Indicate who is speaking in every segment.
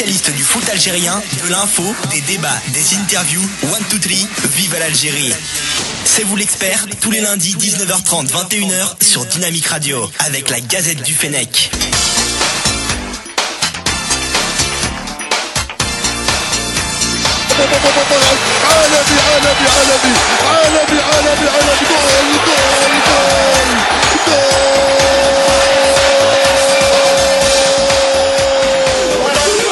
Speaker 1: spécialiste du foot algérien, de l'info, des débats, des interviews. One, two, three, vive à l'Algérie. C'est vous l'expert, tous les lundis 19h30, 21h sur Dynamique Radio, avec la Gazette du Fennec.
Speaker 2: عالمي عالمي عالمي عالمي عالمي عالمي جول جول جول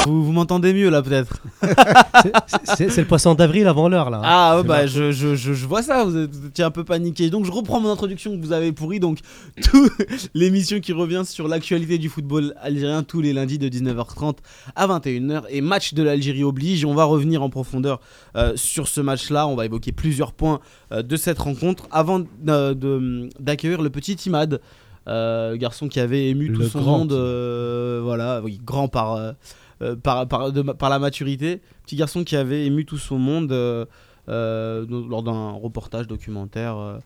Speaker 3: Vous, vous m'entendez mieux là peut-être
Speaker 4: C'est c'est le poisson d'avril avant l'heure là. hein.
Speaker 3: Ah ouais,
Speaker 4: C'est
Speaker 3: bah
Speaker 4: marrant.
Speaker 3: je, je, je, je vois ça, vous êtes- vous étiez un peu paniqué. Donc je reprends mon introduction que vous avez pourrie. Donc tout l'émission qui revient sur l'actualité du football algérien tous les lundis de 19h30 à 21h. Et match de l'Algérie oblige. On va revenir en profondeur euh, sur ce match-là. On va évoquer plusieurs points euh, de cette rencontre avant euh, de- d'accueillir le petit Imad. euh, garçon qui avait ému tout
Speaker 4: Le
Speaker 3: son
Speaker 4: grand
Speaker 3: monde, euh, voilà, oui, grand par, euh, euh, par, par, de- par la maturité. Petit garçon qui avait ému tout son monde euh, euh, dans- lors d'un reportage documentaire euh,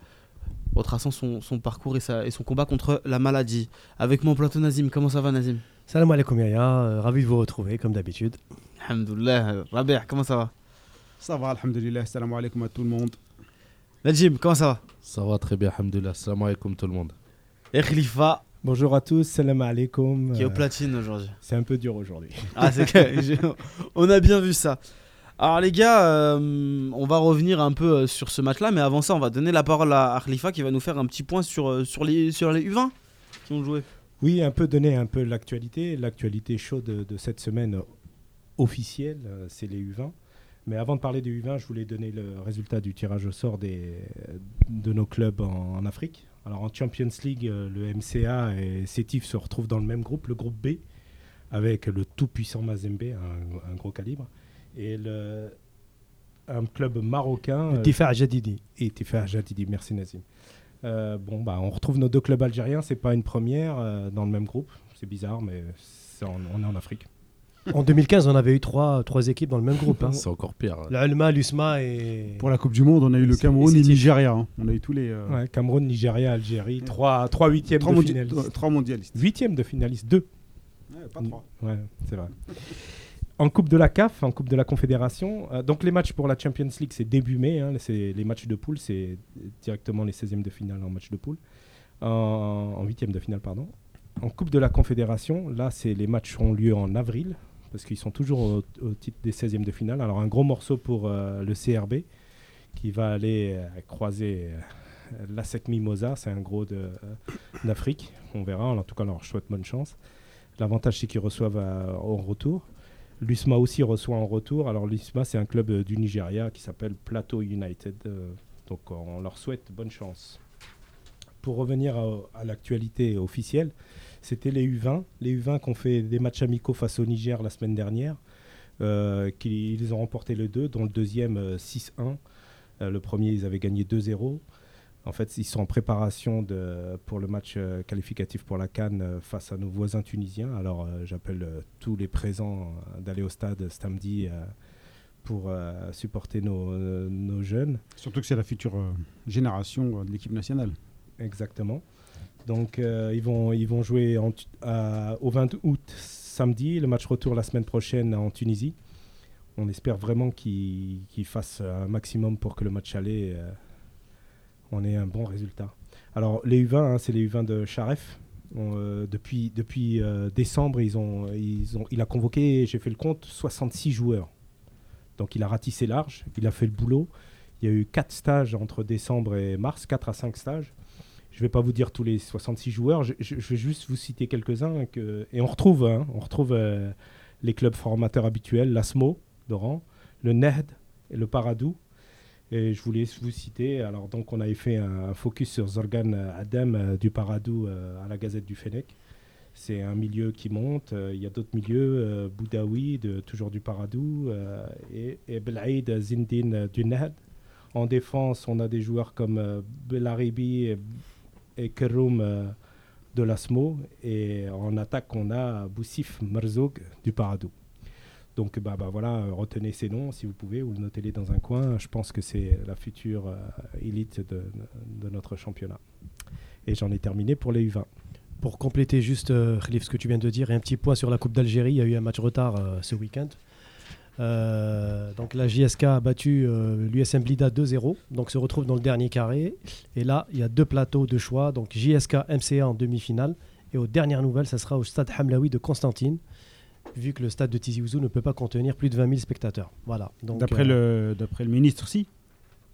Speaker 3: retraçant son, son parcours et, sa- et son combat contre la maladie. Avec mon plateau Nazim, comment ça va Nazim
Speaker 4: Salam alaikum Yaya, euh, ravi de vous retrouver comme d'habitude.
Speaker 3: Alhamdoulilah, Rabia, comment ça va
Speaker 5: Ça va, alhamdulillah, salam alaikum à tout le monde.
Speaker 3: Najim, comment ça va
Speaker 6: Ça va très bien, Alhamdulillah. Salam alaikum tout le monde.
Speaker 3: Et Khalifa,
Speaker 7: Bonjour à tous, salam alaikum.
Speaker 3: qui est au
Speaker 7: Euh,
Speaker 3: platine aujourd'hui.
Speaker 7: C'est un peu dur aujourd'hui.
Speaker 3: Ah, c'est que j'ai- on a bien vu ça. Alors les gars, euh, on va revenir un peu euh, sur ce match-là, mais avant ça, on va donner la parole à à Khalifa qui va nous faire un petit point sur, euh, sur, les, sur les U20 qui ont joué.
Speaker 7: Oui, un peu donner un peu l'actualité, l'actualité chaude de, de cette semaine euh, officielle, euh, c'est les U20. Mais avant de parler des U20, je voulais donner le résultat du tirage au sort des, de nos clubs en, en Afrique. Alors en Champions League, euh, le MCA et Sétif se retrouvent dans le même groupe, le groupe B, avec le tout-puissant Mazembe, un, un gros calibre, et le, un club marocain. euh,
Speaker 4: Tifa Jadidi.
Speaker 7: et Tifa Jadidi. Merci Nazim. Euh, bon, bah, on retrouve nos deux clubs algériens, c'est pas une première euh, dans le même groupe. C'est bizarre, mais c'est en- on est en Afrique.
Speaker 4: En 2015, on avait eu trois, trois équipes dans le même groupe. Hein.
Speaker 6: C'est encore pire. hein.
Speaker 4: L'Alma, l'USMA et.
Speaker 5: Pour la Coupe du Monde, on a eu le
Speaker 4: C'est-
Speaker 5: Cameroun
Speaker 4: c'est-
Speaker 5: et le Nigeria. hein. On a eu tous les euh,
Speaker 7: Ouais, Cameroun, Nigeria, Algérie, trois, trois huitièmes
Speaker 5: trois,
Speaker 7: de
Speaker 5: mondi- trois-
Speaker 7: finalistes.
Speaker 5: trois mondialistes.
Speaker 7: Mm. Huitièmes de finalistes, deux.
Speaker 5: Ouais, pas trois.
Speaker 7: Ouais, c'est vrai. En Coupe de la CAF, en Coupe de la Confédération, euh, donc les matchs pour la Champions League, c'est début mai. hein, c'est les matchs de poule, c'est directement les 16e de finale en match de poule. En- en 8e de finale, pardon. En Coupe de la Confédération, là, c'est les matchs ont lieu en avril, parce qu'ils sont toujours au, au titre des 16e de finale. Alors, un gros morceau pour euh, le CRB, qui va aller euh, croiser euh, l'ASEC Mimosa, c'est un gros de- euh, d'Afrique. on verra, en tout cas, on leur souhaite bonne chance. L'avantage, c'est qu'ils reçoivent euh, en retour. L'USMA aussi reçoit en retour. Alors, l'USMA, c'est un club euh, du Nigeria qui s'appelle Plateau United. euh, donc, on leur souhaite bonne chance. Pour revenir à, à l'actualité officielle, c'était les U20. Les U20 qui ont fait des matchs amicaux face au Niger la semaine dernière. euh, qui, ils ont remporté le 2, dont le deuxième euh, 6-1. Euh, le premier, ils avaient gagné 2-0. En fait, ils sont en préparation de, pour le match euh, qualificatif pour la Cannes euh, face à nos voisins tunisiens. Alors, euh, j'appelle euh, tous les présents euh, d'aller au stade ce samedi euh, pour euh, supporter nos, euh, nos jeunes.
Speaker 5: Surtout que c'est la future euh, génération euh, de l'équipe nationale.
Speaker 7: Exactement. Donc, euh, ils, vont, ils vont jouer en Tu- à- au 20 août samedi, le match retour la semaine prochaine en Tunisie. On espère vraiment qu'ils qu'ils fassent un maximum pour que le match aller, euh, on ait un bon résultat. Alors, les U20, hein, c'est les U20 de Charef. On, euh, depuis depuis euh, décembre, ils ont, ils ont, il a convoqué, j'ai fait le compte, 66 joueurs. Donc, il a ratissé large, il a fait le boulot. Il y a eu 4 stages entre décembre et mars, 4 à 5 stages. Je ne vais pas vous dire tous les 66 joueurs, je, je- je vais juste vous citer quelques-uns. que- Et on retrouve, hein, on retrouve euh, les clubs formateurs habituels, l'ASMO d'Oran, le NEHD et le Paradou. Et je voulais vous citer, alors donc on avait fait un, un focus sur Zorgan euh, Adem euh, du Paradou euh, à la Gazette du Fennec. C'est un milieu qui monte, euh, il y a d'autres milieux, euh, Boudaoui, de, toujours du Paradou, euh, et, et Belaïd Zindin euh, du NEHD. En défense, on a des joueurs comme euh, Belaribi et et Keroum euh, de l'ASMO. Et en attaque, on a Boussif Merzoug du Paradou. Donc bah, bah, voilà, euh, retenez ces noms si vous pouvez ou notez-les dans un coin. Je pense que c'est la future euh, élite de, de notre championnat. Et j'en ai terminé pour les U20.
Speaker 4: Pour compléter juste, euh, Khalif, ce que tu viens de dire, et un petit point sur la Coupe d'Algérie, il y a eu un match retard euh, ce week-end. Euh, donc la JSK a battu euh, l'USM Blida 2-0, donc se retrouve dans le dernier carré. Et là, il y a deux plateaux de choix, donc JSK MCA en demi-finale. Et aux dernières nouvelles, ça sera au stade Hamlaoui de Constantine, vu que le stade de Tizi Ouzou ne peut pas contenir plus de 20 000 spectateurs. Voilà. Donc,
Speaker 5: D'après
Speaker 4: euh,
Speaker 5: le, d'après le ministre, si.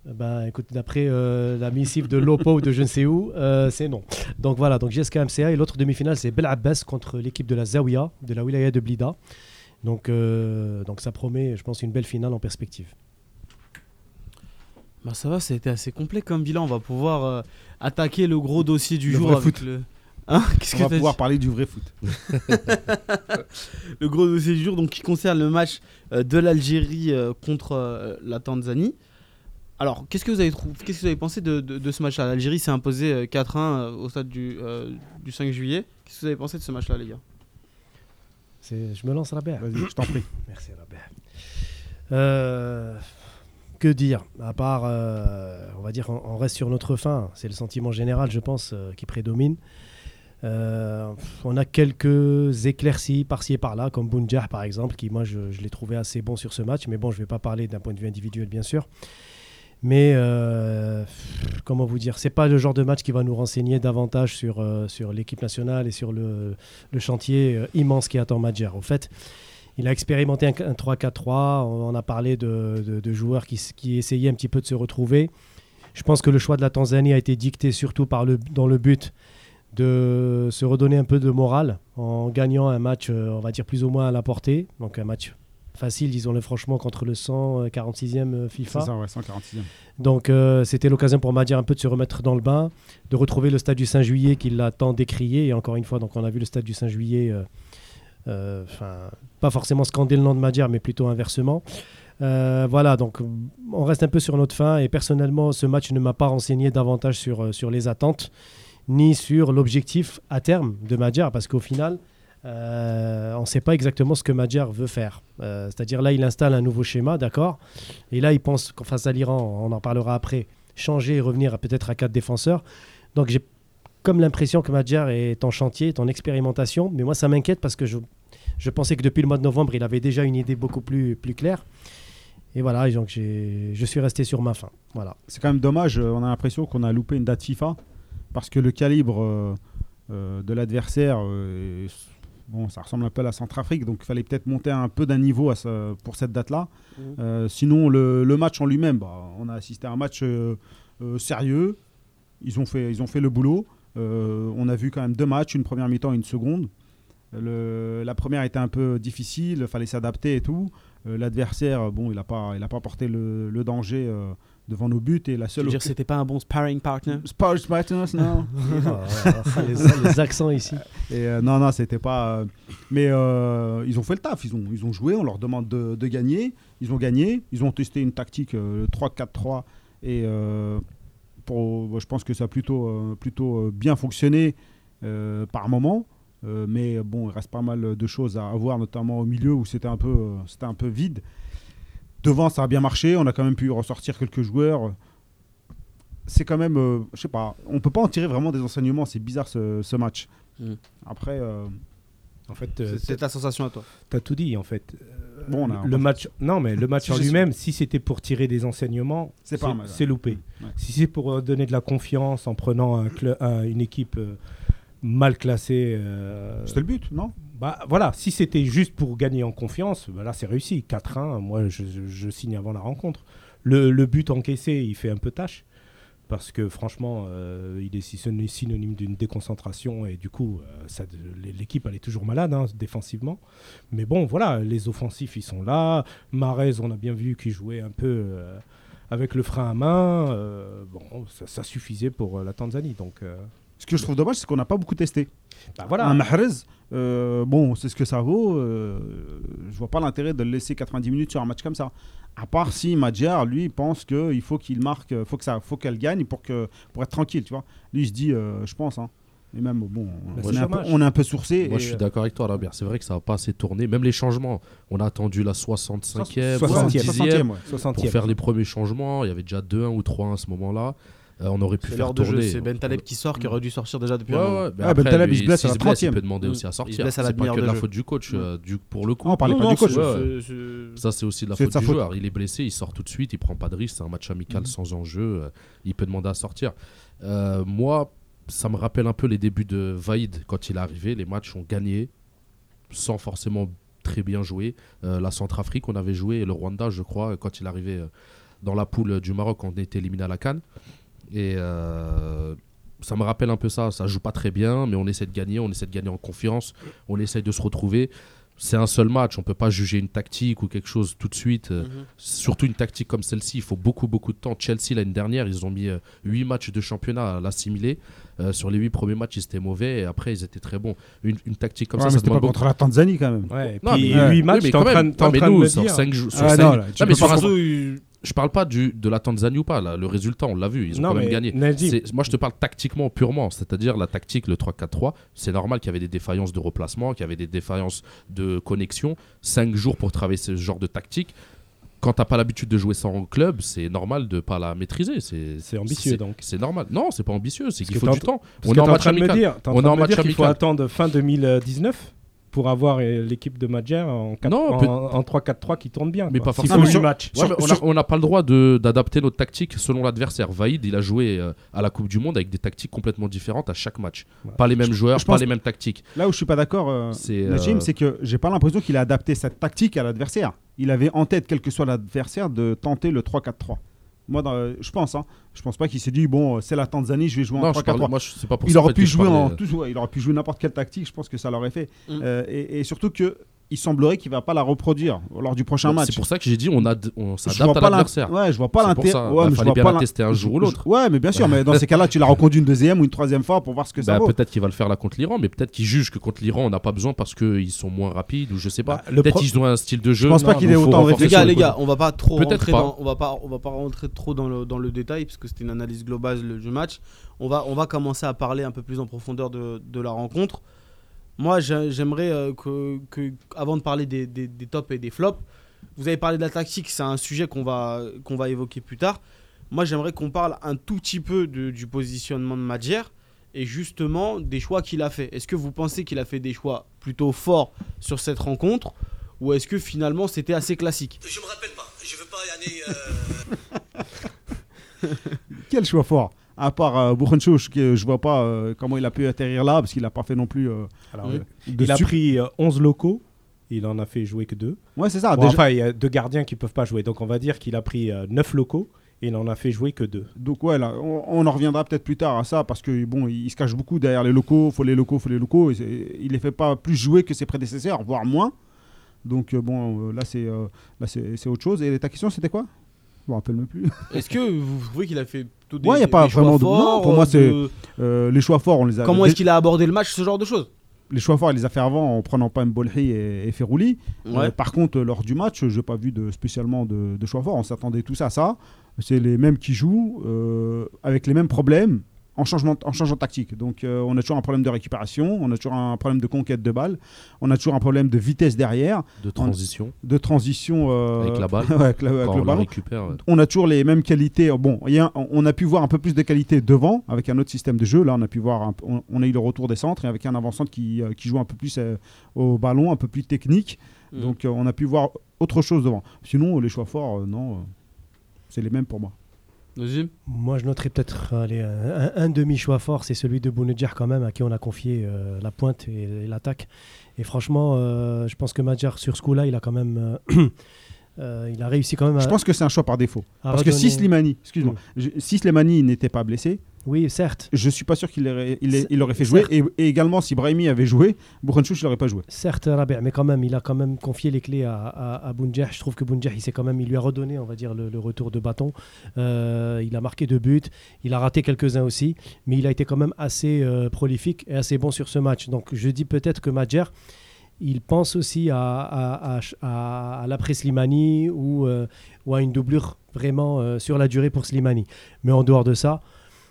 Speaker 4: ben, écoute, d'après euh, la missive de l'OPO ou de je ne sais où, euh, c'est non. Donc voilà, donc GSK MCA et l'autre demi-finale, c'est Bel Abbas contre l'équipe de la Zawiya, de la wilaya de Blida. Donc, euh, donc ça promet, je pense, une belle finale en perspective.
Speaker 3: Bah ça va, ça a été assez complet comme bilan. On va pouvoir euh, attaquer le gros dossier du
Speaker 5: Le
Speaker 3: jour
Speaker 5: vrai
Speaker 3: avec
Speaker 5: foot.
Speaker 3: le. Hein Qu'est-ce
Speaker 5: On
Speaker 3: que
Speaker 5: va
Speaker 3: t'as dit
Speaker 5: pouvoir parler du vrai foot.
Speaker 3: Le gros dossier du jour, donc qui concerne le match euh, de l'Algérie euh, contre euh, la Tanzanie. Alors, qu'est-ce que vous avez trouvé Qu'est-ce que vous avez pensé de, de- de ce match-là L'Algérie s'est imposée euh, 4-1 euh, au stade du, euh, du 5 juillet. Qu'est-ce que vous avez pensé de ce match-là, les gars
Speaker 4: C'est- Je me lance, Robert.
Speaker 5: Vas-y, je t'en prie.
Speaker 4: Merci, Robert. Euh, que dire À part, euh, on va dire, on, on reste sur notre fin. C'est le sentiment général, je pense, euh, qui prédomine. Euh, on a quelques éclaircies par-ci et par-là, comme Bounjah par exemple, qui moi je, je l'ai trouvé assez bon sur ce match, mais bon, je ne vais pas parler d'un point de vue individuel bien sûr. Mais euh, pff, comment vous dire, c'est pas le genre de match qui va nous renseigner davantage sur, euh, sur l'équipe nationale et sur le, le chantier euh, immense qui attend Madjer. Au fait, il a expérimenté un, un 3-4-3, on, on a parlé de, de- de joueurs qui, s- qui essayaient un petit peu de se retrouver. Je pense que le choix de la Tanzanie a été dicté surtout par le, dans le but de se redonner un peu de morale en gagnant un match, euh, on va dire plus ou moins à la portée, donc un match facile, disons-le franchement, contre le 146e euh, FIFA.
Speaker 5: C'est ça, ouais, 146e.
Speaker 4: Donc euh, c'était l'occasion pour Madia un peu de se remettre dans le bain, de retrouver le stade du Saint-Juillet qu'il a tant décrié. Et encore une fois, donc on a vu le stade du Saint-Juillet, euh, euh, enfin, pas forcément scander le nom de Madia, mais plutôt inversement. Euh, voilà, donc on reste un peu sur notre fin. Et personnellement, ce match ne m'a pas renseigné davantage sur, euh, sur les attentes, ni sur l'objectif à terme de Madia, parce qu'au final... euh, on ne sait pas exactement ce que Madjar veut faire. Euh, C'est-à-dire là, il installe un nouveau schéma, d'accord et là, ils pensent qu'en face à l'Iran, on en parlera après, changer et revenir à- peut-être à quatre défenseurs. Donc j'ai comme l'impression que Madjar est en chantier, est en expérimentation. Mais moi, ça m'inquiète parce que je, je pensais que depuis le mois de novembre, il avait déjà une idée beaucoup plus, plus claire. Et voilà, et donc j'ai- je suis resté sur ma fin. Voilà.
Speaker 5: C'est quand même dommage, euh, on a l'impression qu'on a loupé une date FIFA parce que le calibre euh, euh, de l'adversaire, euh, est- bon, ça ressemble un peu à la Centrafrique, donc il fallait peut-être monter un peu d'un niveau à ce- pour cette date-là.
Speaker 3: Mhm.
Speaker 5: Euh, sinon, le, le match en lui-même, bah, on a assisté à un match euh, euh, sérieux, ils ont fait, ils ont fait le boulot. Euh, on a vu quand même deux matchs, une première mi-temps et une seconde. Le- la première était un peu difficile, fallait s'adapter et tout. Euh, L'adversaire, bon, il n'a pas, il a pas porté le, le danger euh, devant nos buts et la
Speaker 3: Je
Speaker 5: seule.
Speaker 3: veux dire, c'était pas un bon sparring partner
Speaker 5: Spurs Matters, non.
Speaker 4: les, accents ici.
Speaker 5: Et euh, non, non, c'était pas. euh, mais euh, ils ont fait le taf, ils ont, ils ont joué, on leur demande de, de gagner. Ils ont gagné, ils ont testé une tactique euh, le 3-4-3. Et euh, pour, je pense que ça a plutôt, euh, plutôt euh, bien fonctionné euh, par moment. Euh, mais bon, il reste pas mal de choses à avoir, notamment au milieu où c'était un, peu, euh, c'était un peu vide. Devant, ça a bien marché, on a quand même pu ressortir quelques joueurs. C'est quand même, euh, je sais pas, on peut pas en tirer vraiment des enseignements, c'est bizarre ce, ce match.
Speaker 3: Mm.
Speaker 5: Après, euh,
Speaker 7: En fait, euh,
Speaker 3: C'est c'est ta sensation à toi.
Speaker 7: T'as tout dit en fait. Euh,
Speaker 5: Bon, on a-
Speaker 7: le match, non mais le match
Speaker 5: Si,
Speaker 7: en
Speaker 5: je
Speaker 7: lui-même, si c'était pour tirer des enseignements,
Speaker 5: C'est pas mal, ouais.
Speaker 7: c'est loupé.
Speaker 5: Ouais.
Speaker 7: Si c'est pour euh, donner de la confiance en prenant un cl- un- une équipe euh, mal classée, euh,
Speaker 5: c'était le but, non
Speaker 7: bah voilà, si c'était juste pour gagner en confiance, bah là c'est réussi. 4-1, moi je, je- je signe avant la rencontre. Le, le but encaissé, il fait un peu tâche. Parce que franchement, euh, il est syn- synonyme d'une déconcentration et du coup, euh, ça de- l'équipe elle est toujours malade hein, défensivement. Mais bon, voilà, les offensifs ils sont là. Marez, on a bien vu qu'il jouait un peu euh, avec le frein à main. Euh, bon, ça, ça suffisait pour euh, la Tanzanie. Donc euh,
Speaker 5: Ce que je trouve dommage, c'est qu'on n'a pas beaucoup testé.
Speaker 7: bah voilà.
Speaker 5: Un Mahrez, euh, bon, c'est ce que ça vaut. euh, je vois pas l'intérêt de le laisser 90 minutes sur un match comme ça. À part si Madjar, lui, pense qu'il faut qu'il marque, euh, faut que ça, faut qu'elle gagne pour que pour être tranquille, tu vois. Lui, il se dit, euh, je pense. Hein. Et même bon,
Speaker 7: Bah,
Speaker 5: on,
Speaker 7: c'est
Speaker 5: est un peu,
Speaker 7: dommage.
Speaker 5: on est un peu sourcé.
Speaker 6: Moi,
Speaker 5: et,
Speaker 6: je suis
Speaker 5: euh,
Speaker 6: d'accord avec toi, Robert. C'est vrai que ça n'a pas assez tourné. Même les changements. On a attendu la
Speaker 7: 60e,
Speaker 6: 65e, 70e
Speaker 5: 60e, ouais.
Speaker 6: pour
Speaker 7: 60e.
Speaker 6: faire les premiers changements. Il y avait déjà 2-1 ou 3-1 à ce moment-là. Euh, on aurait pu
Speaker 3: C'est
Speaker 6: faire
Speaker 3: l'heure de jeu,
Speaker 6: tourner.
Speaker 3: c'est Ben Taleb qui sort, qui aurait dû sortir déjà depuis
Speaker 6: hein. Ouais,
Speaker 3: un moment.
Speaker 6: ouais, mais
Speaker 5: Ah, Ben
Speaker 6: après,
Speaker 5: Taleb, il
Speaker 6: lui,
Speaker 5: se blesse à
Speaker 6: s'il
Speaker 5: la
Speaker 6: se blesse, Il
Speaker 5: 30e.
Speaker 6: peut demander aussi à
Speaker 3: Il
Speaker 6: sortir.
Speaker 3: se blesse à la
Speaker 6: C'est pas
Speaker 3: demi-heure
Speaker 6: que de
Speaker 3: de
Speaker 6: la
Speaker 3: jeu. Mm.
Speaker 6: faute du coach, euh, du, pour le coup.
Speaker 5: Ah, on parlait
Speaker 3: Non,
Speaker 5: pas
Speaker 3: non,
Speaker 5: du coach.
Speaker 3: c'est-
Speaker 6: ouais.
Speaker 3: c'est- c'est-
Speaker 6: Ça, c'est aussi de la
Speaker 5: C'est
Speaker 6: faute
Speaker 5: de sa
Speaker 6: du
Speaker 5: faute. Mhm.
Speaker 6: joueur. Il est blessé, il sort tout de suite, il prend pas de risque. C'est un match amical sans enjeu. euh, Il peut demander à sortir. Euh, moi, ça me rappelle un peu les débuts de Vaïd quand il est arrivé. Les matchs ont gagné sans forcément très bien jouer. Euh, la Centrafrique, on avait joué et le Rwanda, je crois, quand il est arrivé euh, dans la poule du Maroc, on était éliminé à la Cannes. Et euh, ça me rappelle un peu ça. Ça joue pas très bien, mais on essaie de gagner, on essaie de gagner en confiance, on essaie de se retrouver. C'est un seul match, on peut pas juger une tactique ou quelque chose tout de suite. euh,
Speaker 3: Mhm.
Speaker 6: Surtout une tactique comme celle-ci, il faut beaucoup beaucoup de temps. Chelsea l'année dernière, ils ont mis 8 matchs de championnat à l'assimiler. Euh, sur les 8 premiers matchs, ils étaient mauvais et après ils étaient très bons. Une, une tactique comme
Speaker 5: Ouais,
Speaker 6: ça,
Speaker 5: mais
Speaker 6: ça
Speaker 5: c'était pas
Speaker 6: demande beaucoup
Speaker 5: contre la Tanzanie quand même.
Speaker 7: Ouais, et
Speaker 6: non,
Speaker 7: puis
Speaker 6: mais,
Speaker 5: euh,
Speaker 7: 8
Speaker 5: oui,
Speaker 6: oui,
Speaker 7: matchs,
Speaker 6: mais
Speaker 7: t'es en
Speaker 6: quand
Speaker 7: train,
Speaker 6: même,
Speaker 7: de- t'es en
Speaker 6: non, mais
Speaker 7: train de
Speaker 6: nous,
Speaker 7: me
Speaker 6: sur
Speaker 7: dire.
Speaker 6: 5 jours. sur
Speaker 5: Ah,
Speaker 6: cinq-
Speaker 5: non, là, tu
Speaker 6: non, mais
Speaker 5: peux
Speaker 6: sur
Speaker 5: pas
Speaker 6: un-
Speaker 5: contre-
Speaker 6: je parle pas du, de la Tanzanie ou pas. là. Le résultat, on l'a vu, ils ont
Speaker 7: Non,
Speaker 6: quand même
Speaker 7: mais
Speaker 6: gagné.
Speaker 7: Najib-
Speaker 6: C'est- Moi, je te parle tactiquement purement, c'est-à-dire la tactique, le 3-4-3. C'est normal qu'il y avait des défaillances de replacement, qu'il y avait des défaillances de connexion. 5 jours pour travailler ce genre de tactique. Quand t'as pas l'habitude de jouer ça en club, c'est normal de pas la maîtriser. C'est
Speaker 7: C'est ambitieux, donc.
Speaker 6: C'est normal. Non, c'est pas ambitieux, c'est qu'il
Speaker 7: que
Speaker 6: faut
Speaker 7: t'es
Speaker 6: du
Speaker 7: en-
Speaker 6: temps.
Speaker 7: Parce que
Speaker 6: On est
Speaker 7: t'es
Speaker 6: en
Speaker 7: en
Speaker 6: match
Speaker 7: train de me
Speaker 6: amical.
Speaker 7: dire, t'es en
Speaker 6: On est
Speaker 7: train
Speaker 6: en
Speaker 7: de me
Speaker 6: match
Speaker 7: dire qu'il faut
Speaker 6: amical.
Speaker 7: attendre fin 2019 pour avoir euh, l'équipe de Madjer en, quatre- hein.
Speaker 6: Non,
Speaker 7: en,
Speaker 6: peut-
Speaker 7: en 3-4-3 qui tourne bien.
Speaker 6: Mais
Speaker 7: quoi.
Speaker 6: pas
Speaker 7: S'il
Speaker 6: forcément.
Speaker 7: faut
Speaker 6: Sur-
Speaker 7: huit matchs.
Speaker 6: Ouais, mais on a- on n'a pas le droit de- d'adapter notre tactique selon l'adversaire. Vaïd, il a joué euh, à la Coupe du Monde avec des tactiques complètement différentes à chaque match.
Speaker 7: Ouais.
Speaker 6: Pas les mêmes joueurs,
Speaker 5: je
Speaker 6: pas
Speaker 5: pense-
Speaker 6: les mêmes tactiques.
Speaker 5: Là où je suis pas d'accord, euh,
Speaker 6: C'est,
Speaker 5: Najim,
Speaker 6: euh,
Speaker 5: c'est que j'ai pas l'impression qu'il a adapté sa tactique à l'adversaire. Il avait en tête, quel que soit l'adversaire, de tenter le 3-4-3. Moi, dans- je pense. Hein, je pense pas qu'il s'est dit bon, euh, c'est la Tanzanie, je vais jouer en
Speaker 6: Non, je parle,
Speaker 5: 3-4-3.
Speaker 6: moi, je- c'est pas pour
Speaker 5: Il
Speaker 6: ça
Speaker 5: aurait
Speaker 6: que
Speaker 5: pu
Speaker 6: je
Speaker 5: jouer en
Speaker 6: parlais, euh,
Speaker 5: tout- ouais, il aurait pu jouer n'importe quelle tactique. Je pense que ça l'aurait fait.
Speaker 3: Mm.
Speaker 5: Euh, et, et surtout que il semblerait qu'il va pas la reproduire lors du prochain
Speaker 6: donc
Speaker 5: match.
Speaker 6: C'est pour ça que j'ai dit on, ad- on
Speaker 5: Je vois
Speaker 6: s'adapte à
Speaker 5: pas l'int-
Speaker 6: l'adversaire.
Speaker 5: Ouais, je vois pas
Speaker 6: C'est pour
Speaker 5: l'intérêt.
Speaker 6: ça,
Speaker 5: Ouais,
Speaker 6: bah,
Speaker 5: mais je
Speaker 6: fallait
Speaker 5: vois
Speaker 6: bien
Speaker 5: pas
Speaker 6: la
Speaker 5: l'in-
Speaker 6: tester un jour ou
Speaker 5: je- je-
Speaker 6: l'autre.
Speaker 5: Ouais, mais bien sûr. mais dans ces cas-là, tu la reconduis une deuxième ou une troisième fois pour voir ce que ça
Speaker 6: Bah,
Speaker 5: vaut.
Speaker 6: peut-être qu'il va le faire là contre l'Iran, mais peut-être qu'il juge que contre l'Iran on n'a pas besoin parce qu'ils sont moins rapides ou je sais pas.
Speaker 7: Bah, le
Speaker 6: peut-être
Speaker 7: pro-
Speaker 6: qu'ils ont un style de jeu.
Speaker 5: pense pas
Speaker 6: Non,
Speaker 5: qu'il
Speaker 6: donc
Speaker 5: ait
Speaker 6: faut
Speaker 5: autant
Speaker 6: renforcer
Speaker 5: réfléchi.
Speaker 3: Les
Speaker 6: sur
Speaker 3: gars,
Speaker 6: le
Speaker 3: les
Speaker 6: côté.
Speaker 3: gars, on va pas trop
Speaker 6: Peut-être
Speaker 3: rentrer
Speaker 6: pas.
Speaker 3: dans, on va pas, on va pas rentrer trop dans le, dans le détail parce que c'était une analyse globale le- du match. On va, on va commencer à parler un peu plus en profondeur de, de la rencontre. Moi, j'ai- j'aimerais euh, que, que- avant de parler des, des- des tops et des flops, vous avez parlé de la tactique, c'est un sujet qu'on va, qu'on va évoquer plus tard. Moi, j'aimerais qu'on parle un tout petit peu de- du positionnement de Madjer et justement des choix qu'il a fait. Est-ce que vous pensez qu'il a fait des choix plutôt forts sur cette rencontre ou est-ce que finalement c'était assez classique
Speaker 1: Je me rappelle pas, je veux pas aller.
Speaker 5: Quel choix fort à part euh, Buchenschouch, que je vois pas euh, comment il a pu atterrir là, parce qu'il n'a pas fait non plus. euh,
Speaker 7: Alors,
Speaker 3: Oui.
Speaker 7: euh,
Speaker 5: de
Speaker 7: il a
Speaker 5: sup-
Speaker 7: pris euh, 11 locaux. Il en a fait jouer que 2.
Speaker 5: Ouais,
Speaker 6: Ah,
Speaker 5: c'est ça.
Speaker 7: Bon,
Speaker 5: déjà-
Speaker 7: Enfin, il y a deux gardiens qui peuvent pas jouer. Donc, on va dire qu'il a pris 9 locaux et il en a fait jouer que 2.
Speaker 5: Donc ouais, là, on, on en reviendra peut-être plus tard à ça parce que bon, il, il se cache beaucoup derrière les locaux, faut les locaux, faut les locaux. et c'est- il les fait pas plus jouer que ses prédécesseurs, voire moins. Donc euh, bon, euh, là c'est euh, là c'est c'est autre chose. Et ta question c'était quoi Je me rappelle même plus.
Speaker 3: Est-ce que vous trouvez qu'il a fait plutôt des,
Speaker 5: Ouais, y a pas
Speaker 3: des choix
Speaker 5: vraiment de-
Speaker 3: forts,
Speaker 5: non, pour moi,
Speaker 3: euh,
Speaker 5: c'est-
Speaker 3: de-
Speaker 5: Euh, les choix forts, on les a.
Speaker 3: Comment est-ce
Speaker 5: les,
Speaker 3: qu'il a abordé le match, ce genre de choses
Speaker 5: les choix forts, il les a fait avant en prenant pas Mbolhi et, et Ferrouli. Euh,
Speaker 3: Ouais.
Speaker 5: par contre, euh, lors du match, je n'ai pas vu de, spécialement de, de choix forts. On s'attendait tous à ça. C'est les mêmes qui jouent, euh, avec les mêmes problèmes, en, changement, en changeant de tactique. Donc, euh, on a toujours un problème de récupération, on a toujours un problème de conquête de balles, on a toujours un problème de vitesse derrière,
Speaker 6: de transition
Speaker 5: de transition. euh,
Speaker 6: avec la balle.
Speaker 5: ouais, avec la- avec
Speaker 6: Quand
Speaker 5: le
Speaker 6: on la
Speaker 5: ballon.
Speaker 6: récupère,
Speaker 5: On a toujours les mêmes qualités. Bon, il y a- on a pu voir un peu plus de qualité devant avec un autre système de jeu. Là, on a pu voir, un p- on, on a eu le retour des centres et avec un avant-centre qui, euh, qui joue un peu plus euh, au ballon, un peu plus technique.
Speaker 3: Mm.
Speaker 5: Donc, euh, on a pu voir autre chose devant. Sinon, les choix forts, euh, non, euh, c'est les mêmes pour moi.
Speaker 3: Vas-y.
Speaker 4: Moi, je noterais peut-être allez, un, un- un demi-choix fort, c'est celui de Bounedjah quand même, à qui on a confié euh, la pointe et, et l'attaque. Et franchement, euh, je pense que Madjar, sur ce coup-là, il a quand même... euh, euh, il a réussi quand même à...
Speaker 5: Je pense que c'est un choix par défaut.
Speaker 4: à
Speaker 5: Parce que si
Speaker 4: redonner-
Speaker 5: Slimani, excuse-moi, je- si Slimani n'était pas blessé,
Speaker 4: Oui, certes.
Speaker 5: je suis pas sûr qu'il aurait, il, est-
Speaker 4: C'est-
Speaker 5: il aurait fait jouer. Et, et également, si Brahimi avait joué, Bouchenchouch, il n'aurait pas joué.
Speaker 4: Certes, Rabia, mais quand même, il a quand même confié les clés à, à, à Bounedjah. Je trouve que Bounjah, il s'est quand même, il lui a redonné, on va dire, le, le retour de bâton. Euh, il a marqué deux buts, il a raté quelques-uns aussi, mais il a été quand même assez euh, prolifique et assez bon sur ce match. Donc, je dis peut-être que Madjer, il pense aussi à, à, à, à- à l'après Slimani ou, euh, ou à une doublure vraiment euh, sur la durée pour Slimani. Mais en dehors de ça,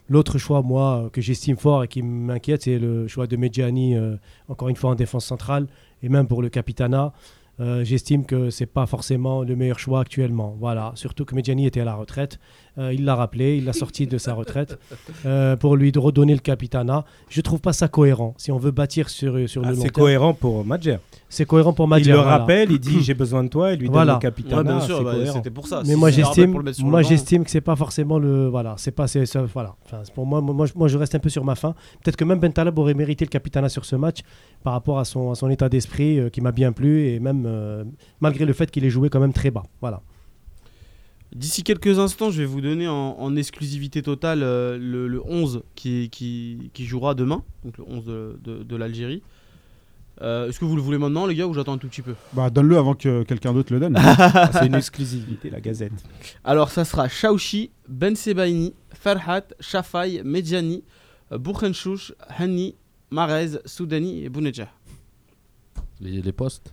Speaker 4: l'autre choix, moi, euh, que j'estime fort et qui m'inquiète, c'est le choix de Medjani, euh, encore une fois en défense centrale, et même pour le Capitana. Euh, J'estime que c'est pas forcément le meilleur choix actuellement. Voilà, surtout que Medjani était à la retraite. Euh, il l'a rappelé, il l'a sorti de sa retraite euh, pour lui de redonner le capitana. Je trouve pas ça cohérent. Si on veut bâtir sur, sur
Speaker 7: Ah,
Speaker 4: le long
Speaker 7: c'est
Speaker 4: terme,
Speaker 7: cohérent pour Madjer.
Speaker 4: c'est cohérent pour
Speaker 7: Il
Speaker 4: Madjer.
Speaker 7: le
Speaker 4: voilà.
Speaker 7: rappelle, il dit j'ai besoin de toi, il lui
Speaker 4: Voilà.
Speaker 7: donne le
Speaker 3: Ouais,
Speaker 7: capitana.
Speaker 3: bien sûr,
Speaker 7: c'est
Speaker 3: bah,
Speaker 7: cohérent.
Speaker 3: c'était pour ça.
Speaker 4: Mais
Speaker 3: Si
Speaker 4: moi
Speaker 3: c'est un rappel
Speaker 4: j'estime,
Speaker 3: pour le mettre sur le
Speaker 4: moi
Speaker 3: banc,
Speaker 4: j'estime que c'est pas forcément le voilà, c'est pas c'est ça, voilà. Enfin, c'est pour moi, moi je, moi, je reste un peu sur ma fin. Peut-être que même Bentaleb aurait mérité le capitana sur ce match par rapport à son à son état d'esprit euh, qui m'a bien plu et même euh, malgré le fait qu'il ait joué quand même très bas. Voilà.
Speaker 3: D'ici quelques instants, je vais vous donner en, en exclusivité totale euh, le, le 11 qui, qui, qui jouera demain, donc le 11 de, de- de l'Algérie. Euh, Est-ce que vous le voulez maintenant, les gars, ou j'attends un tout petit peu
Speaker 5: Bah, donne-le avant que quelqu'un d'autre le donne.
Speaker 7: Ah, c'est une exclusivité, la Gazette.
Speaker 3: Alors, ça sera Shaouchi, Ben Sebaini, Farhat, Shafai, Medjani, euh, Bourkhenchouch, Hani, Marez, Soudani et Bounedja.
Speaker 6: Les, les postes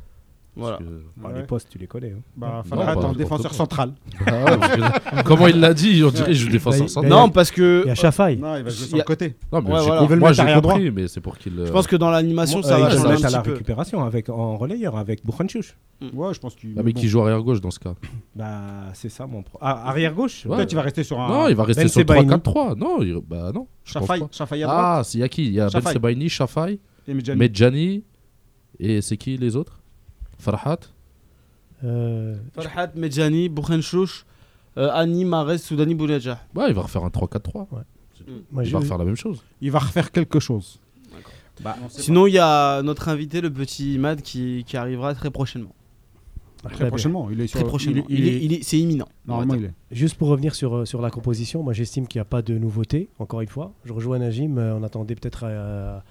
Speaker 3: Voilà.
Speaker 6: parce que-
Speaker 7: Bah,
Speaker 5: Ouais.
Speaker 7: Les postes, tu les connais. hein.
Speaker 5: Bah,
Speaker 6: Non,
Speaker 5: Farhat
Speaker 6: bah,
Speaker 5: en
Speaker 6: je pense
Speaker 5: défenseur
Speaker 6: pas.
Speaker 5: central.
Speaker 6: Bah ouais, parce que- Comment il l'a dit On dirait que je suis défenseur
Speaker 4: Bah,
Speaker 6: central.
Speaker 3: Non, parce que
Speaker 4: Et à Chafaï,
Speaker 5: Non, il va jouer
Speaker 3: Il
Speaker 5: sur
Speaker 3: y a-
Speaker 5: le côté.
Speaker 6: Non, mais
Speaker 3: Ouais,
Speaker 6: j'ai
Speaker 3: voilà.
Speaker 6: compris-
Speaker 5: Ils veulent
Speaker 6: moi
Speaker 5: mettre
Speaker 6: j'ai
Speaker 5: arrière droit.
Speaker 6: compris, mais c'est pour qu'il. euh,
Speaker 3: je pense que dans l'animation,
Speaker 7: Euh,
Speaker 3: ça va
Speaker 7: il
Speaker 3: changer un
Speaker 7: reste à la
Speaker 3: petit peu.
Speaker 7: récupération avec, en relayeur avec Bourkhanchouch.
Speaker 5: Ouais, je pense qu'il.
Speaker 6: Ah, mais
Speaker 5: bon.
Speaker 6: qui joue arrière gauche dans ce cas
Speaker 7: Bah, c'est ça mon pro. Ah, arrière gauche
Speaker 6: Ouais.
Speaker 5: Peut-être il va rester sur un.
Speaker 6: Non, il va rester
Speaker 7: Ben
Speaker 6: sur
Speaker 7: Sebaini.
Speaker 6: 3-4-3. Non, il- bah non. je pense
Speaker 5: Chafaï,
Speaker 6: pas.
Speaker 5: Chafaï à droite.
Speaker 6: Ah, il y a qui Il y a Ben
Speaker 5: Shafai.
Speaker 6: Sebaini, Shafai,
Speaker 5: et Medjani.
Speaker 6: Medjani et c'est qui les autres Farhat
Speaker 4: euh,
Speaker 3: Farhat, Medjani, Bourkhenchouch, euh, Hani, Marez, Soudani, Bounedja.
Speaker 6: Ouais, il va refaire un 3-4-3.
Speaker 4: moi,
Speaker 6: Il
Speaker 4: je-
Speaker 6: va refaire la même chose.
Speaker 5: Il va refaire quelque chose.
Speaker 3: Sinon, il y a notre invité, le petit Imad, qui, qui arrivera très prochainement.
Speaker 4: très
Speaker 5: Très
Speaker 4: bien.
Speaker 5: prochainement. Il est sur.
Speaker 3: Très prochainement.
Speaker 5: Il, il est.
Speaker 3: c'est imminent.
Speaker 5: Normalement, il est.
Speaker 4: Juste pour revenir sur, euh, sur la composition, moi j'estime qu'il n'y a pas de nouveauté, encore une fois. Je rejoins Najim, euh, on attendait peut-être à,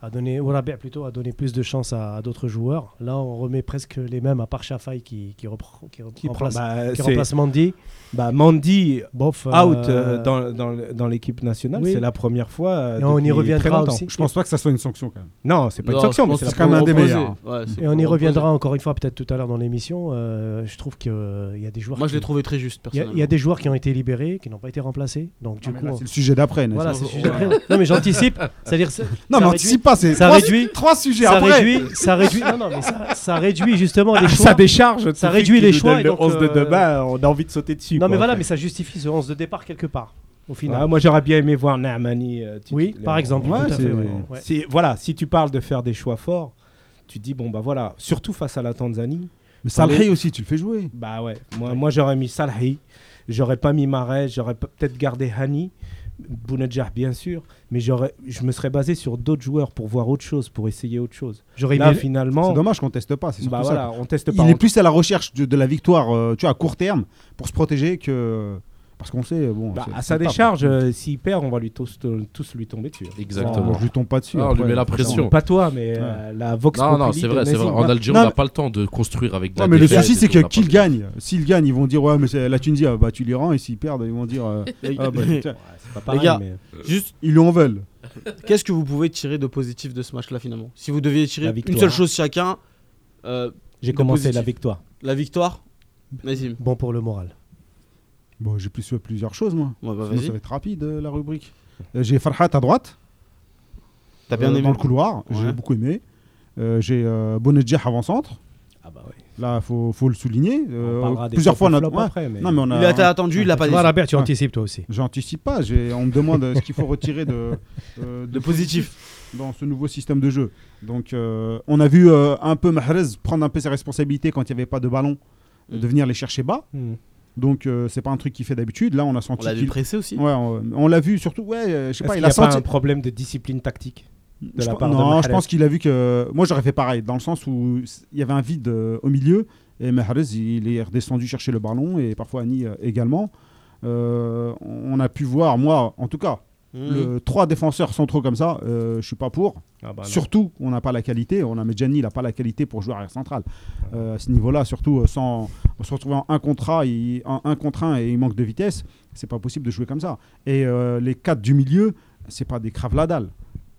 Speaker 4: à donner, ou Rabia plutôt, à donner plus de chance à, à d'autres joueurs. Là, on remet presque les mêmes, à part Chafaï qui, qui reprend, qui,
Speaker 7: qui prend.
Speaker 4: remplace,
Speaker 7: Bah,
Speaker 4: qui
Speaker 7: c'est-
Speaker 4: remplace Mandy.
Speaker 7: bah, Mandy
Speaker 4: Bof, euh,
Speaker 7: out euh, dans, dans, dans l'équipe nationale,
Speaker 4: oui.
Speaker 7: c'est la première fois. euh,
Speaker 4: Et on y
Speaker 7: depuis
Speaker 4: reviendra
Speaker 7: très longtemps.
Speaker 4: aussi.
Speaker 5: Je pense pas que ça soit une sanction quand même.
Speaker 7: Non, c'est pas une sanction, mais c'est la
Speaker 5: que- quand même un des meilleurs.
Speaker 4: Et on y reviendra encore une fois peut-être tout à l'heure dans l'émission. Euh, je trouve qu'il y a des joueurs.
Speaker 3: Moi, je
Speaker 4: qui-
Speaker 3: l'ai trouvé très juste,
Speaker 4: il y a-
Speaker 3: personnellement.
Speaker 4: il y, a des joueurs qui ont été libérés, qui n'ont pas été remplacés. Donc du
Speaker 5: Non, Ah, mais
Speaker 4: coup,
Speaker 5: là,
Speaker 4: on-
Speaker 5: c'est le sujet d'après. Nassim.
Speaker 4: voilà, c'est le
Speaker 3: on-
Speaker 4: sujet après. Non mais j'anticipe. C'est-à-dire, c'est-
Speaker 5: Non,
Speaker 4: ça
Speaker 5: mais
Speaker 4: réduit-
Speaker 5: anticipe pas. C'est
Speaker 4: ça
Speaker 5: trois-
Speaker 4: réduit-
Speaker 5: Trois sujets
Speaker 4: ça
Speaker 5: après.
Speaker 4: réduit, ça réduit, non, non, mais ça, ça réduit justement les choix.
Speaker 7: Ça décharge.
Speaker 4: Ça
Speaker 7: tout
Speaker 4: réduit
Speaker 7: de suite,
Speaker 4: les
Speaker 7: il nous
Speaker 4: choix,
Speaker 7: donne
Speaker 4: et
Speaker 7: Le
Speaker 4: donc,
Speaker 7: 11 de
Speaker 4: euh,
Speaker 7: demain, on a envie de sauter dessus.
Speaker 4: non, mais
Speaker 7: quoi, en
Speaker 4: voilà,
Speaker 7: fait.
Speaker 4: mais ça justifie ce 11 de départ quelque part, au final.
Speaker 7: Ah, moi, j'aurais bien aimé voir Naamani. euh, titulaire.
Speaker 4: oui, par exemple.
Speaker 5: Ouais,
Speaker 4: tout à
Speaker 5: c'est-
Speaker 4: fait, ouais, ouais.
Speaker 7: Si, voilà, si tu parles de faire des choix forts, tu dis bon bah voilà, surtout face à la Tanzanie,
Speaker 5: Mais Salhi aussi, tu le fais jouer.
Speaker 7: bah ouais, moi, moi j'aurais mis Salhi, j'aurais pas mis Marais, j'aurais pe- peut-être gardé Hani, Bounedjah bien sûr, mais j'aurais, je me serais basé sur d'autres joueurs pour voir autre chose, pour essayer autre chose.
Speaker 4: J'aurais
Speaker 7: Là
Speaker 4: aimé-
Speaker 7: finalement,
Speaker 5: C'est dommage qu'on teste pas. C'est surtout
Speaker 7: bah
Speaker 5: ça.
Speaker 7: voilà, on teste pas.
Speaker 5: Il est
Speaker 7: on-
Speaker 5: plus à la recherche de, de la victoire, euh, tu vois, à court terme, pour se protéger que. Parce qu'on sait, bon.
Speaker 7: bah,
Speaker 5: c'est-
Speaker 7: à
Speaker 5: c'est
Speaker 7: sa
Speaker 5: pas-
Speaker 7: décharge, euh, s'il perd, on va lui tous, tous lui tomber dessus.
Speaker 5: Exactement.
Speaker 6: Exactement.
Speaker 5: Je lui tombe pas dessus.
Speaker 6: Ah, on lui
Speaker 5: après.
Speaker 6: met la pression.
Speaker 7: Pas toi, mais euh, la Vox
Speaker 6: Non, non,
Speaker 7: Populi
Speaker 6: c'est
Speaker 7: de
Speaker 6: vrai, c'est vrai.
Speaker 7: Nazim.
Speaker 6: En Algérie,
Speaker 5: Non,
Speaker 6: on n'a
Speaker 5: mais-
Speaker 6: pas le temps de construire avec. de la
Speaker 5: Non, mais le
Speaker 6: défaite
Speaker 5: souci,
Speaker 6: et
Speaker 5: c'est
Speaker 6: tout,
Speaker 5: que
Speaker 6: on n'a pas
Speaker 5: qu'ils
Speaker 6: le temps.
Speaker 5: gagnent. S'ils gagnent, ils vont dire Ouais, mais c'est la Tunisie, ah, bah, tu les rends. Et s'ils perdent, ils vont dire euh, ah, bah, tiens,
Speaker 7: Ouais, c'est pas pareil,
Speaker 3: gars,
Speaker 7: mais
Speaker 3: Juste,
Speaker 5: Ils lui en veulent.
Speaker 3: qu'est-ce que vous pouvez tirer de positif de ce match-là, finalement Si vous deviez tirer
Speaker 7: La
Speaker 3: une
Speaker 7: victoire.
Speaker 3: seule chose chacun, euh,
Speaker 7: j'ai commencé
Speaker 3: positif.
Speaker 7: la victoire.
Speaker 3: la victoire, vas-y.
Speaker 4: Bon pour le moral.
Speaker 5: Bon, j'ai plus plusieurs choses, moi.
Speaker 3: Ouais, bah,
Speaker 5: Sinon, ça
Speaker 3: vas-y.
Speaker 5: va être rapide, euh, la rubrique. Euh, J'ai Farhat à droite,
Speaker 3: T'as bien
Speaker 5: euh,
Speaker 3: aimé
Speaker 5: dans le couloir.
Speaker 3: Ouais.
Speaker 5: J'ai beaucoup aimé. Euh, J'ai euh, Bounedjah avant-centre.
Speaker 7: Ah bah ouais.
Speaker 5: Là, il faut, faut le souligner. Euh,
Speaker 7: On parlera des
Speaker 5: plusieurs
Speaker 7: top
Speaker 5: fois,
Speaker 7: et
Speaker 5: on a-
Speaker 7: flops
Speaker 5: ouais.
Speaker 7: après, mais-
Speaker 5: Non, mais on a-
Speaker 3: Il a attendu, il l'a pas
Speaker 4: Tu vois,
Speaker 3: laissé.
Speaker 4: Robert, tu
Speaker 5: Ouais.
Speaker 4: anticipes toi aussi.
Speaker 5: J'anticipe pas, j'ai- on me demande euh, ce qu'il faut retirer de, euh,
Speaker 3: De positif.
Speaker 5: dans ce nouveau système de jeu. Donc euh, on a vu euh, un peu Mahrez prendre un peu ses responsabilités quand il n'y avait pas de ballon,
Speaker 3: Mm.
Speaker 5: de venir les chercher bas.
Speaker 7: Mm.
Speaker 5: Donc euh, c'est pas un truc qu'il fait d'habitude. Là on a
Speaker 3: On
Speaker 5: senti
Speaker 3: l'a vu
Speaker 5: qu'il-
Speaker 3: presser aussi.
Speaker 5: Ouais, on, on l'a vu surtout, ouais, euh, je
Speaker 7: Est-ce
Speaker 5: sais pas,
Speaker 7: qu'il
Speaker 5: il
Speaker 7: y
Speaker 5: a
Speaker 7: a pas
Speaker 5: senti.
Speaker 7: un problème de discipline tactique de
Speaker 5: Je
Speaker 7: la
Speaker 5: pe-
Speaker 7: part de
Speaker 5: non, je
Speaker 7: Mahrez
Speaker 5: pense qu'il a vu que. Moi j'aurais fait pareil, dans le sens où s- il y avait un vide euh, au milieu et Mahrez il est redescendu chercher le ballon et parfois Annie euh, également. Euh, on a pu voir, moi en tout cas,
Speaker 3: Mhm.
Speaker 5: le, trois défenseurs centraux comme ça, euh, je suis pas pour.
Speaker 7: Ah bah non.
Speaker 5: Surtout, on n'a pas la qualité. On a Medjani, il n'a pas la qualité pour jouer arrière central. Euh, à ce niveau-là, surtout euh, sans on se retrouver en un contre un, il- en un contre un et il manque de vitesse, c'est pas possible de jouer comme ça. Et euh, les quatre du milieu, c'est pas des cravladales.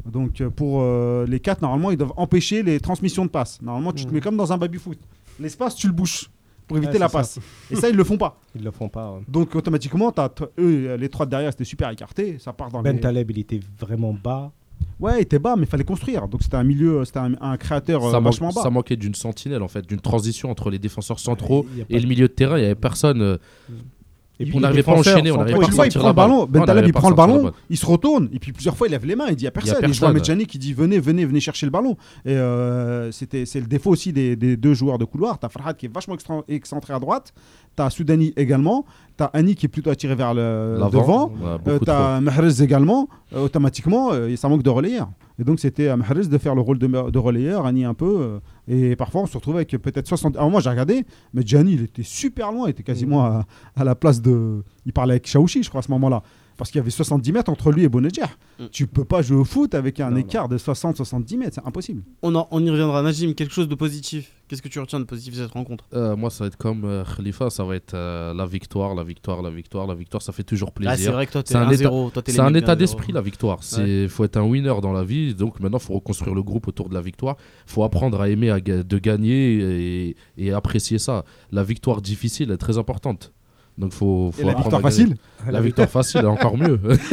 Speaker 5: Donc euh, pour euh, les quatre, normalement, ils doivent empêcher les transmissions de passes. Normalement, tu te mets comme dans un baby foot. L'espace, tu le bouches pour éviter
Speaker 7: Ouais,
Speaker 5: la
Speaker 7: c'est ça.
Speaker 5: passe. Et ça, ils le font pas.
Speaker 7: Ils le font pas. hein.
Speaker 5: Donc automatiquement, t'as t- eux, les trois de derrière, c'était super écarté. Ça part dans les-
Speaker 7: Ben Taleb, il était vraiment bas.
Speaker 5: Ouais, il était bas, mais il fallait construire. Donc c'était un milieu, c'était un, un créateur euh,
Speaker 6: ça, manque-
Speaker 5: vachement bas.
Speaker 6: ça manquait d'une sentinelle, en fait, d'une transition entre les défenseurs centraux
Speaker 7: Il y a pas
Speaker 6: et le milieu de terrain. Il n'y avait personne. euh,
Speaker 7: Et
Speaker 6: on n'arrivait pas à
Speaker 7: défenseurs
Speaker 6: enchaîner, on
Speaker 7: sont
Speaker 6: n'arrivait
Speaker 5: Ouais,
Speaker 6: pas
Speaker 5: tu vois, il
Speaker 6: à sortir
Speaker 5: prend
Speaker 6: la
Speaker 5: le ballon,
Speaker 6: balle. Ouais, on
Speaker 5: Bentaleb
Speaker 6: n'arrivait
Speaker 5: il
Speaker 6: pas à
Speaker 5: prend le
Speaker 6: sortir la
Speaker 5: ballon,
Speaker 6: balle.
Speaker 5: il se retourne, et puis plusieurs fois il lève les mains, il dit à personne. Et je vois
Speaker 6: personne.
Speaker 5: Medjani qui dit venez, venez, venez chercher le ballon. Et euh, c'était- c'est le défaut aussi des, des deux joueurs de couloir. T'as Farhad qui est vachement extra- excentré à droite, t'as Soudani également, t'as Annie qui est plutôt attirée vers le
Speaker 6: L'avant,
Speaker 5: devant,
Speaker 6: on a
Speaker 5: euh,
Speaker 6: beaucoup
Speaker 5: t'as Mahrez également. Euh, automatiquement, euh, et ça manque de relayeur. Et donc c'était à Mahrez de faire le rôle de, de relayeur, Annie un peu. euh, et parfois on se retrouvait avec peut-être 60. À un moment j'ai regardé, mais Gianni il était super loin, il était quasiment
Speaker 6: Mmh.
Speaker 5: à, à la place de. Il parlait avec Shaouchi, je crois, à ce moment-là. Parce qu'il y avait 70 mètres entre lui et Bonedjer.
Speaker 6: Mmh.
Speaker 3: Mm.
Speaker 5: Tu peux pas jouer au foot avec un
Speaker 3: Non, non.
Speaker 5: écart de 60-70 mètres, c'est impossible.
Speaker 3: On, en- on y reviendra. Najim, quelque chose de positif. Qu'est-ce que tu retiens de positif de cette rencontre
Speaker 6: Euh, moi, ça va être comme euh, Khalifa, ça va être euh, la victoire, la victoire, la victoire, la victoire. Ça fait toujours
Speaker 3: Ah, c'est
Speaker 6: plaisir.
Speaker 3: vrai que toi, t'es
Speaker 6: C'est un
Speaker 3: 1-0. toi, t'es
Speaker 6: c'est un
Speaker 3: l'ennemi de
Speaker 6: état
Speaker 3: 1-0.
Speaker 6: d'esprit, la victoire. Il faut être un winner dans la vie. Donc maintenant, il faut reconstruire le groupe autour de la victoire. Il faut apprendre à aimer à ga- de gagner et, et apprécier ça. La victoire difficile est très importante. Donc faut, faut
Speaker 5: Et la
Speaker 6: apprendre
Speaker 5: victoire
Speaker 6: à gagner.
Speaker 5: facile
Speaker 6: La victoire facile est encore mieux.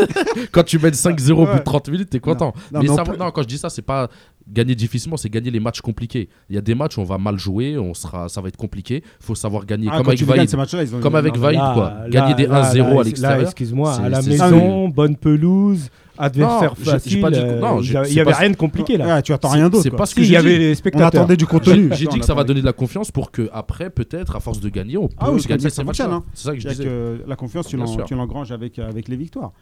Speaker 6: quand tu mènes 5-0 au bout de 30 minutes, t'es content.
Speaker 5: Non,
Speaker 6: mais
Speaker 5: mais on
Speaker 6: ça-
Speaker 5: peut-
Speaker 6: non, quand je dis ça, c'est pas gagner difficilement, c'est gagner les matchs compliqués. Il y a des matchs où on va mal jouer, on sera, ça va être compliqué. Faut savoir gagner.
Speaker 5: Ah,
Speaker 6: comme
Speaker 5: quand
Speaker 6: avec
Speaker 5: tu les gagnes,
Speaker 6: Vaïd.
Speaker 5: ces matchs-là, ils ont-
Speaker 6: Comme avec
Speaker 5: non,
Speaker 6: Vaïd,
Speaker 7: Là,
Speaker 6: quoi.
Speaker 7: là,
Speaker 6: Gagner des
Speaker 7: là,
Speaker 6: 1-0
Speaker 7: là,
Speaker 6: à
Speaker 7: là,
Speaker 6: l'extérieur.
Speaker 7: excuse-moi,
Speaker 6: c'est-
Speaker 7: à la
Speaker 6: c'est-
Speaker 7: maison, bonne pelouse, adversaire
Speaker 6: Non, j'ai- j'ai
Speaker 7: facile.
Speaker 6: pas dit-
Speaker 7: euh,
Speaker 6: non, j'ai-
Speaker 7: il y a- il
Speaker 6: c'est
Speaker 7: y avait
Speaker 6: pas-
Speaker 7: rien de compliqué
Speaker 6: Bah
Speaker 7: là.
Speaker 5: Ouais, tu attends rien d'autre.
Speaker 6: C'est
Speaker 5: quoi.
Speaker 6: pas ce que
Speaker 7: Si, il
Speaker 6: j'ai
Speaker 7: y avait
Speaker 6: dit.
Speaker 7: les
Speaker 5: On
Speaker 7: spectateurs.
Speaker 5: attendait du contenu.
Speaker 6: J'ai j'ai
Speaker 5: Attends,
Speaker 6: dit que ça
Speaker 5: on
Speaker 6: va
Speaker 5: attendait.
Speaker 6: donner de la confiance pour que après peut-être à force de gagner on peut
Speaker 5: Ah oui, c'est comme
Speaker 6: gagner
Speaker 5: ça que
Speaker 6: ces
Speaker 5: ça
Speaker 6: matchs.
Speaker 5: fonctionne, hein.
Speaker 6: C'est ça que je
Speaker 5: C'est-à-dire
Speaker 6: disais.
Speaker 5: que la confiance, tu
Speaker 6: Bien
Speaker 5: l'en-
Speaker 6: sûr.
Speaker 5: tu l'engranges avec, avec les victoires.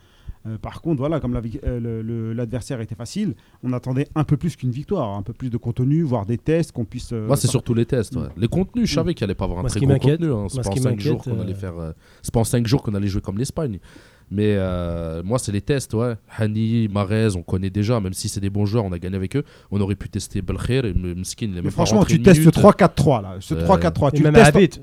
Speaker 5: Euh, par contre, voilà, comme la vic- euh, le- le- l'adversaire était facile, on attendait un peu plus qu'une victoire, un peu plus de contenu, voire des tests qu'on puisse. euh,
Speaker 6: Moi, c'est
Speaker 5: sortir.
Speaker 6: surtout les tests. ouais. Les contenus, je savais qu'il allait pas avoir un
Speaker 4: Moi, ce
Speaker 6: très
Speaker 4: qui
Speaker 6: gros
Speaker 4: m'inquiète-
Speaker 6: contenu. hein.
Speaker 4: moi,
Speaker 6: C'est
Speaker 4: ce
Speaker 6: pas en
Speaker 4: qui
Speaker 6: 5 jours
Speaker 4: m'inquiète,
Speaker 6: qu'on allait
Speaker 4: euh,
Speaker 6: faire. euh, C'est pas en 5 jours qu'on allait jouer comme l'Espagne. Mais euh, moi, c'est les tests. Ouais. Hani, Marez, on connaît déjà. Même si c'est des bons joueurs, on a gagné avec eux. On aurait pu tester Belkhir et M- Mskin. il
Speaker 5: Mais
Speaker 6: est même pas
Speaker 5: franchement,
Speaker 6: rentré
Speaker 5: tu
Speaker 6: une
Speaker 5: testes le
Speaker 6: minute.
Speaker 5: 3-4-3 là, ce
Speaker 6: Euh,
Speaker 5: 3-4-3,
Speaker 4: Et
Speaker 5: Ah, tu
Speaker 4: même
Speaker 5: testes.
Speaker 4: à Abid.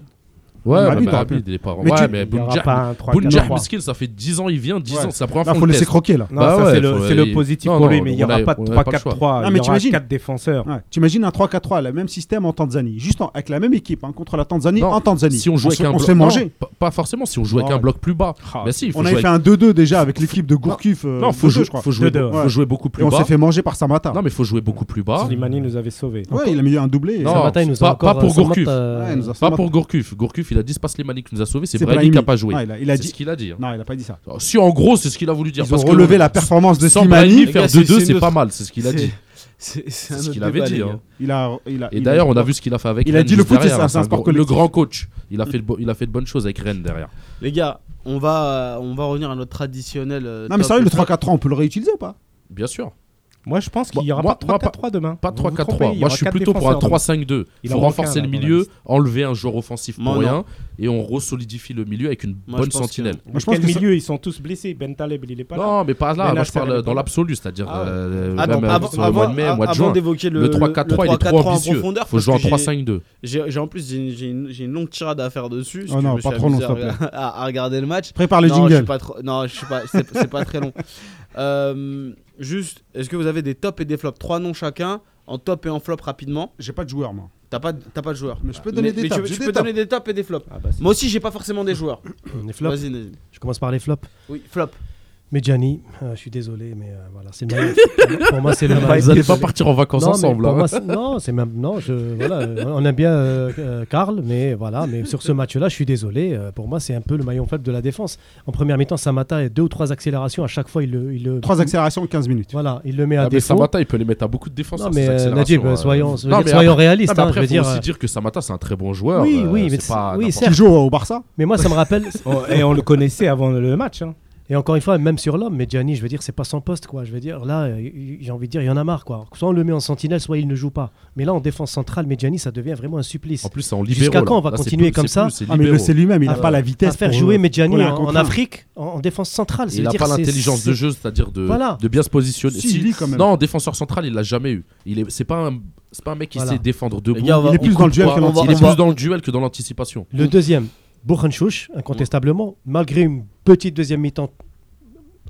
Speaker 6: Ouais,
Speaker 5: Bah,
Speaker 6: mais
Speaker 5: lui, t'aurais
Speaker 6: Abid, il est pas.
Speaker 5: Mais
Speaker 6: Ouais,
Speaker 5: tu-
Speaker 6: mais
Speaker 7: Il y aura
Speaker 6: Bounjah-
Speaker 7: pas un 3
Speaker 6: Bounjah Mskin, ça fait 10 ans, il vient. 10
Speaker 5: Ouais.
Speaker 6: ans, c'est la première
Speaker 5: Là,
Speaker 6: fois
Speaker 5: faut
Speaker 6: qu'on le
Speaker 5: laisser
Speaker 6: teste.
Speaker 5: croquer là.
Speaker 7: Non,
Speaker 6: Bah
Speaker 7: ça
Speaker 6: ouais,
Speaker 7: c'est le,
Speaker 6: faut-
Speaker 7: c'est le
Speaker 6: il-
Speaker 7: positif
Speaker 6: non,
Speaker 7: pour
Speaker 6: non,
Speaker 7: lui, mais il n'y
Speaker 6: on
Speaker 7: aura
Speaker 6: a-
Speaker 7: pas de
Speaker 6: on a pas le choix.
Speaker 7: 3-4-3.
Speaker 5: Ah,
Speaker 7: il
Speaker 5: mais
Speaker 7: y aura
Speaker 5: t'imagines
Speaker 7: 4 défenseurs.
Speaker 5: Ouais. T'imagines un 3-4-3, le même système en Tanzanie, juste en- avec la même équipe hein, contre la Tanzanie
Speaker 6: Non,
Speaker 5: en Tanzanie.
Speaker 6: Si on jouait
Speaker 5: se-
Speaker 6: avec un
Speaker 5: on
Speaker 6: bloc.
Speaker 5: se fait
Speaker 6: non,
Speaker 5: manger.
Speaker 6: pas- Pas forcément si on jouait avec
Speaker 5: Ah,
Speaker 6: un bloc plus bas. Mais si, il faut
Speaker 5: on avait
Speaker 6: jouer
Speaker 5: fait un 2-2 déjà avec l'équipe de Gourcuff. euh,
Speaker 6: Non, faut
Speaker 5: 2-2,
Speaker 6: jouer,
Speaker 5: je crois.
Speaker 6: faut jouer,
Speaker 7: Deux-deux,
Speaker 6: faut
Speaker 5: ouais.
Speaker 6: jouer beaucoup
Speaker 5: Et
Speaker 6: plus
Speaker 5: on
Speaker 6: bas.
Speaker 5: s'est fait manger par Samata.
Speaker 6: Non, mais faut jouer beaucoup plus bas.
Speaker 7: Slimani nous avait sauvés.
Speaker 5: Ouais, il a mis un doublé.
Speaker 6: Non,
Speaker 4: Ce matin, il nous a
Speaker 6: pas-
Speaker 4: encore
Speaker 6: pas pour
Speaker 4: euh, Samata,
Speaker 6: Gourcuff.
Speaker 4: euh,
Speaker 5: Ouais, il nous a
Speaker 6: Pas
Speaker 5: Samata.
Speaker 6: pour Gourcuff. Gourcuff, il a dit c'est pas Slimani qui nous a sauvés, c'est
Speaker 5: C'est
Speaker 6: Brahimi qui n'a
Speaker 5: Brahimi.
Speaker 6: pas joué.
Speaker 5: Ouais, il a- il a
Speaker 6: c'est
Speaker 5: dit-
Speaker 6: ce qu'il a dit. hein.
Speaker 5: Non, il a pas dit ça.
Speaker 6: Alors, Si en gros, c'est ce qu'il a voulu dire.
Speaker 5: Ils ont
Speaker 6: parce que
Speaker 5: relevé la performance de
Speaker 6: sans
Speaker 5: Slimani.
Speaker 6: Brahimi, faire
Speaker 3: Les gars,
Speaker 6: 2-2,
Speaker 3: c'est une
Speaker 6: c'est pas
Speaker 3: autre-
Speaker 6: mal. C'est ce qu'il a dit.
Speaker 3: C'est c'est un
Speaker 6: C'est ce
Speaker 3: autre
Speaker 6: qu'il avait
Speaker 3: débat,
Speaker 6: dit.
Speaker 3: les
Speaker 6: hein.
Speaker 3: gars.
Speaker 5: Il a, il a,
Speaker 6: Et
Speaker 5: il a-
Speaker 6: d'ailleurs, on a vu ce qu'il a fait avec
Speaker 5: Il a
Speaker 6: Rennes
Speaker 5: dit le
Speaker 6: juste
Speaker 5: foot,
Speaker 6: derrière,
Speaker 5: c'est un-
Speaker 6: hein.
Speaker 5: c'est un sport
Speaker 6: gros- Le
Speaker 5: collectif.
Speaker 6: grand coach. Il a fait de bo- il a fait de bonnes choses avec Rennes derrière.
Speaker 3: Les gars, on va, euh, on va revenir à notre traditionnel. euh,
Speaker 5: Non, mais
Speaker 3: top.
Speaker 5: sérieux, le 3-4-3, on peut le réutiliser ou pas
Speaker 6: Bien sûr.
Speaker 7: Moi je pense qu'il n'y
Speaker 6: Moi-
Speaker 7: aura
Speaker 6: moi-
Speaker 7: pas de 3-4-3 demain.
Speaker 6: Pas
Speaker 7: Vous vous trompez,
Speaker 6: 3-4-3.
Speaker 7: il y
Speaker 6: Moi,
Speaker 7: aura
Speaker 6: je suis
Speaker 7: quatre
Speaker 6: plutôt pour un
Speaker 7: défenseurs demain.
Speaker 6: 3-5-2.
Speaker 7: Il
Speaker 6: Il
Speaker 7: en
Speaker 6: faut
Speaker 7: manque un,
Speaker 6: renforcer
Speaker 7: là,
Speaker 6: le
Speaker 7: dans la
Speaker 6: milieu,
Speaker 7: liste.
Speaker 6: enlever un joueur offensif
Speaker 3: Moi,
Speaker 6: pour
Speaker 3: non.
Speaker 6: rien et on resolidifie le milieu avec une
Speaker 3: Moi, je
Speaker 6: bonne
Speaker 3: pense que-
Speaker 6: sentinelle. Euh,
Speaker 5: Moi, je
Speaker 7: Quel
Speaker 5: pense que ça-
Speaker 7: milieu, ils sont tous blessés. Ben Taleb, il n'est pas là.
Speaker 6: Non, mais pas là.
Speaker 7: Ben
Speaker 6: Moi, je
Speaker 7: Nasser, il est
Speaker 6: parle
Speaker 7: pas
Speaker 6: dans
Speaker 7: là.
Speaker 6: l'absolu, c'est-à-dire
Speaker 7: Ah ouais.
Speaker 6: euh,
Speaker 3: Ah,
Speaker 6: même,
Speaker 3: donc,
Speaker 6: euh,
Speaker 3: avant,
Speaker 6: sur le mois de mai,
Speaker 3: avant-
Speaker 6: mois de
Speaker 3: avant
Speaker 6: juin.
Speaker 3: d'évoquer le,
Speaker 6: Le 3-4-3, il est
Speaker 3: 3-4-3
Speaker 6: trop
Speaker 3: en
Speaker 6: ambitieux.
Speaker 3: profondeur,
Speaker 6: Faut
Speaker 3: parce
Speaker 6: jouer en
Speaker 3: que j'ai-
Speaker 6: 3-5-2.
Speaker 3: j'ai- j'ai- en plus, j'ai une, j'ai une- j'ai une longue tirade à faire dessus. parce
Speaker 5: Oh
Speaker 3: que
Speaker 5: non,
Speaker 3: je me suis
Speaker 5: pas trop long,
Speaker 3: amusé à
Speaker 5: s'il te
Speaker 3: rega- à, à regarder le match.
Speaker 5: Prépare le
Speaker 3: non, Je suis
Speaker 5: jingle.
Speaker 3: pas trop, non, je suis pas. C'est c'est pas très long. Euh, juste, est-ce que vous avez des tops et des flops Trois noms chacun, en top et en flop rapidement.
Speaker 5: J'ai pas de joueur, moi.
Speaker 3: T'as pas, de- t'as pas de joueurs.
Speaker 5: Mais je peux donner des
Speaker 3: tu-
Speaker 5: tops,
Speaker 3: tu
Speaker 5: j'ai
Speaker 3: peux
Speaker 5: des tops.
Speaker 3: donner des tops et des flops.
Speaker 7: Ah, bah, c'est-
Speaker 3: Moi aussi, j'ai pas forcément des joueurs.
Speaker 4: Les flops.
Speaker 3: Vas-y, Nazim.
Speaker 4: Je commence par les flops.
Speaker 3: Oui, flop.
Speaker 4: Medjani, euh, je suis désolé, mais euh, voilà, c'est le meilleur. pour moi, c'est le
Speaker 6: Vous allez pas
Speaker 4: meilleur.
Speaker 6: partir en vacances
Speaker 4: Non, mais
Speaker 6: ensemble.
Speaker 4: pour
Speaker 6: hein.
Speaker 4: moi, c'est- non, c'est même non. Je, voilà, euh, on aime bien euh, euh, Karl, mais voilà, mais sur ce match-là, je suis désolé. euh, pour moi, c'est un peu le maillon faible de la défense. En première mi-temps, Samata a deux ou trois accélérations à chaque fois. Il le, il le
Speaker 5: Trois accélérations en 15 minutes.
Speaker 4: Voilà, il le met à
Speaker 6: Ah, mais
Speaker 4: défaut.
Speaker 6: Samata, il peut les mettre à beaucoup de défenseurs.
Speaker 4: non, mais
Speaker 6: ces
Speaker 4: euh,
Speaker 6: accélérations,
Speaker 4: Najib,
Speaker 6: hein.
Speaker 4: soyons,
Speaker 6: Non, mais
Speaker 4: soyons
Speaker 6: après-
Speaker 4: réalistes.
Speaker 6: non, mais
Speaker 4: hein,
Speaker 6: après,
Speaker 4: je veux
Speaker 6: faut
Speaker 4: dire,
Speaker 6: aussi
Speaker 4: euh,
Speaker 6: dire que Samata, c'est un très bon joueur.
Speaker 4: Oui,
Speaker 6: euh,
Speaker 4: oui, mais
Speaker 6: c'est
Speaker 4: c'est-
Speaker 6: pas
Speaker 4: oui,
Speaker 6: n'importe
Speaker 4: certes.
Speaker 5: Qui joue au Barça
Speaker 4: mais moi, ça me rappelle.
Speaker 7: Oh, Et on le connaissait avant le match. hein.
Speaker 4: Et encore une fois, même sur l'homme, mais Gianni, je veux dire, c'est pas son poste, quoi. Je veux dire, là, euh, j'ai envie de dire, il y en a marre, quoi. Soit on le met en sentinelle, soit il ne joue pas. Mais là, en défense centrale, mais Gianni, ça devient vraiment un supplice.
Speaker 6: En plus, c'est en libéraux.
Speaker 4: Jusqu'à quand
Speaker 6: là.
Speaker 4: on va
Speaker 6: Là, c'est
Speaker 4: continuer
Speaker 6: plus-
Speaker 4: comme
Speaker 6: c'est
Speaker 4: ça
Speaker 6: plus, c'est
Speaker 5: Ah, mais le
Speaker 6: libéraux.
Speaker 5: sait lui-même, il n'a
Speaker 4: Ah,
Speaker 5: pas la
Speaker 4: à
Speaker 5: vitesse.
Speaker 4: faire
Speaker 5: pour-
Speaker 4: jouer
Speaker 5: pour
Speaker 4: Medjani
Speaker 5: les un
Speaker 4: en, en
Speaker 5: contre un.
Speaker 4: Afrique, en, en défense centrale.
Speaker 6: Il n'a pas l'intelligence de jeu, c'est-à-dire de,
Speaker 4: Voilà.
Speaker 6: de bien se positionner.
Speaker 5: Si, lui, quand même.
Speaker 6: Non, en défenseur central, il l'a jamais eu. Il est, c'est pas un, c'est pas un mec qui
Speaker 4: Voilà.
Speaker 6: sait défendre debout.
Speaker 3: gars, on va-
Speaker 5: Il est plus
Speaker 6: coupe
Speaker 5: dans le duel
Speaker 6: pas,
Speaker 5: que dans
Speaker 3: on va-
Speaker 6: il est
Speaker 5: l'anticipation.
Speaker 6: plus dans le duel que dans l'anticipation.
Speaker 4: Le deuxième, Bourhanchouch, incontestablement, malgré une petite deuxième mi-temps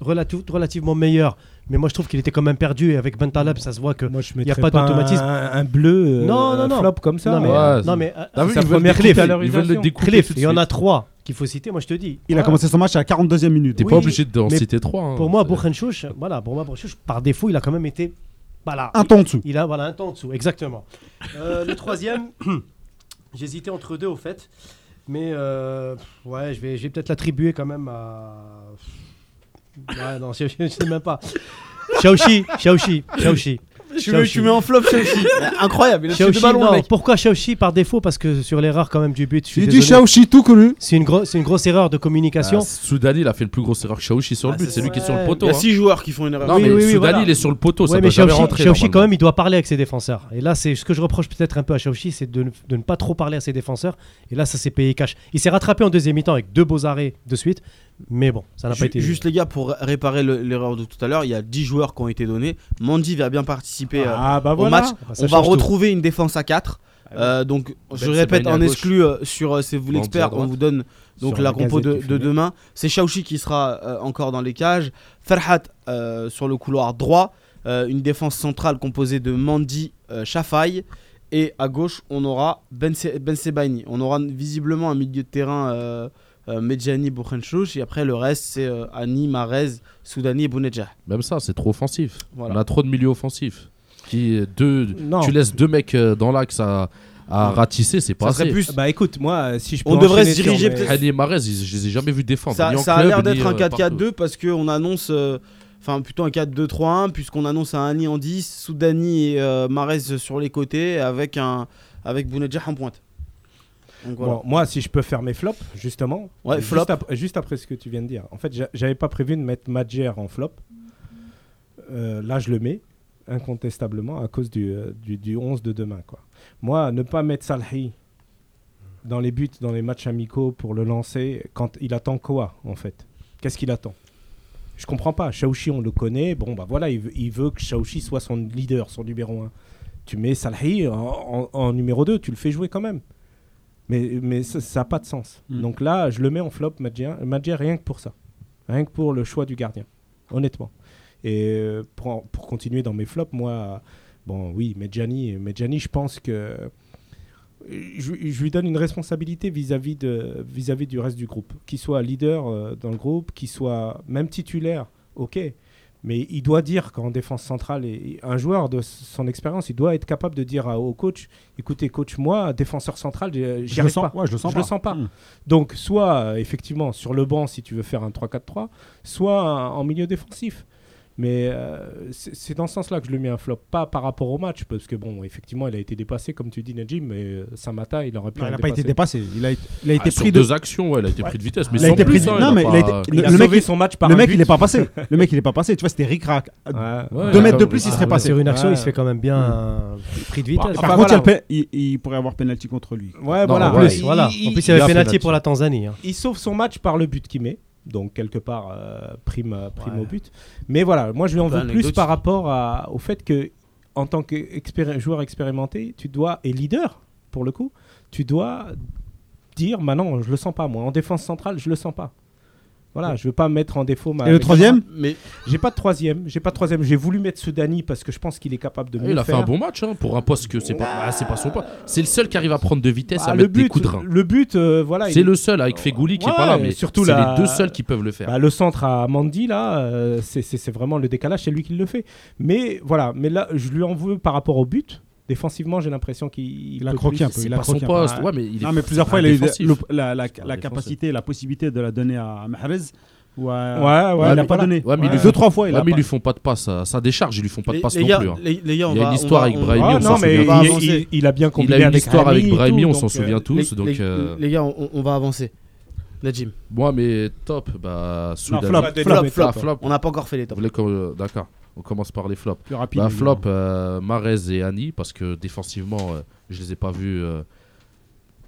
Speaker 4: relati- relativement meilleure. Mais moi, je trouve qu'il était quand même perdu. Et avec Bentaleb, ça se voit que.
Speaker 7: Moi,
Speaker 4: y
Speaker 7: je
Speaker 4: a
Speaker 7: mettrais
Speaker 4: pas
Speaker 7: pas,
Speaker 4: d'automatisme.
Speaker 7: un, un bleu, euh,
Speaker 4: Non, non,
Speaker 7: un
Speaker 4: non.
Speaker 7: flop comme ça.
Speaker 4: non, mais,
Speaker 6: Ouais,
Speaker 4: non,
Speaker 6: c'est-
Speaker 4: mais euh,
Speaker 6: T'as vu,
Speaker 7: sa
Speaker 6: ils veulent
Speaker 7: première
Speaker 6: découper,
Speaker 7: clé,
Speaker 6: ils veulent le
Speaker 7: valorisation.
Speaker 6: découper
Speaker 4: Cliff,
Speaker 6: tout de
Speaker 4: il y en a
Speaker 6: suite.
Speaker 4: trois. qu'il faut citer, moi je te dis.
Speaker 5: Il a
Speaker 4: Voilà.
Speaker 5: commencé son match à la 42e minute.
Speaker 6: T'es
Speaker 4: Oui,
Speaker 6: pas obligé d'en
Speaker 4: mais
Speaker 6: citer trois. hein.
Speaker 4: Pour moi,
Speaker 6: C'est-
Speaker 4: Bourrenchouch, voilà, pour moi, Bourrenchouch, par défaut, il a quand même été. Voilà.
Speaker 5: Un ton en dessous.
Speaker 4: Il a voilà, un temps en dessous, exactement. Euh, le troisième, j'hésitais entre deux au fait. Mais euh, ouais, je vais, je vais peut-être l'attribuer quand même à. Ouais, non, je, je- je sais même pas. Shaoxi, Shaoxi, Shaoxi.
Speaker 3: Tu me, tu mets en flop, Chelsea. Incroyable, il a
Speaker 4: Shaoxi,
Speaker 3: le ballon,
Speaker 4: non,
Speaker 3: mec.
Speaker 4: pourquoi Shaoxi par défaut Parce que sur l'erreur quand même du but, je suis
Speaker 5: J'ai dit
Speaker 4: désolé.
Speaker 5: Shaoxi tout connu.
Speaker 4: C'est une, grosse- c'est une grosse erreur de communication.
Speaker 6: Ah, Soudani, il a fait le plus grosse erreur que Shaoshi sur le
Speaker 4: Ah,
Speaker 6: but.
Speaker 4: c'est
Speaker 6: C'est lui
Speaker 4: ça.
Speaker 6: qui est sur le
Speaker 4: Ouais,
Speaker 6: poteau.
Speaker 3: Il y a
Speaker 6: hein.
Speaker 3: 6 joueurs qui font une erreur.
Speaker 6: Non,
Speaker 4: Oui,
Speaker 6: mais
Speaker 4: oui, oui,
Speaker 6: Soudani,
Speaker 4: voilà.
Speaker 6: il est sur le poteau. ça
Speaker 4: ouais,
Speaker 6: doit
Speaker 4: mais
Speaker 6: jamais
Speaker 4: Shaoxi,
Speaker 6: rentrer,
Speaker 4: Shaoxi, quand
Speaker 6: normalement.
Speaker 4: même, il doit parler avec ses défenseurs. Et là, c'est ce que je reproche peut-être un peu à Shaoxi, c'est de, ne- de ne pas trop parler à ses défenseurs. Et là, ça s'est payé cash. Il s'est rattrapé en deuxième mi-temps avec deux beaux arrêts de suite. Mais bon, ça n'a
Speaker 3: Ju-
Speaker 4: pas été.
Speaker 3: Juste les gars, pour ré- réparer le- l'erreur de tout à l'heure, il y a 10 joueurs qui ont été donnés. Mandy va bien participer
Speaker 6: E.
Speaker 3: euh,
Speaker 7: Ah bah
Speaker 3: au
Speaker 7: voilà.
Speaker 3: match.
Speaker 4: Ah, ça
Speaker 3: On va
Speaker 4: change tout.
Speaker 3: retrouver une défense à 4.
Speaker 7: Ah
Speaker 3: donc je
Speaker 6: Sebani
Speaker 3: répète
Speaker 6: à
Speaker 3: en
Speaker 6: gauche.
Speaker 3: exclu euh, sur euh, C'est vous
Speaker 6: Mandy à
Speaker 3: l'expert, on
Speaker 6: droite.
Speaker 3: vous donne donc la
Speaker 7: Sur la
Speaker 3: compo de,
Speaker 7: gazette qui
Speaker 3: de
Speaker 7: fumait.
Speaker 3: demain. C'est Shaoxi qui sera euh, encore dans les cages. Ferhat euh, sur le couloir droit. Euh, une défense centrale composée de Mandy, euh, Chafaï. Et à gauche, on aura Ben, Se- ben Sebaini. On aura visiblement un milieu de terrain euh, euh, Medjani, Boukhenchouch. Et après, le reste, c'est euh, Ani, Marez, Soudani et Bounedjah.
Speaker 6: Même ça, c'est trop offensif.
Speaker 3: Voilà.
Speaker 6: On a trop de milieux offensifs. Qui, euh, deux,
Speaker 7: Non.
Speaker 6: tu laisses deux mecs euh, dans l'axe à, à ratisser, c'est pas
Speaker 3: Ça serait
Speaker 6: assez.
Speaker 3: plus.
Speaker 7: Bah écoute, moi, euh, si je peux
Speaker 3: On devrait
Speaker 7: enchaîner
Speaker 3: se diriger
Speaker 7: sur mes-
Speaker 3: peut-être-
Speaker 6: Hani et Marez, ils- je les ai jamais vus défendre.
Speaker 3: Ça,
Speaker 6: ni en
Speaker 3: ça a
Speaker 6: club,
Speaker 3: l'air
Speaker 6: ni,
Speaker 3: d'être
Speaker 6: euh,
Speaker 3: un
Speaker 6: partout.
Speaker 3: 4-4-2 parce qu'on annonce. euh, Enfin, plutôt un 4-2-3-1, puisqu'on annonce un Ani en 10, Soudani et euh, Marez sur les côtés, avec, un, avec Bounedjah en pointe. Donc voilà.
Speaker 7: Bon, moi, si je peux faire mes flops, justement.
Speaker 3: Ouais,
Speaker 7: juste,
Speaker 3: flop.
Speaker 7: ap- juste après ce que tu viens de dire. En fait, j'a- j'avais pas prévu de mettre Madjer en flop. Euh, là, je le mets, incontestablement, à cause du, euh, du, du 11 de demain. Quoi. Moi, ne pas mettre Salhi dans les buts, dans les matchs amicaux pour le lancer, quand il attend quoi, en fait Qu'est-ce qu'il attend Je comprends pas. Shaoxi, on le connaît. Bon, bah voilà, il veut, il veut que Shaoxi soit son leader, son numéro 1. Tu mets Salhi en, en- en numéro 2, tu le fais jouer quand même. Mais, mais ça n'a pas de sens.
Speaker 5: Mm.
Speaker 7: Donc là, je le mets en flop, Madjer, Madjer, rien que pour ça. Rien que pour le choix du gardien, honnêtement. Et euh, pour, en- pour continuer dans mes flops, moi, bon, oui, Medjani, Medjani je pense que euh, je, je lui donne une responsabilité vis-à-vis de vis-à-vis du reste du groupe, qu'il soit leader euh, dans le groupe, qu'il soit même titulaire, ok. Mais il doit dire qu'en défense centrale, et- et un joueur de s- son expérience, il doit être capable de dire à- au coach écoutez, coach, moi, défenseur central, j'ai- j'y
Speaker 5: Je le
Speaker 7: arrive
Speaker 5: sens.
Speaker 7: pas.
Speaker 5: Ouais, je le sens
Speaker 7: Je
Speaker 5: pas.
Speaker 7: le sens pas.
Speaker 5: Mm.
Speaker 7: Donc, soit euh, effectivement sur le banc si tu veux faire un 3-4-3, soit un- en milieu défensif. Mais euh, c'est c'est dans ce sens-là que je lui mets un flop, pas par rapport au match, parce que bon, effectivement, il a été dépassé, comme tu dis, Najim, mais euh, Samata, il aurait pu.
Speaker 5: Non, il
Speaker 7: en
Speaker 5: n'a pas été
Speaker 7: dépasser.
Speaker 5: dépassé. Il a, il a
Speaker 6: Ah,
Speaker 5: été
Speaker 6: sur
Speaker 5: pris de.
Speaker 6: deux actions, ouais, il a été pris de vitesse. Mais
Speaker 5: Il a
Speaker 6: sans
Speaker 5: été
Speaker 6: plus,
Speaker 5: pris de-
Speaker 6: hein,
Speaker 5: non,
Speaker 6: il
Speaker 5: mais
Speaker 6: a
Speaker 5: il a
Speaker 6: pas-
Speaker 5: été-
Speaker 7: Il
Speaker 5: Le
Speaker 7: a
Speaker 5: mec,
Speaker 7: sauvé
Speaker 5: il-
Speaker 7: son match par
Speaker 5: Le
Speaker 7: un
Speaker 5: mec,
Speaker 7: but.
Speaker 5: il n'est pas passé. Le mec, il n'est pas passé. Tu vois, c'était ric-rac.
Speaker 7: Ouais.
Speaker 6: Ouais,
Speaker 5: Deux
Speaker 6: il a
Speaker 5: mètres de
Speaker 6: quand
Speaker 5: plus, il
Speaker 6: même-
Speaker 5: serait
Speaker 6: Ah,
Speaker 5: passé.
Speaker 4: Sur une action,
Speaker 7: Ouais.
Speaker 4: il se fait quand même bien un prix de vitesse.
Speaker 7: Bah,
Speaker 5: Par
Speaker 7: Enfin,
Speaker 5: contre, il y a
Speaker 7: voilà.
Speaker 5: le pe- il, il pourrait avoir penalty contre lui.
Speaker 7: Ouais,
Speaker 6: Non,
Speaker 7: voilà.
Speaker 4: en,
Speaker 6: ouais.
Speaker 4: plus, voilà. en plus, il y
Speaker 6: il a
Speaker 4: avait
Speaker 6: fait
Speaker 4: pénalty
Speaker 6: là-dessus.
Speaker 4: pour la Tanzanie. hein.
Speaker 7: il sauve son match par le but qu'il met. Donc, quelque part, euh, prime, euh, prime
Speaker 4: Ouais.
Speaker 7: au but. Mais voilà, moi, je lui en
Speaker 3: Bah,
Speaker 7: veux plus
Speaker 3: anecdote.
Speaker 7: par rapport à- au fait que, en tant que expéri- joueur expérimenté, tu dois, et leader, pour le coup, tu dois dire maintenant, je le sens pas, moi. En défense centrale, je le sens pas. Voilà, je veux pas mettre en défaut ma.
Speaker 5: Et le
Speaker 7: mes
Speaker 5: troisième
Speaker 3: Mais
Speaker 7: camarades. J'ai pas de troisième. J'ai pas de troisième. J'ai voulu mettre Soudani parce que je pense qu'il est capable de mieux
Speaker 6: Il a fait
Speaker 7: faire.
Speaker 6: un bon match hein, pour un poste que c'est pas, ah, c'est pas son poste. C'est le seul qui arrive à prendre de vitesse,
Speaker 7: Bah,
Speaker 6: à
Speaker 7: le
Speaker 6: mettre des
Speaker 7: but,
Speaker 6: coups de rein.
Speaker 7: le but, euh, voilà.
Speaker 6: C'est
Speaker 7: il-
Speaker 6: le seul avec Fegouli qui est pas là,
Speaker 7: Ouais,
Speaker 6: mais
Speaker 7: surtout
Speaker 6: c'est
Speaker 7: la-
Speaker 6: les deux seuls qui peuvent le faire.
Speaker 7: Bah, le centre à Mandy, là, euh, c'est- c'est c'est vraiment le décalage, c'est lui qui le fait. Mais voilà, mais là, je lui en veux par rapport au but. Défensivement, j'ai l'impression qu'il
Speaker 5: Il a
Speaker 7: peut
Speaker 5: croqué
Speaker 7: plus.
Speaker 5: un peu.
Speaker 6: c'est
Speaker 5: Il a
Speaker 6: pas son
Speaker 5: croqué un
Speaker 6: poste.
Speaker 5: peu.
Speaker 6: Ouais, mais il est
Speaker 5: Non, mais plusieurs
Speaker 6: c'est
Speaker 5: fois,
Speaker 6: un
Speaker 5: il a eu
Speaker 6: défensif.
Speaker 5: le- la, la- la
Speaker 6: un défensif.
Speaker 5: capacité, la possibilité de la donner à Mahrez. Ou à...
Speaker 7: Ouais, ouais,
Speaker 5: il
Speaker 7: mais
Speaker 5: l'a pas
Speaker 7: voilà.
Speaker 5: donné.
Speaker 6: Ouais, mais il
Speaker 5: Ouais.
Speaker 6: lui-
Speaker 5: Deux, trois fois, il
Speaker 6: Ouais,
Speaker 5: l'a
Speaker 6: mais ils
Speaker 5: pas.
Speaker 6: lui font pas de passe. À sa décharge, ils lui font pas de
Speaker 3: les,
Speaker 6: passe
Speaker 3: les
Speaker 6: non
Speaker 3: gars,
Speaker 6: plus. hein.
Speaker 3: les, les gars, on
Speaker 6: Il y a
Speaker 3: va-
Speaker 6: une
Speaker 3: on
Speaker 6: histoire
Speaker 3: va-
Speaker 6: avec
Speaker 3: on-
Speaker 6: Brahimi,
Speaker 7: Ah,
Speaker 6: on s'en
Speaker 7: non, mais
Speaker 6: souvient
Speaker 7: il,
Speaker 3: tous.
Speaker 7: il- il- il a bien
Speaker 6: Il
Speaker 7: combiné
Speaker 6: a une
Speaker 7: avec
Speaker 6: histoire
Speaker 7: Rami
Speaker 6: avec
Speaker 7: et
Speaker 6: Brahimi,
Speaker 7: tout,
Speaker 6: on s'en
Speaker 7: donc,
Speaker 6: souvient
Speaker 7: euh,
Speaker 6: tous.
Speaker 3: les-
Speaker 6: Donc,
Speaker 3: les,
Speaker 6: euh,
Speaker 3: les gars, on, on va avancer. Najim,
Speaker 6: moi, mais top. Bah, Soudani.
Speaker 5: flop,
Speaker 6: Ah,
Speaker 5: flop,
Speaker 3: flop,
Speaker 6: flop.
Speaker 3: on n'a pas encore fait les tops.
Speaker 6: Vous voulez qu'on- euh, D'accord, on commence par les flops.
Speaker 5: Plus rapide.
Speaker 6: Bah, flop, euh, Marez et Annie, parce que défensivement, euh, je les ai pas vus. euh,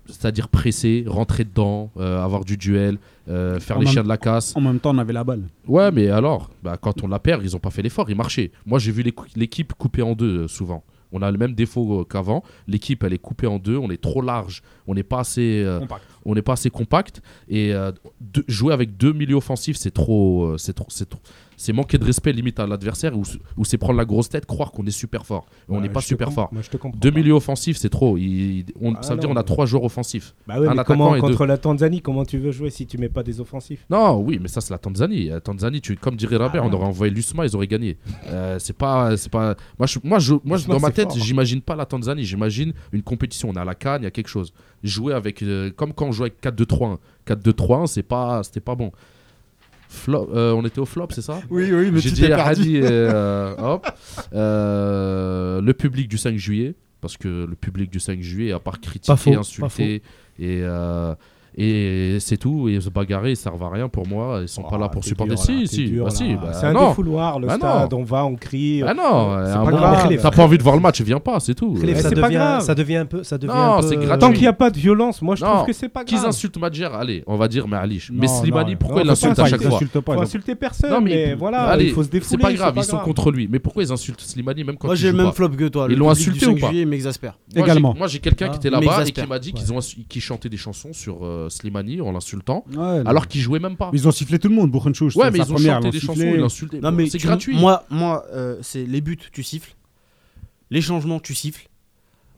Speaker 6: c'est-à-dire presser, rentrer dedans, euh, avoir du duel, euh, faire
Speaker 5: En
Speaker 6: les
Speaker 5: même-
Speaker 6: chiens de la casse.
Speaker 5: En même temps, on avait la balle.
Speaker 6: Ouais, mais alors, bah, quand on la perd, ils n'ont pas fait l'effort, ils marchaient. Moi, j'ai vu l'équ- l'équipe coupée en deux euh, souvent. On a le même défaut euh, qu'avant. L'équipe, elle est coupée en deux. On est trop large. On n'est pas assez. euh,
Speaker 5: Compact.
Speaker 6: on n'est pas assez compact. Et euh, de- jouer avec deux milieux offensifs, c'est trop, euh, c'est trop, c'est trop- c'est manquer de respect limite à l'adversaire ou, s- ou c'est prendre la grosse tête, croire qu'on est super fort. Et on n'est pas super fort.
Speaker 7: Moi, je te comprends.
Speaker 6: Deux
Speaker 7: pas.
Speaker 6: milieux offensifs, c'est trop. Il- il- on-
Speaker 7: Ah
Speaker 6: ça veut dire
Speaker 7: non,
Speaker 6: on a
Speaker 7: mais-
Speaker 6: trois joueurs offensifs.
Speaker 7: Bah ouais,
Speaker 6: un
Speaker 7: mais
Speaker 6: attaquant
Speaker 7: comment
Speaker 6: et
Speaker 7: contre la Tanzanie, comment tu veux jouer si tu mets pas des offensifs
Speaker 6: Non, oui, mais ça c'est la Tanzanie. La Tanzanie, tu, comme dirait Rabert,
Speaker 7: Ah,
Speaker 6: on aurait envoyé l'USMA, ils auraient gagné. Euh, c'est pas, c'est pas. Moi, je, moi, je- moi, je-
Speaker 7: L'USMA,
Speaker 6: dans ma
Speaker 7: c'est
Speaker 6: tête,
Speaker 7: fort. hein.
Speaker 6: j'imagine pas la Tanzanie. J'imagine une compétition. On a la Cannes, il y a quelque chose. Jouer avec, euh, comme quand on jouait avec 4-2-3-1. 4-2-3-1, c'est pas, c'était pas bon. Flop, euh, on était au flop, c'est ça
Speaker 2: Oui, oui, mais
Speaker 6: J'ai
Speaker 2: tu
Speaker 6: dit
Speaker 2: t'es
Speaker 6: à
Speaker 2: perdu.
Speaker 6: Hadi, euh, hop, euh, le public du 5 juillet, parce que le public du 5 juillet, à part critiquer,
Speaker 4: Pas faux, pas
Speaker 6: insulter, et, euh, et c'est tout, et se bagarrer, ils servent à rien pour moi, ils sont pas
Speaker 7: Oh,
Speaker 6: là pour supporter. si, si, bah si, bah
Speaker 7: c'est un
Speaker 6: non.
Speaker 7: défouloir, le
Speaker 6: Bah non.
Speaker 7: stade, on va, on crie. Euh,
Speaker 6: Ah non,
Speaker 7: C'est
Speaker 6: à
Speaker 7: pas
Speaker 6: un moment,
Speaker 7: grave.
Speaker 6: t'as pas envie de voir le match, viens pas, c'est tout.
Speaker 4: Clef,
Speaker 7: Mais
Speaker 4: ça,
Speaker 7: c'est pas
Speaker 4: devient,
Speaker 7: grave.
Speaker 4: ça devient un peu. Ça devient
Speaker 6: Non,
Speaker 4: un peu-
Speaker 6: c'est gratuit.
Speaker 7: Tant qu'il n'y a pas de violence, moi je
Speaker 6: Non.
Speaker 7: trouve que c'est pas
Speaker 6: Qu'ils
Speaker 7: grave.
Speaker 6: insultent Madjer, allez, on va dire, mais Ali.
Speaker 5: Non,
Speaker 6: Mais Slimani,
Speaker 5: non,
Speaker 6: pourquoi
Speaker 5: non,
Speaker 6: il
Speaker 5: faut
Speaker 6: l'insulte
Speaker 5: pas,
Speaker 6: à
Speaker 5: ils
Speaker 6: chaque fois
Speaker 5: insultent pas,
Speaker 7: Faut
Speaker 5: ils ont-
Speaker 7: insulter personne,
Speaker 6: Non, mais
Speaker 7: mais,
Speaker 6: il-
Speaker 7: voilà,
Speaker 6: allez,
Speaker 7: il faut se défouler.
Speaker 6: C'est pas grave, ils sont
Speaker 7: grave.
Speaker 6: contre lui. Mais pourquoi ils insultent Slimani même quand
Speaker 3: Moi,
Speaker 6: il
Speaker 3: j'ai le
Speaker 6: joue
Speaker 3: même
Speaker 6: pas
Speaker 3: flop que toi.
Speaker 6: Ils
Speaker 3: le
Speaker 6: l'ont
Speaker 3: public du
Speaker 6: insulté
Speaker 3: 5
Speaker 6: ou pas
Speaker 3: juillet m'exaspère.
Speaker 6: Moi, j'ai-
Speaker 5: Également.
Speaker 6: Moi, j'ai quelqu'un
Speaker 3: Ah.
Speaker 6: qui était
Speaker 3: Mais
Speaker 6: là-bas et
Speaker 3: exaspère.
Speaker 6: qui m'a dit qu'ils ont insu- qui chantait des chansons sur euh, Slimani en l'insultant,
Speaker 5: Ouais,
Speaker 6: alors qu'il jouait même pas.
Speaker 5: Ils ont sifflé tout le monde, Bouchenchou.
Speaker 6: Ouais, mais ils ont chanté des chansons, ils l'insultaient.
Speaker 3: Non, mais
Speaker 6: c'est
Speaker 3: tu-
Speaker 6: gratuit. Bah,
Speaker 3: Moi, moi euh, c'est les buts, tu siffles. Les changements, tu siffles.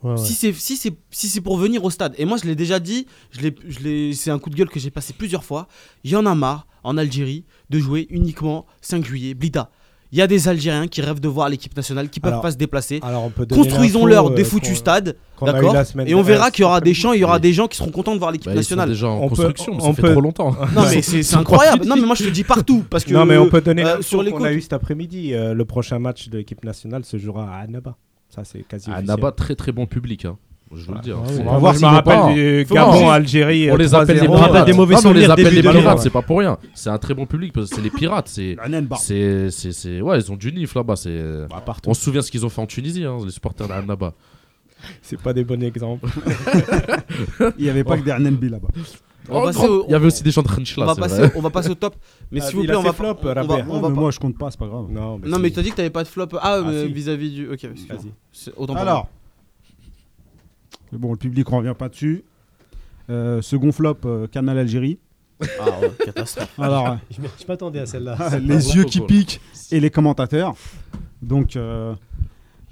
Speaker 4: Ouais, ouais.
Speaker 7: Ah
Speaker 3: Si c'est si c'est si c'est pour venir au stade. Et moi, je l'ai déjà dit. Je l'ai- je l'ai- c'est un coup de gueule que j'ai passé plusieurs fois. Il y en a marre en Algérie de jouer uniquement 5 juillet, Blida. Il y a des Algériens qui rêvent de voir l'équipe nationale, qui peuvent
Speaker 7: Alors,
Speaker 3: pas se déplacer.
Speaker 7: Alors on peut donner
Speaker 3: Construisons-leur
Speaker 7: l'info,
Speaker 3: des
Speaker 7: euh,
Speaker 3: foutus
Speaker 7: qu'on-
Speaker 3: stades,
Speaker 7: qu'on a eu
Speaker 3: d'accord
Speaker 7: la semaine
Speaker 3: Et on verra
Speaker 7: dernière.
Speaker 3: qu'il y aura des gens, il y aura
Speaker 6: Oui.
Speaker 3: des gens qui seront contents de voir l'équipe
Speaker 6: Bah, ils sont
Speaker 3: nationale.
Speaker 6: déjà Bah, en
Speaker 7: On peut-
Speaker 6: construction, mais ça
Speaker 7: on
Speaker 6: fait
Speaker 7: peut-
Speaker 6: trop longtemps. hein.
Speaker 3: Non mais c'est c'est incroyable. Non mais moi je te dis partout parce que
Speaker 7: non mais on peut donner
Speaker 3: euh,
Speaker 7: sur
Speaker 3: sur les
Speaker 7: les qu'on a
Speaker 3: côtes.
Speaker 7: eu cet après-midi. euh, le prochain match de l'équipe nationale se jouera à Annaba. Ça c'est quasi.
Speaker 6: À
Speaker 7: officiel.
Speaker 6: Ah, Naba, très très bon public, hein. je veux le dire. C'est-
Speaker 4: ouais.
Speaker 7: On va
Speaker 4: Moi,
Speaker 7: voir.
Speaker 4: je
Speaker 7: Je me
Speaker 4: me
Speaker 6: rappelle
Speaker 7: rappelle du
Speaker 6: Faut
Speaker 7: Gabon,
Speaker 6: voir.
Speaker 7: Algérie.
Speaker 6: On les appelle des
Speaker 7: 3-0.
Speaker 4: rappelle
Speaker 6: pirates.
Speaker 4: des mauvais
Speaker 6: Non, mais on les
Speaker 4: souvenirs,
Speaker 6: appelle
Speaker 4: début
Speaker 6: des
Speaker 4: de guerre,
Speaker 6: pirates,
Speaker 4: ouais.
Speaker 6: c'est pas pour rien. C'est un très bon public parce que c'est les pirates. C'est,
Speaker 5: C'est
Speaker 6: c'est, c'est, c'est- ouais, ils ont du nif là-bas. C'est,
Speaker 7: Bah, partout.
Speaker 6: on se souvient ce qu'ils ont fait en Tunisie, hein, les supporters d'Annaba.
Speaker 7: C'est pas des bons exemples.
Speaker 5: Il n'y avait pas que des Anenbi là-bas.
Speaker 3: On va passer au-
Speaker 6: Oh, Il y avait aussi des gens de French
Speaker 3: On
Speaker 6: là.
Speaker 3: va,
Speaker 6: c'est
Speaker 3: passer,
Speaker 6: vrai.
Speaker 3: on va passer au top. Mais
Speaker 7: Ah,
Speaker 3: s'il vous
Speaker 7: il
Speaker 3: plaît,
Speaker 7: a
Speaker 3: on
Speaker 7: ses
Speaker 3: va,
Speaker 7: flops,
Speaker 3: on va-
Speaker 7: Rabia.
Speaker 3: on va
Speaker 5: mais
Speaker 3: pas-
Speaker 5: moi, je compte pas, c'est pas grave.
Speaker 7: Non mais,
Speaker 3: Non, mais
Speaker 7: c'est-
Speaker 3: t'as dit que t'avais pas de flop. Ah,
Speaker 7: Ah,
Speaker 3: mais
Speaker 7: si.
Speaker 3: vis-à-vis du. Ok, excuse-moi.
Speaker 7: Vas-y.
Speaker 3: C'est- Autant pour
Speaker 5: Alors. Mais bon, le public ne revient pas dessus. Euh, second flop, euh, Canal Algérie.
Speaker 3: moi. Ah, ouais, catastrophe.
Speaker 5: Alors,
Speaker 4: Je m- je m'attendais à celle-là.
Speaker 5: euh,
Speaker 6: pas
Speaker 5: les yeux
Speaker 6: faux,
Speaker 5: qui
Speaker 6: quoi.
Speaker 5: piquent et les commentateurs. Donc, euh,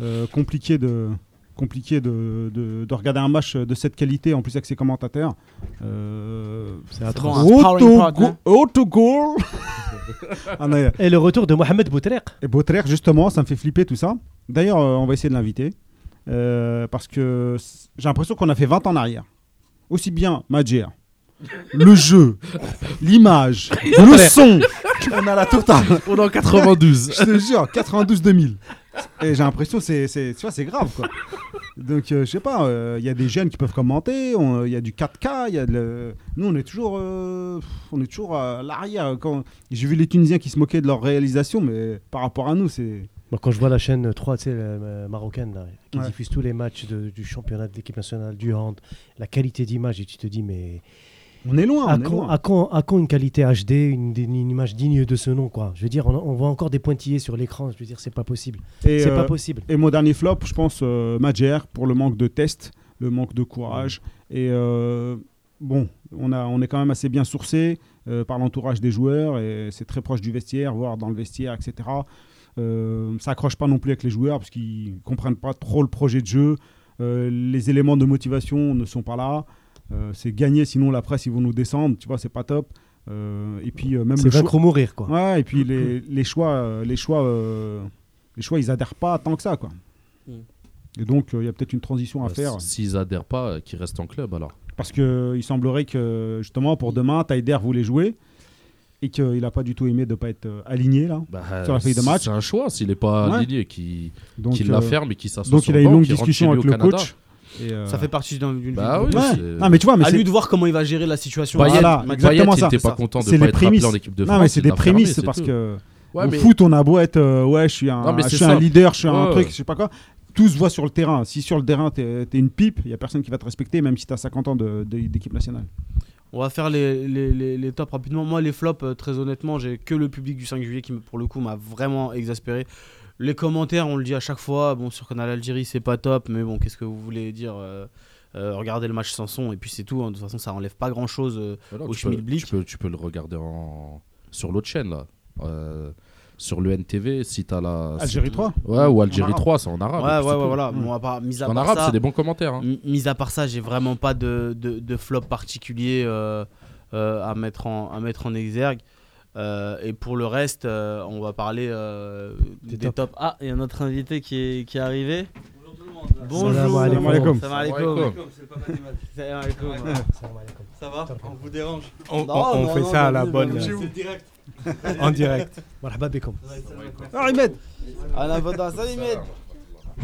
Speaker 5: euh, compliqué de compliqué de, de- de regarder un match de cette qualité en plus avec ses commentateurs Euh,
Speaker 4: C'est
Speaker 3: C'est
Speaker 4: atroce.
Speaker 3: bon, un sparring partner.
Speaker 5: autogol Ah non,
Speaker 4: Et le retour de Mohamed Boutrek.
Speaker 5: Et Bautrec, justement, ça me fait flipper tout ça. D'ailleurs, euh, on va essayer de l'inviter. euh, parce que c- j'ai l'impression qu'on a fait 20 ans en arrière. Aussi bien Magier, le jeu, l'image, le son. On a la totale.
Speaker 6: On est en 92.
Speaker 5: Je te jure, 92 2000. Et j'ai l'impression, c'est, c'est, tu vois, c'est grave quoi. Donc, euh, je sais pas, il y a des jeunes qui peuvent commenter, il y a du 4K, il y a de le- nous on est toujours, euh, on est toujours à l'arrière. Quand... J'ai vu les Tunisiens qui se moquaient de leur réalisation, mais par rapport à nous, c'est,
Speaker 4: Moi, quand je vois la chaîne 3, tu sais, la, euh, marocaine, là, qui
Speaker 5: Ouais.
Speaker 4: diffuse tous les matchs de- du championnat de l'équipe nationale, du hand, la qualité d'image, et tu te dis, mais
Speaker 5: On est loin,
Speaker 4: à
Speaker 5: Ah, on est
Speaker 4: quand,
Speaker 5: loin.
Speaker 4: à, quand, à quand une qualité HD, une, une- une image digne de ce nom, quoi Je veux dire, on, on voit encore des pointillés sur l'écran, je veux dire, c'est pas possible.
Speaker 5: Et,
Speaker 4: C'est
Speaker 5: euh,
Speaker 4: pas possible.
Speaker 5: et mon dernier flop, je pense, euh, Madjer, pour le manque de test, le manque de courage. Et euh, bon, on, a, on est quand même assez bien sourcé euh, par l'entourage des joueurs, et c'est très proche du vestiaire, voire dans le vestiaire, etc. Euh, ça accroche pas non plus avec les joueurs, parce qu'ils comprennent pas trop le projet de jeu. Euh, les éléments de motivation ne sont pas là. Euh, c'est gagner, sinon la presse, ils vont nous descendre, tu vois, c'est pas top. Euh, et puis euh, même
Speaker 4: C'est
Speaker 5: le choix-
Speaker 4: vaincre ou mourir, quoi.
Speaker 5: Ouais, et puis
Speaker 6: Mm.
Speaker 5: les, les choix, euh, les choix, euh, les choix, ils adhèrent pas tant que ça, quoi.
Speaker 3: Mm.
Speaker 5: Et donc, euh, il y a peut-être une transition à
Speaker 6: Bah,
Speaker 5: faire.
Speaker 6: s- S'ils adhèrent pas, euh, qu'ils restent en club alors.
Speaker 5: Parce qu'il semblerait que, justement, pour demain, Taider voulait jouer et qu'il n'a pas du tout aimé de ne pas être euh, aligné, là.
Speaker 6: Bah,
Speaker 5: Sur la feuille de
Speaker 6: c'est-
Speaker 5: match.
Speaker 6: C'est un choix s'il n'est pas
Speaker 5: Ouais.
Speaker 6: aligné, qui
Speaker 5: Donc,
Speaker 6: qui
Speaker 5: euh,
Speaker 6: la ferme et qui s'associe.
Speaker 5: donc il a eu une longue discussion avec le coach. Et, euh,
Speaker 3: Ça fait partie d'un- d'une.
Speaker 6: Bah
Speaker 3: d'une-
Speaker 6: oui.
Speaker 5: ouais.
Speaker 6: c'est-
Speaker 5: Ah, mais tu vois, mais
Speaker 3: À
Speaker 5: c'est-
Speaker 3: lui de voir comment il va gérer la situation.
Speaker 5: Bah,
Speaker 6: Payet,
Speaker 5: Voilà,
Speaker 6: Payet,
Speaker 5: exactement
Speaker 6: il
Speaker 5: ça.
Speaker 6: était pas
Speaker 3: C'est
Speaker 6: content de
Speaker 5: c'est
Speaker 6: pas
Speaker 5: les
Speaker 6: être appelé
Speaker 5: prémices.
Speaker 6: en équipe de France.
Speaker 5: non, mais c'est
Speaker 6: il
Speaker 5: des
Speaker 6: l'a fermé,
Speaker 5: prémices
Speaker 6: c'est
Speaker 5: parce
Speaker 6: tout.
Speaker 5: que
Speaker 6: Ouais,
Speaker 5: au
Speaker 6: mais-
Speaker 5: foot, on a beau être, euh, ouais, je suis un,
Speaker 6: Non, mais
Speaker 5: je
Speaker 6: c'est
Speaker 5: suis un
Speaker 6: ça.
Speaker 5: leader, je suis un
Speaker 6: Ouais,
Speaker 5: truc,
Speaker 6: ouais.
Speaker 5: je sais pas quoi. Tout se voit sur le terrain. Si sur le terrain, t'es es une pipe, il y a personne qui va te respecter, même si t'as 50 ans de- de- d'équipe nationale.
Speaker 3: On va faire les, les, les, les tops rapidement. Moi, les flops, euh, très honnêtement, j'ai que le public du 5 juillet qui, pour le coup, m'a vraiment exaspéré. Les commentaires, on le dit à chaque fois. Bon, sur Canal Algérie, c'est pas top, mais bon, qu'est-ce que vous voulez dire euh, euh, regardez le match sans son et puis c'est tout. hein. De toute façon, ça enlève pas euh, grand chose.
Speaker 6: Voilà,
Speaker 3: Au
Speaker 6: tu, peux,
Speaker 3: Schmilblick.
Speaker 6: tu peux- tu peux le regarder en... sur l'autre chaîne, là. Euh, sur le NTV, si t'as la.
Speaker 5: Algérie
Speaker 6: si-
Speaker 5: 3
Speaker 6: Ah, Ouais, ou Algérie
Speaker 5: arabe.
Speaker 6: 3, c'est en
Speaker 3: Ouais,
Speaker 6: arabe. et
Speaker 3: ouais, ouais,
Speaker 6: puis Ah, c'est tout.
Speaker 3: voilà.
Speaker 5: Mm.
Speaker 3: Bon, à part, mis à
Speaker 6: En
Speaker 3: part
Speaker 6: arabe,
Speaker 3: ça,
Speaker 6: c'est des bons commentaires. hein.
Speaker 3: M- Mis à part ça, j'ai vraiment pas de, de, de flop particulier euh, euh, à, mettre en, à mettre en exergue. Euh, et pour le reste, euh, on va parler euh, des, tops. Ah, il y a notre invité qui est, qui est arrivé. Bonjour
Speaker 4: Salam alaikum.
Speaker 3: Salam alaikum. Salam alaikum. Ça va
Speaker 8: On vous dérange
Speaker 7: On,
Speaker 3: Non,
Speaker 7: on- on
Speaker 3: non,
Speaker 7: fait
Speaker 3: non,
Speaker 7: ça à la
Speaker 3: non,
Speaker 7: bonne,
Speaker 3: non,
Speaker 7: euh,
Speaker 8: C'est direct.
Speaker 7: en direct.
Speaker 4: Marhaba bikum.
Speaker 3: Ah, la bonne- Salut, Ahmed. Ça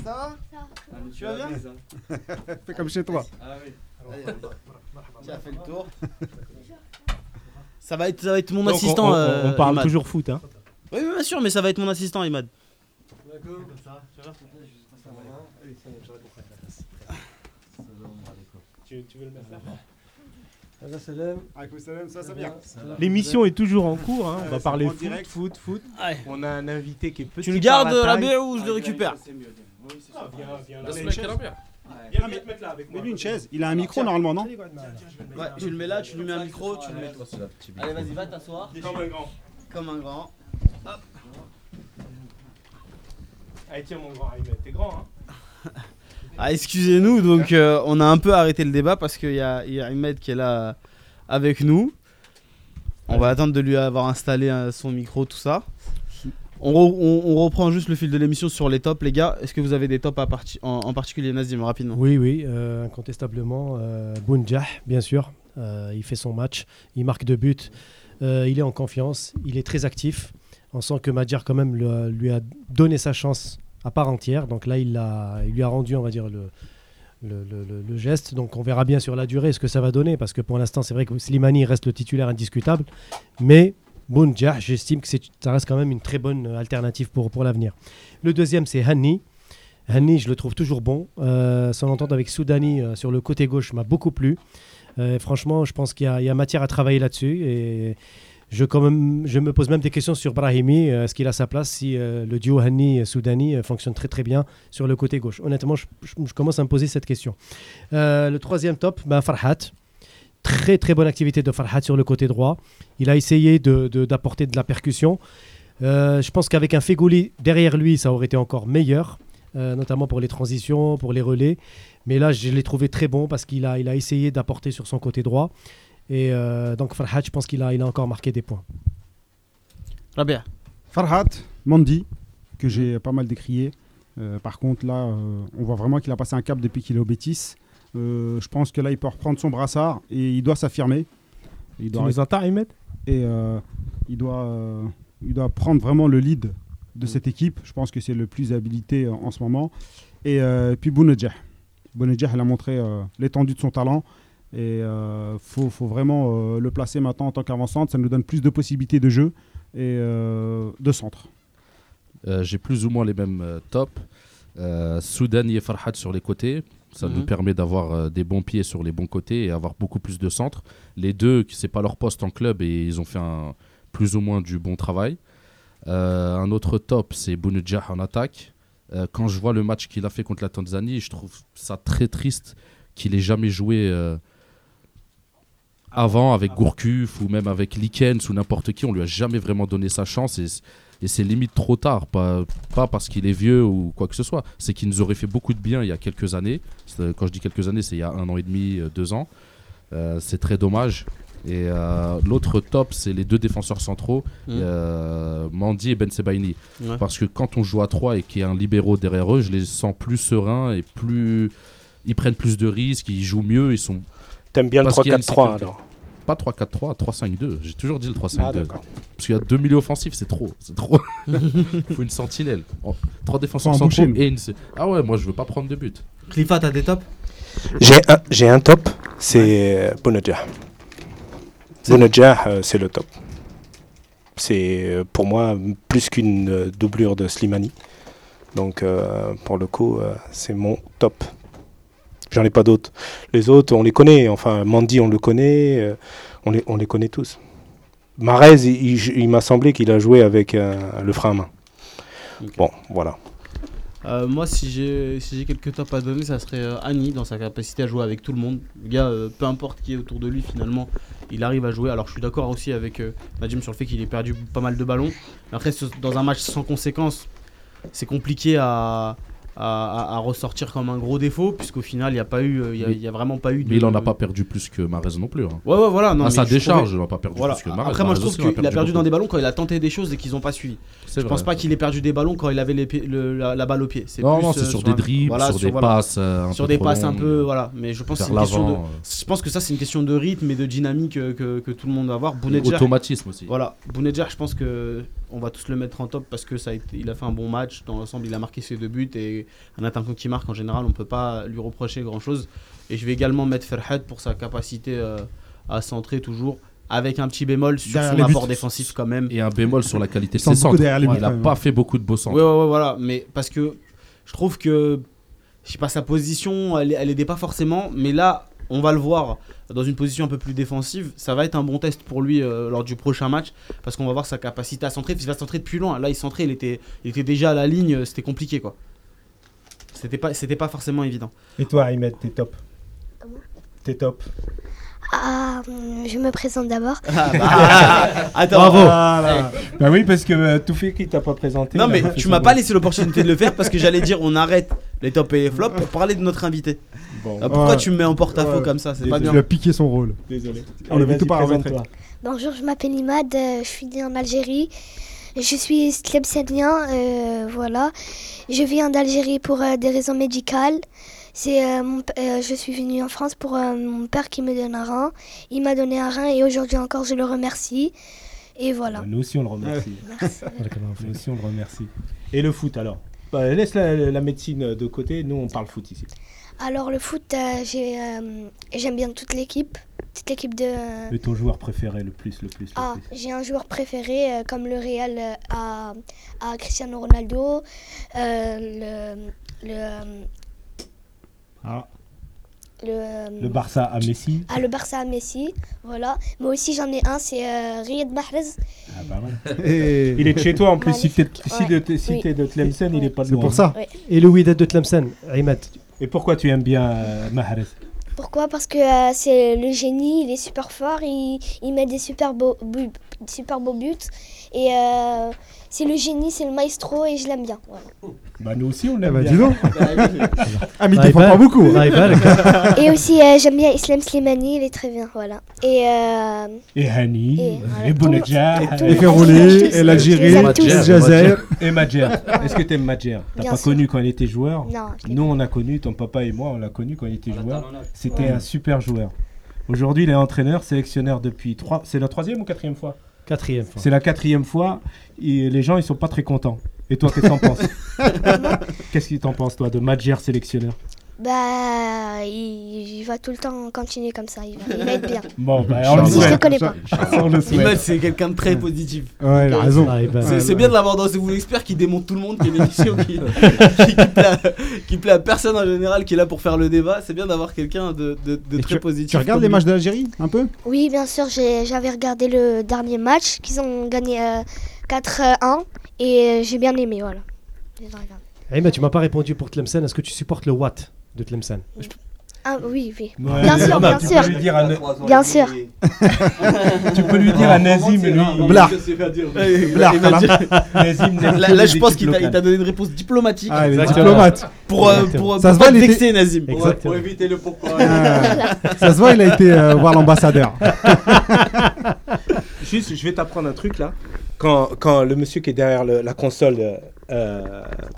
Speaker 3: va Tu vas bien
Speaker 5: Fais comme chez toi.
Speaker 8: Ah oui.
Speaker 3: Tu as fait le tour. Ça va être, ça va être mon
Speaker 7: Donc, on-
Speaker 3: assistant.
Speaker 7: on, on
Speaker 3: euh,
Speaker 7: parle
Speaker 3: Imad.
Speaker 7: toujours foot. Hein.
Speaker 3: Oui, oui, bien sûr, mais ça va être mon assistant, Imad.
Speaker 5: Ça, ça vient.
Speaker 7: L'émission est toujours en cours. hein. On va parler
Speaker 5: en
Speaker 7: foot,
Speaker 5: direct.
Speaker 7: foot, foot.
Speaker 3: Ouais.
Speaker 7: On a un invité qui est petit.
Speaker 3: Tu le
Speaker 7: par
Speaker 3: gardes,
Speaker 7: la taille.
Speaker 3: Rabé, ou je le récupère
Speaker 7: Viens, viens là.
Speaker 6: La
Speaker 7: Viens,
Speaker 6: semaine qu'elle a bien.
Speaker 7: viens, viens te mettre là avec moi.
Speaker 5: Mets-lui une chaise. Il a un micro normalement, non
Speaker 3: Ouais, tu le mets là, tu lui mets un micro, tu le mets.
Speaker 6: Toi, c'est la petite
Speaker 3: Allez, vas-y, va t'asseoir.
Speaker 7: Comme un grand.
Speaker 3: Comme un grand.
Speaker 7: Allez, tiens, mon grand, Ahmed, t'es grand. Hein.
Speaker 3: Ah, excusez-nous, donc euh, on a un peu arrêté le débat parce qu'il y a, il y a Ahmed qui est là euh, avec nous. On va attendre de lui avoir installé euh, son micro, tout ça. On, re- on- on reprend juste le fil de l'émission sur les tops, les gars. Est-ce que vous avez des tops à parti- en, en particulier, Nazim, rapidement
Speaker 4: Oui, oui, euh, incontestablement. euh, Bounjah, bien sûr. Euh, il fait son match, il marque deux buts, euh, il est en confiance, il est très actif. On sent que Madjar, quand même, le- lui a donné sa chance à part entière. Donc là, il, l'a- il lui a rendu, on va dire, le, le, le- le- le geste. Donc on verra bien sur la durée ce que ça va donner, parce que pour l'instant, c'est vrai que Slimani reste le titulaire indiscutable. Mais Bounjah, j'estime que c'est- ça reste quand même une très bonne alternative pour, pour l'avenir. Le deuxième, c'est Hanni. Hanni, je le trouve toujours bon. Euh, son entente avec Soudani euh, sur le côté gauche m'a beaucoup plu. Euh, franchement, je pense qu'il y, a- il y a matière à travailler là-dessus. Et je, quand même, je me pose même des questions sur Brahimi. euh, Est-ce qu'il a sa place si euh, le duo Hanni-Soudani euh, fonctionne très très bien sur le côté gauche Honnêtement, je, je- je commence à me poser cette question. Euh, le troisième top, ben, Farhat. Très très bonne activité de Farhat sur le côté droit. Il a essayé de- de- d'apporter de, la percussion. Euh, je pense qu'avec un Fegouli derrière lui, ça aurait été encore meilleur euh, notamment pour les transitions, pour les relais. Mais là, je l'ai trouvé très bon parce qu'il a, il a essayé d'apporter sur son côté droit. Et euh, donc Farhat, je pense qu'il a, il a encore marqué des points.
Speaker 3: Rabia.
Speaker 5: Farhat, Mandy, que j'ai pas mal décrié. Euh, par contre, là, euh, on voit vraiment qu'il a passé un cap depuis qu'il est au Bétis. Euh, je pense que là, il peut reprendre son brassard et il doit s'affirmer. Il
Speaker 7: Tu
Speaker 5: doit
Speaker 7: nous entends, Ahmed
Speaker 5: et euh, il, doit, euh, il doit prendre vraiment le lead de
Speaker 3: Mm.
Speaker 5: cette équipe. Je pense que c'est le plus habilité euh, en ce moment. Et euh, puis Bounedjah. Bounedjah, elle a montré euh, l'étendue de son talent. Et il faut, faut vraiment euh, le placer maintenant en tant qu'avancante. Ça nous donne plus de possibilités de jeu et euh, de centre.
Speaker 6: Euh, j'ai plus ou moins les mêmes euh, tops. Euh, Soudani et Farhad sur les côtés. Ça
Speaker 3: Mhm.
Speaker 6: nous permet d'avoir euh, des bons pieds sur les bons côtés et avoir beaucoup plus de centres. Les deux, qui- c'est pas leur poste en club et ils ont fait un, plus ou moins du bon travail. Euh, un autre top, c'est Bounedjah en attaque. Euh, quand je vois le match qu'il a fait contre la Tanzanie, je trouve ça très triste qu'il ait jamais joué euh, avant avec Gourcuff ou même avec Likens ou n'importe qui. On lui a jamais vraiment donné sa chance et, et c'est limite trop tard. Pas, pas parce qu'il est vieux ou quoi que ce soit. C'est qu'il nous aurait fait beaucoup de bien il y a quelques années. C'est- Quand je dis quelques années, c'est il y a un an et demi, euh, deux ans. Euh, c'est très dommage. Et euh, l'autre top, c'est les deux défenseurs centraux,
Speaker 3: Mhm.
Speaker 6: euh, Mandy et Ben Sebaini.
Speaker 3: Ouais.
Speaker 6: Parce que quand on joue à 3 et qu'il y a un libéraux derrière eux, je les sens plus sereins et plus. Ils prennent plus de risques, ils jouent mieux, ils sont
Speaker 9: T'aimes bien le
Speaker 6: Parce qu'il y a une
Speaker 9: 3-4-3
Speaker 6: sécurité.
Speaker 9: alors
Speaker 6: pas 3-4-3, 3-5-2. J'ai toujours dit le 3-5-2.
Speaker 9: Ah, d'accord.
Speaker 6: Parce qu'il y a deux milieux offensifs, c'est trop. C'est trop. Il faut une sentinelle. Oh, Trois défenseurs
Speaker 5: Faut en
Speaker 6: centraux
Speaker 5: boucher,
Speaker 6: et une. sé- Ah ouais, moi je veux pas prendre de but.
Speaker 3: Clifa, t'as des tops
Speaker 9: J'ai un, j'ai un top, c'est euh, Bounedjah. Bounedjah, euh, c'est le top. C'est euh, pour moi plus qu'une euh, doublure de Slimani. Donc euh, pour le coup, euh, c'est mon top. J'en ai pas d'autres. Les autres, on les connaît. Enfin, Mandy, on le connaît. euh, on, les, on les connaît tous. Marez, il, il- il m'a semblé qu'il a joué avec euh, le frein à main. Bon, voilà.
Speaker 3: Euh, moi, si j'ai si j'ai quelques tops à donner, ça serait euh, Annie dans sa capacité à jouer avec tout le monde. Le gars, euh, peu importe qui est autour de lui, finalement, il arrive à jouer. Alors, je suis d'accord aussi avec euh, Nadim sur le fait qu'il ait perdu pas mal de ballons. Après, ce- dans un match sans conséquence, c'est compliqué à, à, à- à ressortir comme un gros défaut, puisqu'au final, il n'y a pas eu, euh, il y a,
Speaker 6: Mais-
Speaker 3: il y a vraiment pas eu. De...
Speaker 6: Mais il en a pas perdu plus que Marez non plus. hein.
Speaker 3: Ouais, ouais, voilà. euh, Non,
Speaker 6: à
Speaker 3: mais
Speaker 6: sa
Speaker 3: je trouvais-
Speaker 6: décharge, il n'a pas perdu
Speaker 3: Voilà.
Speaker 6: plus que Marez.
Speaker 3: Après, moi, je
Speaker 6: Marez
Speaker 3: trouve
Speaker 6: aussi
Speaker 3: qu'il a perdu, dans
Speaker 6: beaucoup.
Speaker 3: des ballons quand il a tenté des choses et qu'ils n'ont pas suivi.
Speaker 6: C'est
Speaker 3: Je pense
Speaker 6: vrai.
Speaker 3: pas qu'il ait perdu des ballons quand il avait les pieds- le- la, la balle au pied.
Speaker 6: Non,
Speaker 3: plus,
Speaker 6: non,
Speaker 3: euh,
Speaker 6: c'est sur des
Speaker 3: un-
Speaker 6: dribbles,
Speaker 3: voilà,
Speaker 6: sur des
Speaker 3: voilà,
Speaker 6: passes. euh, un
Speaker 3: sur
Speaker 6: peu
Speaker 3: des
Speaker 6: trop
Speaker 3: passes un
Speaker 6: longues,
Speaker 3: peu voilà mais je pense que c'est
Speaker 6: vers
Speaker 3: une question de
Speaker 6: l'avant, euh.
Speaker 3: je pense que ça c'est une question de rythme et de dynamique euh, que, que tout le monde va avoir
Speaker 6: euh,
Speaker 3: Bounedjah
Speaker 6: Automatisme aussi.
Speaker 3: voilà Bounedjah je pense que on va tous le mettre en top parce que ça a été- il a fait un bon match dans l'ensemble il a marqué ses deux buts et un attaquant qui marque en général on peut pas lui reprocher grand chose et je vais également mettre Ferhat pour sa capacité euh, à centrer toujours avec un petit bémol sur
Speaker 5: Derrière
Speaker 3: son
Speaker 5: les buts.
Speaker 3: apport défensif quand même
Speaker 6: Et un bémol sur la
Speaker 5: Il
Speaker 6: qualité de ses
Speaker 5: centre beaucoup
Speaker 6: centres.
Speaker 5: derrière les buts,
Speaker 6: Il n'a
Speaker 5: quand même,
Speaker 6: pas fait beaucoup de beaux centres.
Speaker 3: Ouais, ouais, ouais, voilà. Mais parce que je trouve que, je sais pas, sa position, elle, elle aidait pas forcément. Mais là, on va le voir dans une position un peu plus défensive. Ça va être un bon test pour lui euh, lors du prochain match. Parce qu'on va voir sa capacité à centrer. Puis il va centrer depuis loin. Là, il centrait, il était, il était déjà à la ligne. euh, C'était compliqué, quoi. C'était pas, c'était pas forcément évident.
Speaker 7: Et toi, Ahmed, t'es top. T'es top.
Speaker 8: Ah, hum, je me présente d'abord.
Speaker 3: Attends,
Speaker 7: Bravo. Bah oui, parce que euh, Toufik, t'a pas présenté.
Speaker 3: non,
Speaker 7: il a
Speaker 3: mais
Speaker 7: pas fait
Speaker 3: tu
Speaker 7: son
Speaker 3: m'as
Speaker 7: boulot.
Speaker 3: pas laissé l'opportunité de le faire parce que j'allais dire on arrête les tops et les flops pour parler de notre invité.
Speaker 7: Bon,
Speaker 3: Ah, Pourquoi
Speaker 5: Ouais.
Speaker 3: tu me mets en porte-à-faux
Speaker 7: Ouais.
Speaker 3: comme ça C'est
Speaker 7: Désolé.
Speaker 3: pas
Speaker 5: Euh, Il
Speaker 3: bien.
Speaker 5: a piqué son rôle.
Speaker 7: désolé.
Speaker 5: On l'avait
Speaker 7: Allez,
Speaker 5: tout
Speaker 7: vas-y,
Speaker 5: pas inventé.
Speaker 7: présente-toi.
Speaker 8: Bonjour, je m'appelle Imad, euh, je suis né en Algérie. Je suis Tlemcenien, euh, voilà. Je viens d'Algérie pour euh, des raisons médicales. C'est euh, mon p- euh, je suis venue en France pour euh, mon père qui me donne un rein. Il m'a donné un rein et aujourd'hui encore je le remercie. Et voilà.
Speaker 7: Nous aussi, on le remercie.
Speaker 8: Merci.
Speaker 7: Nous aussi, on le remercie. Et le foot, alors Bah, Laisse la, la médecine de côté. Nous, on parle foot ici.
Speaker 8: Alors le foot, euh, j'ai, euh, j'aime bien toute l'équipe, toute l'équipe de. euh,
Speaker 7: Et ton joueur préféré, le plus, le plus, le
Speaker 8: Ah,
Speaker 7: plus
Speaker 8: j'ai un joueur préféré euh, comme le Real euh, à, à Cristiano Ronaldo, euh, le, le, euh,
Speaker 7: Ah,
Speaker 8: le, euh,
Speaker 7: Le Barça à Messi.
Speaker 8: ah, le Barça à Messi, voilà. Moi aussi j'en ai un, c'est euh, Riyad Mahrez.
Speaker 7: Ah, bah voilà.
Speaker 5: Et-
Speaker 7: Il est de chez toi en plus. Si t'es si
Speaker 8: Ouais.
Speaker 7: t'es- si
Speaker 8: Oui.
Speaker 7: t'es de Tlemcen, il est pas de
Speaker 4: C'est
Speaker 7: loin.
Speaker 4: pour ça.
Speaker 8: Ouais.
Speaker 4: Et le Wydad de Tlemcen, Ahmed.
Speaker 7: Et pourquoi tu aimes bien euh, Mahrez
Speaker 8: Pourquoi Parce que euh, c'est le génie, il est super fort, il, il met des super beaux, bu- super beaux buts. Et euh, c'est le génie, c'est le maestro et je l'aime bien. voilà.
Speaker 7: Bah, nous aussi, on
Speaker 5: Eh
Speaker 7: l'aime
Speaker 5: ben,
Speaker 7: bien.
Speaker 5: dis donc.
Speaker 3: Bah,
Speaker 5: Ah, mais il
Speaker 4: Ahmed.
Speaker 5: défend pas beaucoup. hein.
Speaker 4: Ahmed.
Speaker 8: et aussi euh, j'aime bien Islam Slimani, il est très bien, voilà. Et euh,
Speaker 7: Et
Speaker 8: Et,
Speaker 7: Hani,
Speaker 8: voilà,
Speaker 7: et
Speaker 8: tout-
Speaker 7: Bonadja,
Speaker 8: tout-
Speaker 5: Et fait
Speaker 8: Je les
Speaker 5: rouler,
Speaker 8: aime
Speaker 5: et
Speaker 8: tous,
Speaker 5: l'Algérie,
Speaker 8: je les aime
Speaker 5: et
Speaker 8: tous.
Speaker 5: le Jazer.
Speaker 7: et Madjer. Est-ce que t'aimes Madjer T'as
Speaker 8: Bien
Speaker 7: pas
Speaker 8: sûr.
Speaker 7: connu quand il était joueur
Speaker 8: non, je l'ai
Speaker 7: Nous, on a connu, ton papa et moi, on l'a connu quand il était joueur. C'était un super joueur. Aujourd'hui, il est entraîneur, sélectionneur depuis trois. C'est la troisième ou quatrième fois
Speaker 4: Quatrième fois.
Speaker 7: C'est la quatrième fois. Et les gens, ils sont pas très contents. Et toi, qu'est-ce que t'en penses Qu'est-ce que t'en penses, toi, de Madjer sélectionneur
Speaker 8: Bah, il, il va tout le temps continuer comme ça, il va, il va être bien.
Speaker 7: Bon, bah, on
Speaker 5: Ah
Speaker 6: Charles.
Speaker 7: le
Speaker 8: Si je le
Speaker 7: souhaite.
Speaker 8: connais pas.
Speaker 7: On le
Speaker 3: Imad,
Speaker 7: souhaite.
Speaker 3: c'est quelqu'un de très positif.
Speaker 5: Ouais, il a raison.
Speaker 4: Ahmed.
Speaker 3: C'est c'est bien de l'avoir dans C'est vous l'expert qui démonte tout le monde, qui est une émission qui, qui, qui plaît à, qui plaît à personne en général, qui est là pour faire le débat. C'est bien d'avoir quelqu'un de, de- de
Speaker 5: Et
Speaker 3: très positif.
Speaker 5: Tu regardes
Speaker 3: comme
Speaker 5: les
Speaker 3: lui.
Speaker 5: matchs de l'Algérie un peu
Speaker 8: Oui, bien sûr, j'ai- j'avais regardé le dernier match qu'ils ont gagné euh, 4-1 et j'ai bien aimé, voilà. J'ai regardé.
Speaker 4: Ahmed, tu m'as pas répondu pour Tlemcen. Est-ce que tu supportes le Watt de Tlemcen
Speaker 8: Ah oui, oui.
Speaker 7: Ouais,
Speaker 8: Bien sûr,
Speaker 7: Bernard,
Speaker 8: bien sûr.
Speaker 7: Tu peux lui dire à, Ne-
Speaker 8: Bien sûr.
Speaker 7: tu peux lui dire à Nazim, lui.
Speaker 5: Blar.
Speaker 3: Ouais,
Speaker 5: Là,
Speaker 3: il m'a dit-
Speaker 7: Nazim, n'aime
Speaker 3: là,
Speaker 7: que
Speaker 3: là,
Speaker 7: les
Speaker 3: je pense
Speaker 7: équipes
Speaker 3: qu'il t'a il
Speaker 7: locales.
Speaker 3: t'a donné une réponse diplomatique
Speaker 5: Ah, il est
Speaker 4: Exactement.
Speaker 5: diplomate.
Speaker 3: pour, euh,
Speaker 4: Exactement.
Speaker 3: pour,
Speaker 5: Ça
Speaker 3: pour
Speaker 5: se
Speaker 3: pas
Speaker 5: voit,
Speaker 3: te
Speaker 5: il était-
Speaker 3: vexer Nazim.
Speaker 4: Exactement.
Speaker 1: éviter le pourquoi.
Speaker 5: Ah, Ça se voit, il a été euh, voir l'ambassadeur.
Speaker 7: Juste, je vais t'apprendre un truc là. Quand, quand le monsieur qui est derrière le- la console euh, euh,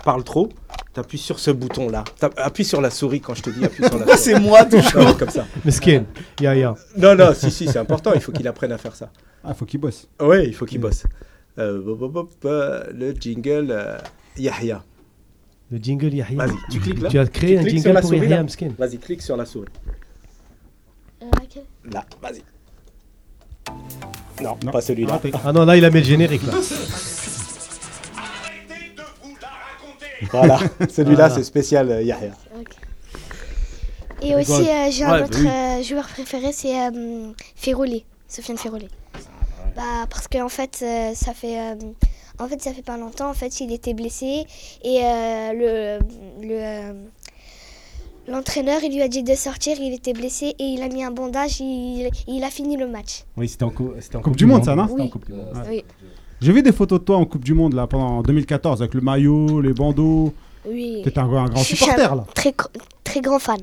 Speaker 7: parle trop, t'appuies sur ce bouton là. Appuie sur la souris quand je te dis appuie sur la souris.
Speaker 3: C'est moi toujours.
Speaker 7: Non, comme ça.
Speaker 4: Meskin.
Speaker 7: Euh,
Speaker 4: Ya, ya.
Speaker 7: Non, non, si, si, c'est important, il faut qu'il apprenne à faire ça.
Speaker 5: Ah, faut qu'il bosse.
Speaker 7: Oui, il faut qu'il bosse. Euh, bop, bop, bop, euh, le jingle euh, Yahya.
Speaker 4: Le jingle Yahya.
Speaker 7: Vas-y, tu cliques là.
Speaker 4: Tu as créé
Speaker 7: Tu
Speaker 4: un
Speaker 7: cliques sur
Speaker 4: jingle
Speaker 7: la
Speaker 4: pour
Speaker 7: souris,
Speaker 4: Yahya
Speaker 7: là.
Speaker 4: Meskin.
Speaker 7: Vas-y, clique sur la souris.
Speaker 8: Euh, ok.
Speaker 7: Là, vas-y. Non, pas celui-là.
Speaker 4: Ah non, là, il a mis le générique. Là.
Speaker 7: Voilà, celui-là,
Speaker 4: Voilà.
Speaker 7: c'est spécial euh, Yahya.
Speaker 8: Et aussi, euh, j'ai
Speaker 3: Ouais,
Speaker 8: un
Speaker 3: bah
Speaker 8: autre
Speaker 3: oui.
Speaker 8: euh, joueur préféré, c'est euh, Féroulé, Sofiane Féroulé. Bah, parce qu'en fait, euh, ça fait euh, En fait, ça fait pas longtemps. En fait, il était blessé et euh, le le, euh, l'entraîneur, il lui a dit de sortir. Il était blessé et il a mis un bandage. Il, il a fini le match.
Speaker 7: Oui, c'était en, cou- c'était en
Speaker 5: Coupe du Monde, ça, non
Speaker 8: Oui.
Speaker 7: C'était en Coupe du Monde.
Speaker 8: Oui,
Speaker 5: J'ai vu des photos de toi en Coupe du Monde là pendant en 2014 avec le maillot, les bandeaux.
Speaker 8: oui.
Speaker 5: T'étais un, un grand
Speaker 8: Je suis un
Speaker 5: supporter là.
Speaker 8: Très gr- très grand fan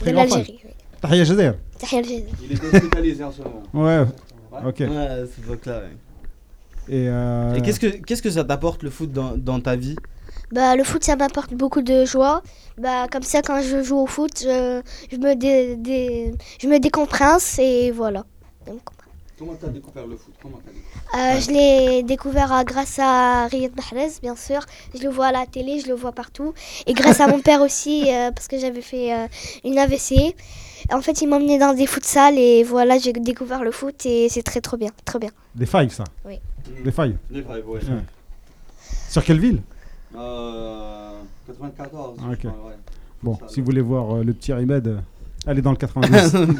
Speaker 5: Très
Speaker 8: de
Speaker 5: grand fan.
Speaker 8: l'Algérie. oui.
Speaker 5: Tahia Jazer.
Speaker 8: Tahia Algérie.
Speaker 3: Il est hospitalisé en ce moment.
Speaker 5: Ouais. Ok. Et,
Speaker 3: Ouais, cette époque-là, ouais.
Speaker 5: euh,
Speaker 3: Et qu'est-ce que qu'est-ce que ça t'apporte le foot dans, dans ta vie
Speaker 8: Bah, le foot, ça m'apporte beaucoup de joie. Bah, comme ça, quand je joue au foot, je, je me, dé, dé- je me décompresse et voilà. Donc,
Speaker 10: Comment t'as découvert le foot Comment t'as découvert
Speaker 8: euh, Je l'ai découvert euh, grâce à Riyad Mahrez, bien sûr. Je le vois à la télé, je le vois partout. Et grâce à mon père aussi, euh, parce que j'avais fait euh, une AVC. En fait, il m'emmenait dans des futsal et voilà, j'ai découvert le foot et c'est très, trop bien. Très bien.
Speaker 5: Des failles ça.
Speaker 8: Oui.
Speaker 5: Des failles.
Speaker 10: Les Five, ouais.
Speaker 5: Ouais. Sur quelle ville
Speaker 10: Euh, 94.
Speaker 5: Ah, ok.
Speaker 10: je crois, ouais.
Speaker 5: Bon,
Speaker 10: Ça,
Speaker 5: si
Speaker 10: là.
Speaker 5: vous voulez voir euh, le petit remède, euh, allez dans le 92.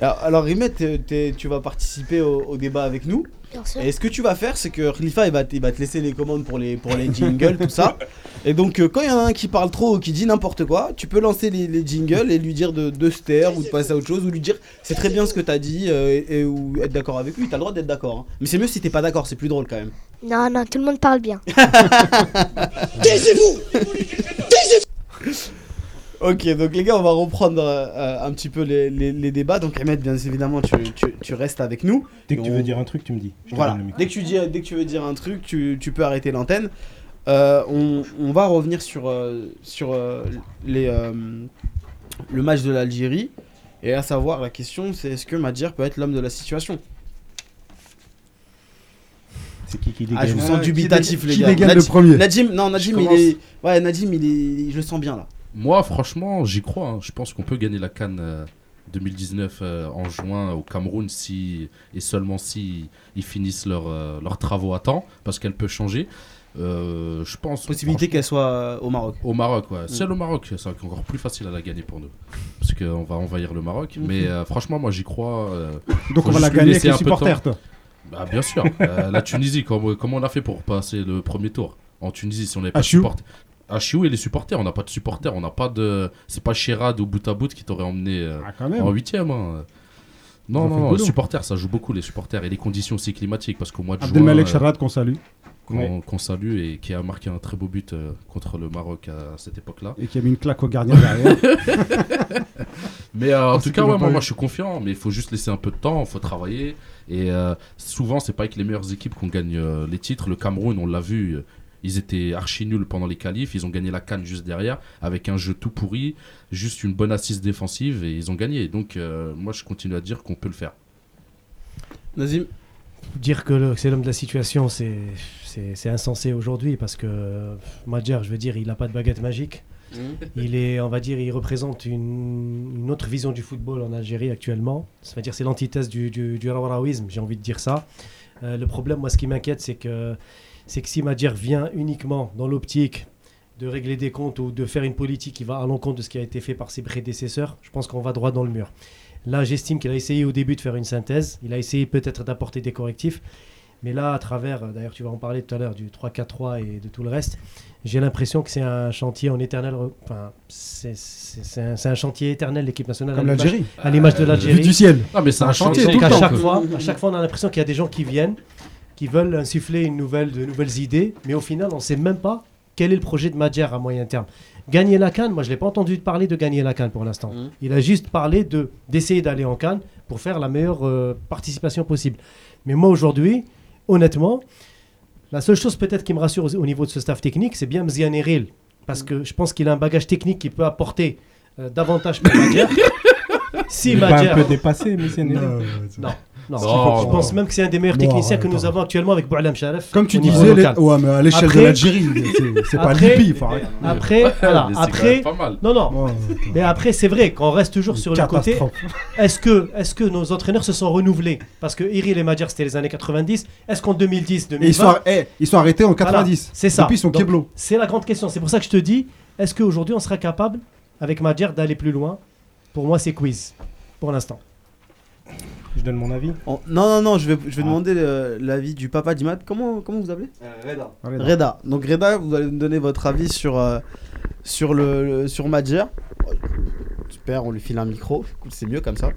Speaker 3: Alors, alors Rimet, t'es- t'es- tu vas participer au, au débat avec nous.
Speaker 8: Bien sûr.
Speaker 3: Et ce que tu vas faire, c'est que Khalifa, il va, t- il va te laisser les commandes pour les, pour les jingles, tout ça. Et donc, euh, quand il y en a un qui parle trop ou qui dit n'importe quoi, tu peux lancer les, les jingles et lui dire de, de se taire ou de passer à autre chose ou lui dire c'est très bien ce que t'as dit euh, et, et- ou être d'accord avec lui. T'as le droit d'être d'accord. hein. Mais c'est mieux si t'es pas d'accord, c'est plus drôle quand même.
Speaker 8: Non, non, tout le monde parle bien.
Speaker 3: Ok, donc les gars, on va reprendre euh, euh, un petit peu les, les- les débats. Donc, Ahmed, bien évidemment, tu, tu- tu restes avec nous.
Speaker 7: Dès que tu
Speaker 3: On-
Speaker 7: veux dire un truc, tu me dis. Je te
Speaker 3: Voilà,
Speaker 7: donne le micro.
Speaker 3: dès que, tu dis, dès que tu veux dire un truc, tu, tu peux arrêter l'antenne. Euh, on, on va revenir sur, euh, sur euh, les, euh, le match de l'Algérie. Et à savoir, la question, c'est est-ce que Madjer peut être l'homme de la situation
Speaker 7: C'est qui qui dégaine
Speaker 3: Ah, je vous
Speaker 5: Euh,
Speaker 3: sens
Speaker 5: qui
Speaker 3: dubitatif,
Speaker 5: dégaine-
Speaker 3: les
Speaker 5: qui
Speaker 3: gars.
Speaker 5: dégaine le
Speaker 3: Nadji-
Speaker 5: premier
Speaker 3: Nadjim, non, Nadjim,
Speaker 6: Je
Speaker 3: il
Speaker 6: commence.
Speaker 3: est... Ouais, Nadjim, il est... Je le sens bien, là.
Speaker 6: Moi, franchement, j'y crois. hein. Je pense qu'on peut gagner la Cannes euh, 2019 euh, en juin au Cameroun si et seulement si ils finissent leurs euh, leurs travaux à temps, parce qu'elle peut changer. Euh, je pense.
Speaker 3: Possibilité qu'elle soit euh, au Maroc.
Speaker 6: Au Maroc, ouais. Seul au Maroc, c'est encore plus facile à la gagner pour nous. Parce qu'on va envahir le Maroc. Mais euh, franchement, moi j'y crois. euh,
Speaker 5: Donc on
Speaker 6: Faut
Speaker 5: va la
Speaker 6: juste lui
Speaker 5: gagner avec
Speaker 6: laisser
Speaker 5: les
Speaker 6: un peu de temps.
Speaker 5: supporters, toi.
Speaker 6: bah, bien sûr. Euh, la Tunisie, comme- comment on a fait pour passer le premier tour En Tunisie, si on n'avait pas de
Speaker 5: Achiou.
Speaker 6: supporters. Achiou et les supporters, on n'a pas de supporters, on n'a pas de. C'est pas Sherad ou bout à bout qui t'aurait emmené euh,
Speaker 5: Ah, quand
Speaker 6: en
Speaker 5: même.
Speaker 6: huitième. hein.
Speaker 5: Ils ont
Speaker 6: Non,
Speaker 5: fait le
Speaker 6: non, non,
Speaker 5: boulot.
Speaker 6: supporters, ça joue beaucoup les supporters et les conditions aussi climatiques parce qu'au mois de juin,
Speaker 5: Abdelmalek
Speaker 6: euh,
Speaker 5: Sharad qu'on salue
Speaker 6: qu'on
Speaker 7: Ouais.
Speaker 6: qu'on salue et qui a marqué un très beau but euh, contre le Maroc à cette époque-là.
Speaker 5: et qui a mis une claque au gardien derrière.
Speaker 6: Mais euh, en
Speaker 5: Parce Ah,
Speaker 6: tout
Speaker 5: que j'ai
Speaker 6: cas, ouais,
Speaker 5: pas
Speaker 6: moi,
Speaker 5: eu.
Speaker 6: moi, je suis confiant, mais il faut juste laisser un peu de temps, il faut travailler. Et euh, souvent, c'est pas avec les meilleures équipes qu'on gagne euh, les titres. Le Cameroun, on l'a vu, euh, ils étaient archi nuls pendant les qualifs, ils ont gagné la canne juste derrière, avec un jeu tout pourri, juste une bonne assise défensive, et ils ont gagné. Donc, euh, moi, je continue à dire qu'on peut le faire.
Speaker 3: Nazim,
Speaker 4: Dire que, le- que c'est l'homme de la situation, c'est c'est- c'est insensé aujourd'hui parce que euh, Madjer, je veux dire, il n'a pas de baguette magique. Il est, on va dire, il représente une, une autre vision du football en Algérie actuellement. Ça veut dire, c'est l'antithèse du, du, du raouaraouisme, j'ai envie de dire ça. Euh, le problème, moi, ce qui m'inquiète, c'est que, c'est que si Madjer vient uniquement dans l'optique de régler des comptes ou de faire une politique qui va à l'encontre de ce qui a été fait par ses prédécesseurs, je pense qu'on va droit dans le mur. Là, j'estime qu'il a essayé au début de faire une synthèse. Il a essayé peut-être d'apporter des correctifs. Mais là, à travers, euh, d'ailleurs, tu vas en parler tout à l'heure du 3-4-3 et de tout le reste, j'ai l'impression que c'est un chantier en éternel. re- Enfin, c'est- c'est c'est un, c'est un chantier éternel, l'équipe nationale.
Speaker 5: Comme
Speaker 4: à l'image-
Speaker 5: l'Algérie.
Speaker 4: À l'image de
Speaker 6: Euh,
Speaker 5: Vu du
Speaker 4: l'Algérie.
Speaker 5: ciel.
Speaker 6: Ah, mais c'est
Speaker 5: Un
Speaker 6: un chantier
Speaker 5: chantier,
Speaker 4: Donc,
Speaker 6: tout le
Speaker 4: à
Speaker 6: temps.
Speaker 4: chaque,
Speaker 6: que-
Speaker 4: fois, à chaque fois, on a l'impression qu'il y a des gens qui viennent, qui veulent insuffler une nouvelle, de nouvelles idées, mais au final, on ne sait même pas quel est le projet de Madjer à moyen terme. Gagner la Cannes, moi, je ne l'ai pas entendu parler de gagner la Cannes pour l'instant.
Speaker 3: Mhm.
Speaker 4: Il a juste parlé de d'essayer d'aller en Cannes pour faire la meilleure euh, participation possible. Mais moi, aujourd'hui, honnêtement, la seule chose peut-être qui me rassure au, au niveau de ce staff technique, c'est bien Mzian Eril. Parce que je pense qu'il a un bagage technique qui peut apporter euh, davantage pour Madjer. si
Speaker 7: Il est pas
Speaker 4: Madjer...
Speaker 7: un peu dépassé, mais c'est
Speaker 2: Non,
Speaker 4: Non. Non,
Speaker 6: Non,
Speaker 4: je
Speaker 6: non.
Speaker 4: pense même que c'est un des meilleurs
Speaker 2: Non,
Speaker 4: techniciens que
Speaker 2: arrête,
Speaker 4: nous
Speaker 2: arrête.
Speaker 4: avons actuellement avec Boualam Sharaf.
Speaker 2: Comme tu
Speaker 4: au niveau
Speaker 2: disais, les-
Speaker 5: Oh.
Speaker 4: local.
Speaker 2: ouais, mais à l'échelle de
Speaker 4: Après-
Speaker 2: l'Algérie, c'est- c'est pas
Speaker 4: Après-
Speaker 2: l'Hippie, faut arrêter.
Speaker 4: Après, voilà,
Speaker 6: Mais c'est quand
Speaker 4: après,
Speaker 6: même pas mal.
Speaker 4: non, non,
Speaker 2: Oh,
Speaker 4: mais après, c'est vrai qu'on reste toujours sur le côté.
Speaker 2: catastrophe.
Speaker 4: Est-ce que, est-ce que nos entraîneurs se sont renouvelés Parce que Iril et Madjer, c'était les années 90. Est-ce qu'en 2010,
Speaker 5: Et
Speaker 4: 2020
Speaker 5: ils sont, arr- eh, ils sont arrêtés en
Speaker 4: Voilà,
Speaker 5: 90.
Speaker 4: c'est ça.
Speaker 5: Depuis, ils sont
Speaker 4: Donc,
Speaker 5: Keblo.
Speaker 4: C'est la grande question. C'est pour ça que je te dis est-ce qu'aujourd'hui, on sera capable, avec Madjer, d'aller plus loin Pour moi, c'est quiz, pour l'instant.
Speaker 7: Je donne mon avis.
Speaker 3: On- Non, non, non, je vais, je vais
Speaker 5: Ah.
Speaker 3: demander euh, l'avis du papa d'Imad. Comment, comment vous appelez
Speaker 10: Euh, Reda.
Speaker 3: Reda. Donc Reda, vous allez me donner votre avis sur, euh, sur, le, le- sur Madjer. Oh, Super, on lui file un micro. Écoute, C'est mieux comme ça.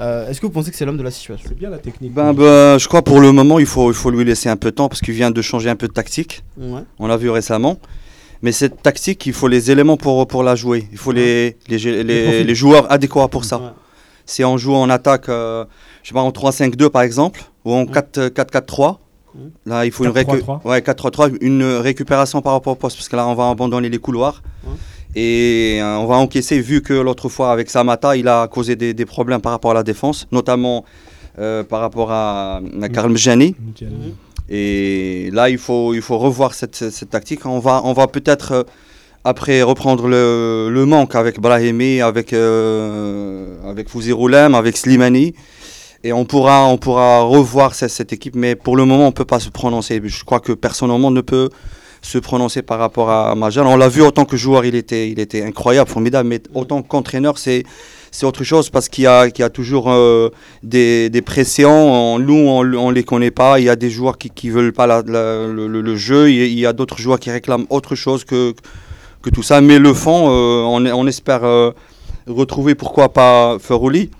Speaker 3: Euh, Est-ce que vous pensez que c'est l'homme de la situation
Speaker 7: C'est bien la technique.
Speaker 10: Ben, ben, je crois pour le moment, il faut, il faut lui laisser un peu de temps parce qu'il vient de changer un peu de tactique.
Speaker 3: Ouais.
Speaker 10: On l'a vu récemment. Mais cette tactique, il faut les éléments pour, pour la jouer. Il faut les, les, les- les joueurs adéquats pour ça.
Speaker 3: Ouais.
Speaker 10: Si on joue en attaque, euh, je sais pas, en 3-5-2 par exemple, ou en euh, 4-4-3,
Speaker 3: Mhm.
Speaker 10: là il faut une, récu-
Speaker 7: 4-3-3.
Speaker 10: ouais, 4-3-3, une récupération par rapport au poste, parce que là on va abandonner les couloirs.
Speaker 3: Ouais.
Speaker 10: Et euh, on va encaisser, vu que l'autre fois avec Samata, il a causé des, des problèmes par rapport à la défense, notamment euh, par rapport à,
Speaker 3: Mm.
Speaker 10: à Karl Mjani.
Speaker 7: Nickel.
Speaker 10: Et là, il faut, il faut revoir cette, cette- cette tactique. On va, on va peut-être euh, après reprendre le, le manque avec Brahimi, avec, euh, avec Fouzi Roulem, avec Slimani. Et on pourra, on pourra revoir cette, cette équipe. Mais pour le moment, on ne peut pas se prononcer. Je crois que personnellement, on ne peut se prononcer par rapport à Majan. On l'a vu, autant que joueur, il était, il était incroyable, formidable. Mais autant qu'entraîneur, c'est. C'est autre chose parce qu'il y, a- qu'il y a toujours euh, des, des pressions, on, nous on ne les connaît pas, il y a des joueurs qui ne veulent pas la- la- le, le- le jeu, il y a- il y a d'autres joueurs qui réclament autre chose que, que tout ça, mais le fond, euh, on, on espère euh, retrouver pourquoi pas Ferroli.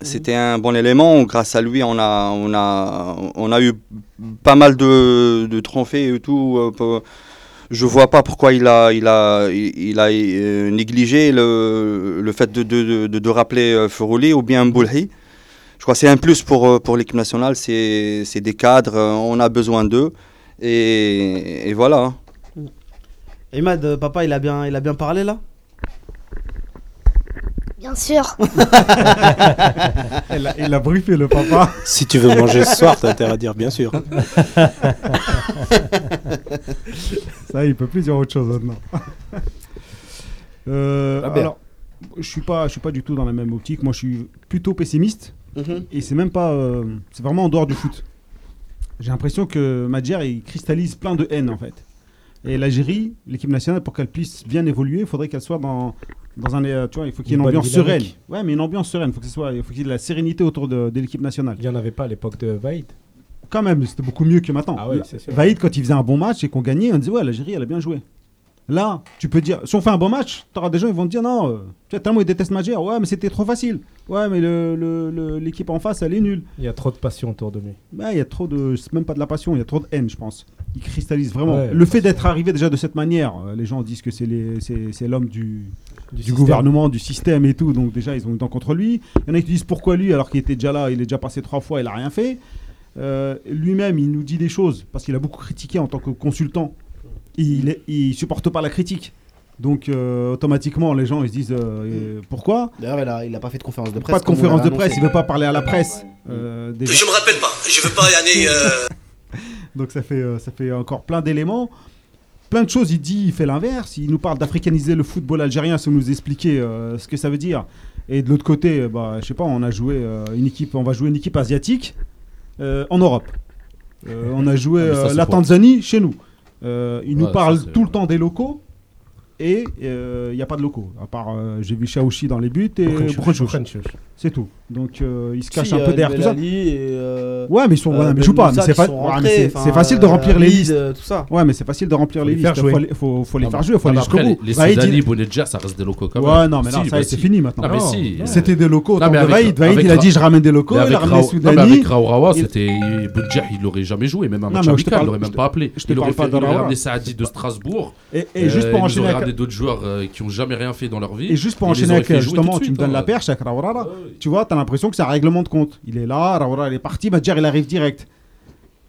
Speaker 10: C'était un bon élément, grâce à lui on a, on a, on a eu pas mal de, de trophées et tout. euh, pour- je vois pas pourquoi il a, il a, il il a euh, négligé le, le fait de, de, de, de rappeler euh, Ferroli ou bien Boulhi. Je crois que c'est un plus pour, euh, pour l'équipe nationale, c'est c'est des cadres, euh, on a besoin d'eux. Et, et voilà. hein.
Speaker 3: Imad, euh, papa, il a, bien, il a bien parlé là
Speaker 8: Bien sûr.
Speaker 5: Il a, il a briefé le papa.
Speaker 9: Si tu veux manger ce soir, t'as intérêt à dire bien sûr.
Speaker 5: Ça, il peut plus dire autre chose maintenant. Euh,
Speaker 3: Ah, bien.
Speaker 5: alors, je suis pas, je suis pas du tout dans la même optique. Moi, je suis plutôt pessimiste.
Speaker 3: Mhm.
Speaker 5: Et c'est même pas, euh, c'est vraiment en dehors du foot. J'ai l'impression que Madjer il cristallise plein de haine en fait. Et l'Algérie, l'équipe nationale, pour qu'elle puisse bien évoluer, il faudrait qu'elle soit dans dans un, euh, tu vois, il faut qu'il y ait
Speaker 7: Une
Speaker 5: une,
Speaker 7: bonne
Speaker 5: ambiance sereine.
Speaker 7: dynamique.
Speaker 5: Ouais, mais une ambiance sereine. Faut que ce soit, il faut qu'il y ait de la sérénité autour de, de l'équipe nationale.
Speaker 7: Il n'y en avait pas à l'époque de Vaid.
Speaker 5: Quand même, c'était beaucoup mieux que maintenant.
Speaker 7: Ah ouais, c'est sûr.
Speaker 5: Vaïd, quand il faisait un bon match et qu'on gagnait, on disait ouais, l'Algérie, elle a bien joué. Là, tu peux dire, si on fait un bon match, t'auras des gens, ils vont te dire non, euh, tu vois, tellement ils détestent Madjer, ouais, mais c'était trop facile. Ouais, mais le- le- le- l'équipe en face, elle est nulle.
Speaker 7: Il y a trop de passion autour de lui.
Speaker 5: Bah, il y a trop de. C'est même pas de la passion, il y a trop de haine, je pense. Il cristallise vraiment.
Speaker 7: Ouais,
Speaker 5: le fait d'être arrivé déjà de cette manière, euh, les gens disent que c'est les- c'est c'est l'homme du, du,
Speaker 7: système.
Speaker 5: gouvernement, du système et tout, donc déjà ils ont une dent contre lui. Il y en a qui disent pourquoi lui alors qu'il était déjà là, il est déjà passé trois fois, il a rien fait. Euh, Lui-même, il nous dit des choses parce qu'il a beaucoup critiqué en tant que consultant. Il, est- il supporte pas la critique. Donc euh, automatiquement, les gens ils se disent euh, euh, pourquoi
Speaker 3: D'ailleurs, il a, il a pas fait de conférence de presse.
Speaker 5: Pas de
Speaker 3: comme on
Speaker 5: conférence de
Speaker 3: l'avait
Speaker 5: presse, il
Speaker 3: annoncé.
Speaker 5: veut pas parler à la presse. Euh, des-
Speaker 1: Je me rappelle pas, je veux pas y aller. euh,
Speaker 5: Donc ça fait, euh, ça fait encore plein d'éléments. Plein de choses, il dit, il fait l'inverse. Il nous parle d'africaniser le football algérien sans nous expliquer euh, ce que ça veut dire. Et de l'autre côté, euh, bah, je sais pas, on a joué euh, une équipe, on va jouer une équipe asiatique euh, en Europe. Euh, on a joué
Speaker 6: Ah, mais ça,
Speaker 5: euh,
Speaker 6: c'est
Speaker 5: la
Speaker 6: pour-
Speaker 5: Tanzanie chez nous. Euh, il
Speaker 6: Ouais,
Speaker 5: nous
Speaker 6: ça,
Speaker 5: parle
Speaker 6: c'est-
Speaker 5: tout le temps des locaux et euh, il n'y a pas de locaux. À part, euh, j'ai vu Shaoshi dans les buts et Brochouch.
Speaker 7: Brochouch.
Speaker 5: C'est tout. Donc euh, il se
Speaker 3: Si,
Speaker 5: cache un
Speaker 3: euh,
Speaker 5: peu derrière tout ça.
Speaker 3: Belali et, euh,
Speaker 5: Ouais, mais ils sont,
Speaker 3: euh,
Speaker 5: ouais, mais ils
Speaker 3: Ben
Speaker 5: jouent pas. mais
Speaker 3: Moussa
Speaker 5: C'est
Speaker 3: qui
Speaker 5: fa-
Speaker 3: sont
Speaker 5: ouais,
Speaker 3: rentrés,
Speaker 5: mais c'est-
Speaker 3: enfin,
Speaker 5: c'est facile de
Speaker 3: euh,
Speaker 5: remplir les
Speaker 3: Hamid,
Speaker 5: listes.
Speaker 3: euh, Tout ça.
Speaker 5: Ouais, mais c'est facile de remplir
Speaker 7: Faut
Speaker 5: les
Speaker 7: les
Speaker 5: listes.
Speaker 7: faire jouer.
Speaker 5: Faut les, faut, faut les
Speaker 6: Ah
Speaker 5: faire
Speaker 6: bah.
Speaker 5: jouer, faut
Speaker 6: Ah
Speaker 5: aller
Speaker 6: bah
Speaker 5: jusqu'au
Speaker 6: après, les,
Speaker 5: bout.
Speaker 6: les
Speaker 5: Vaïd,
Speaker 6: Soudani,
Speaker 5: il-
Speaker 6: Bounedjah, ça reste des locaux quand même.
Speaker 5: Ouais, non, mais là,
Speaker 6: Si,
Speaker 5: ça,
Speaker 6: bah
Speaker 5: c'est
Speaker 6: si.
Speaker 5: fini maintenant.
Speaker 6: Non, mais si.
Speaker 5: Non, C'était des locaux.
Speaker 6: Non, mais
Speaker 5: autant de
Speaker 6: avec-
Speaker 5: Vaïd, Vaïd,
Speaker 6: avec
Speaker 5: il a
Speaker 6: Ra-
Speaker 5: dit je ramène des
Speaker 6: Mais
Speaker 5: locaux, il
Speaker 6: avec
Speaker 5: a ramené
Speaker 6: Raou- non, mais avec
Speaker 5: Soudani.
Speaker 6: Raourawa,
Speaker 5: il-
Speaker 6: c'était Bounedjah, il l'aurait jamais joué, même un
Speaker 5: Non,
Speaker 6: match
Speaker 5: mais je te
Speaker 6: amical,
Speaker 5: parle-
Speaker 6: il l'aurait même
Speaker 5: je te-
Speaker 6: pas appelé.
Speaker 5: je te
Speaker 6: Il aurait
Speaker 5: parle
Speaker 6: fait-
Speaker 5: pas
Speaker 6: il aurait
Speaker 5: d'Raoura.
Speaker 6: ramené Saadi de Strasbourg.
Speaker 5: Et et juste
Speaker 6: Euh,
Speaker 5: pour
Speaker 6: il nous
Speaker 5: enchaîner
Speaker 6: aurait
Speaker 5: avec.
Speaker 6: ramené d'autres joueurs euh, qui ont jamais rien fait dans leur vie.
Speaker 5: Et juste pour
Speaker 6: Il les
Speaker 5: enchaîner
Speaker 6: aurait
Speaker 5: avec, euh,
Speaker 6: fait jouer
Speaker 5: justement,
Speaker 6: tout de
Speaker 5: tu me
Speaker 6: suite,
Speaker 5: donnes
Speaker 6: hein.
Speaker 5: la perche avec Raourara.
Speaker 6: Ouais, ouais.
Speaker 5: Tu vois, t'as l'impression que c'est un règlement de compte. Il est là, Raoura, il est parti, Madjer, il arrive direct.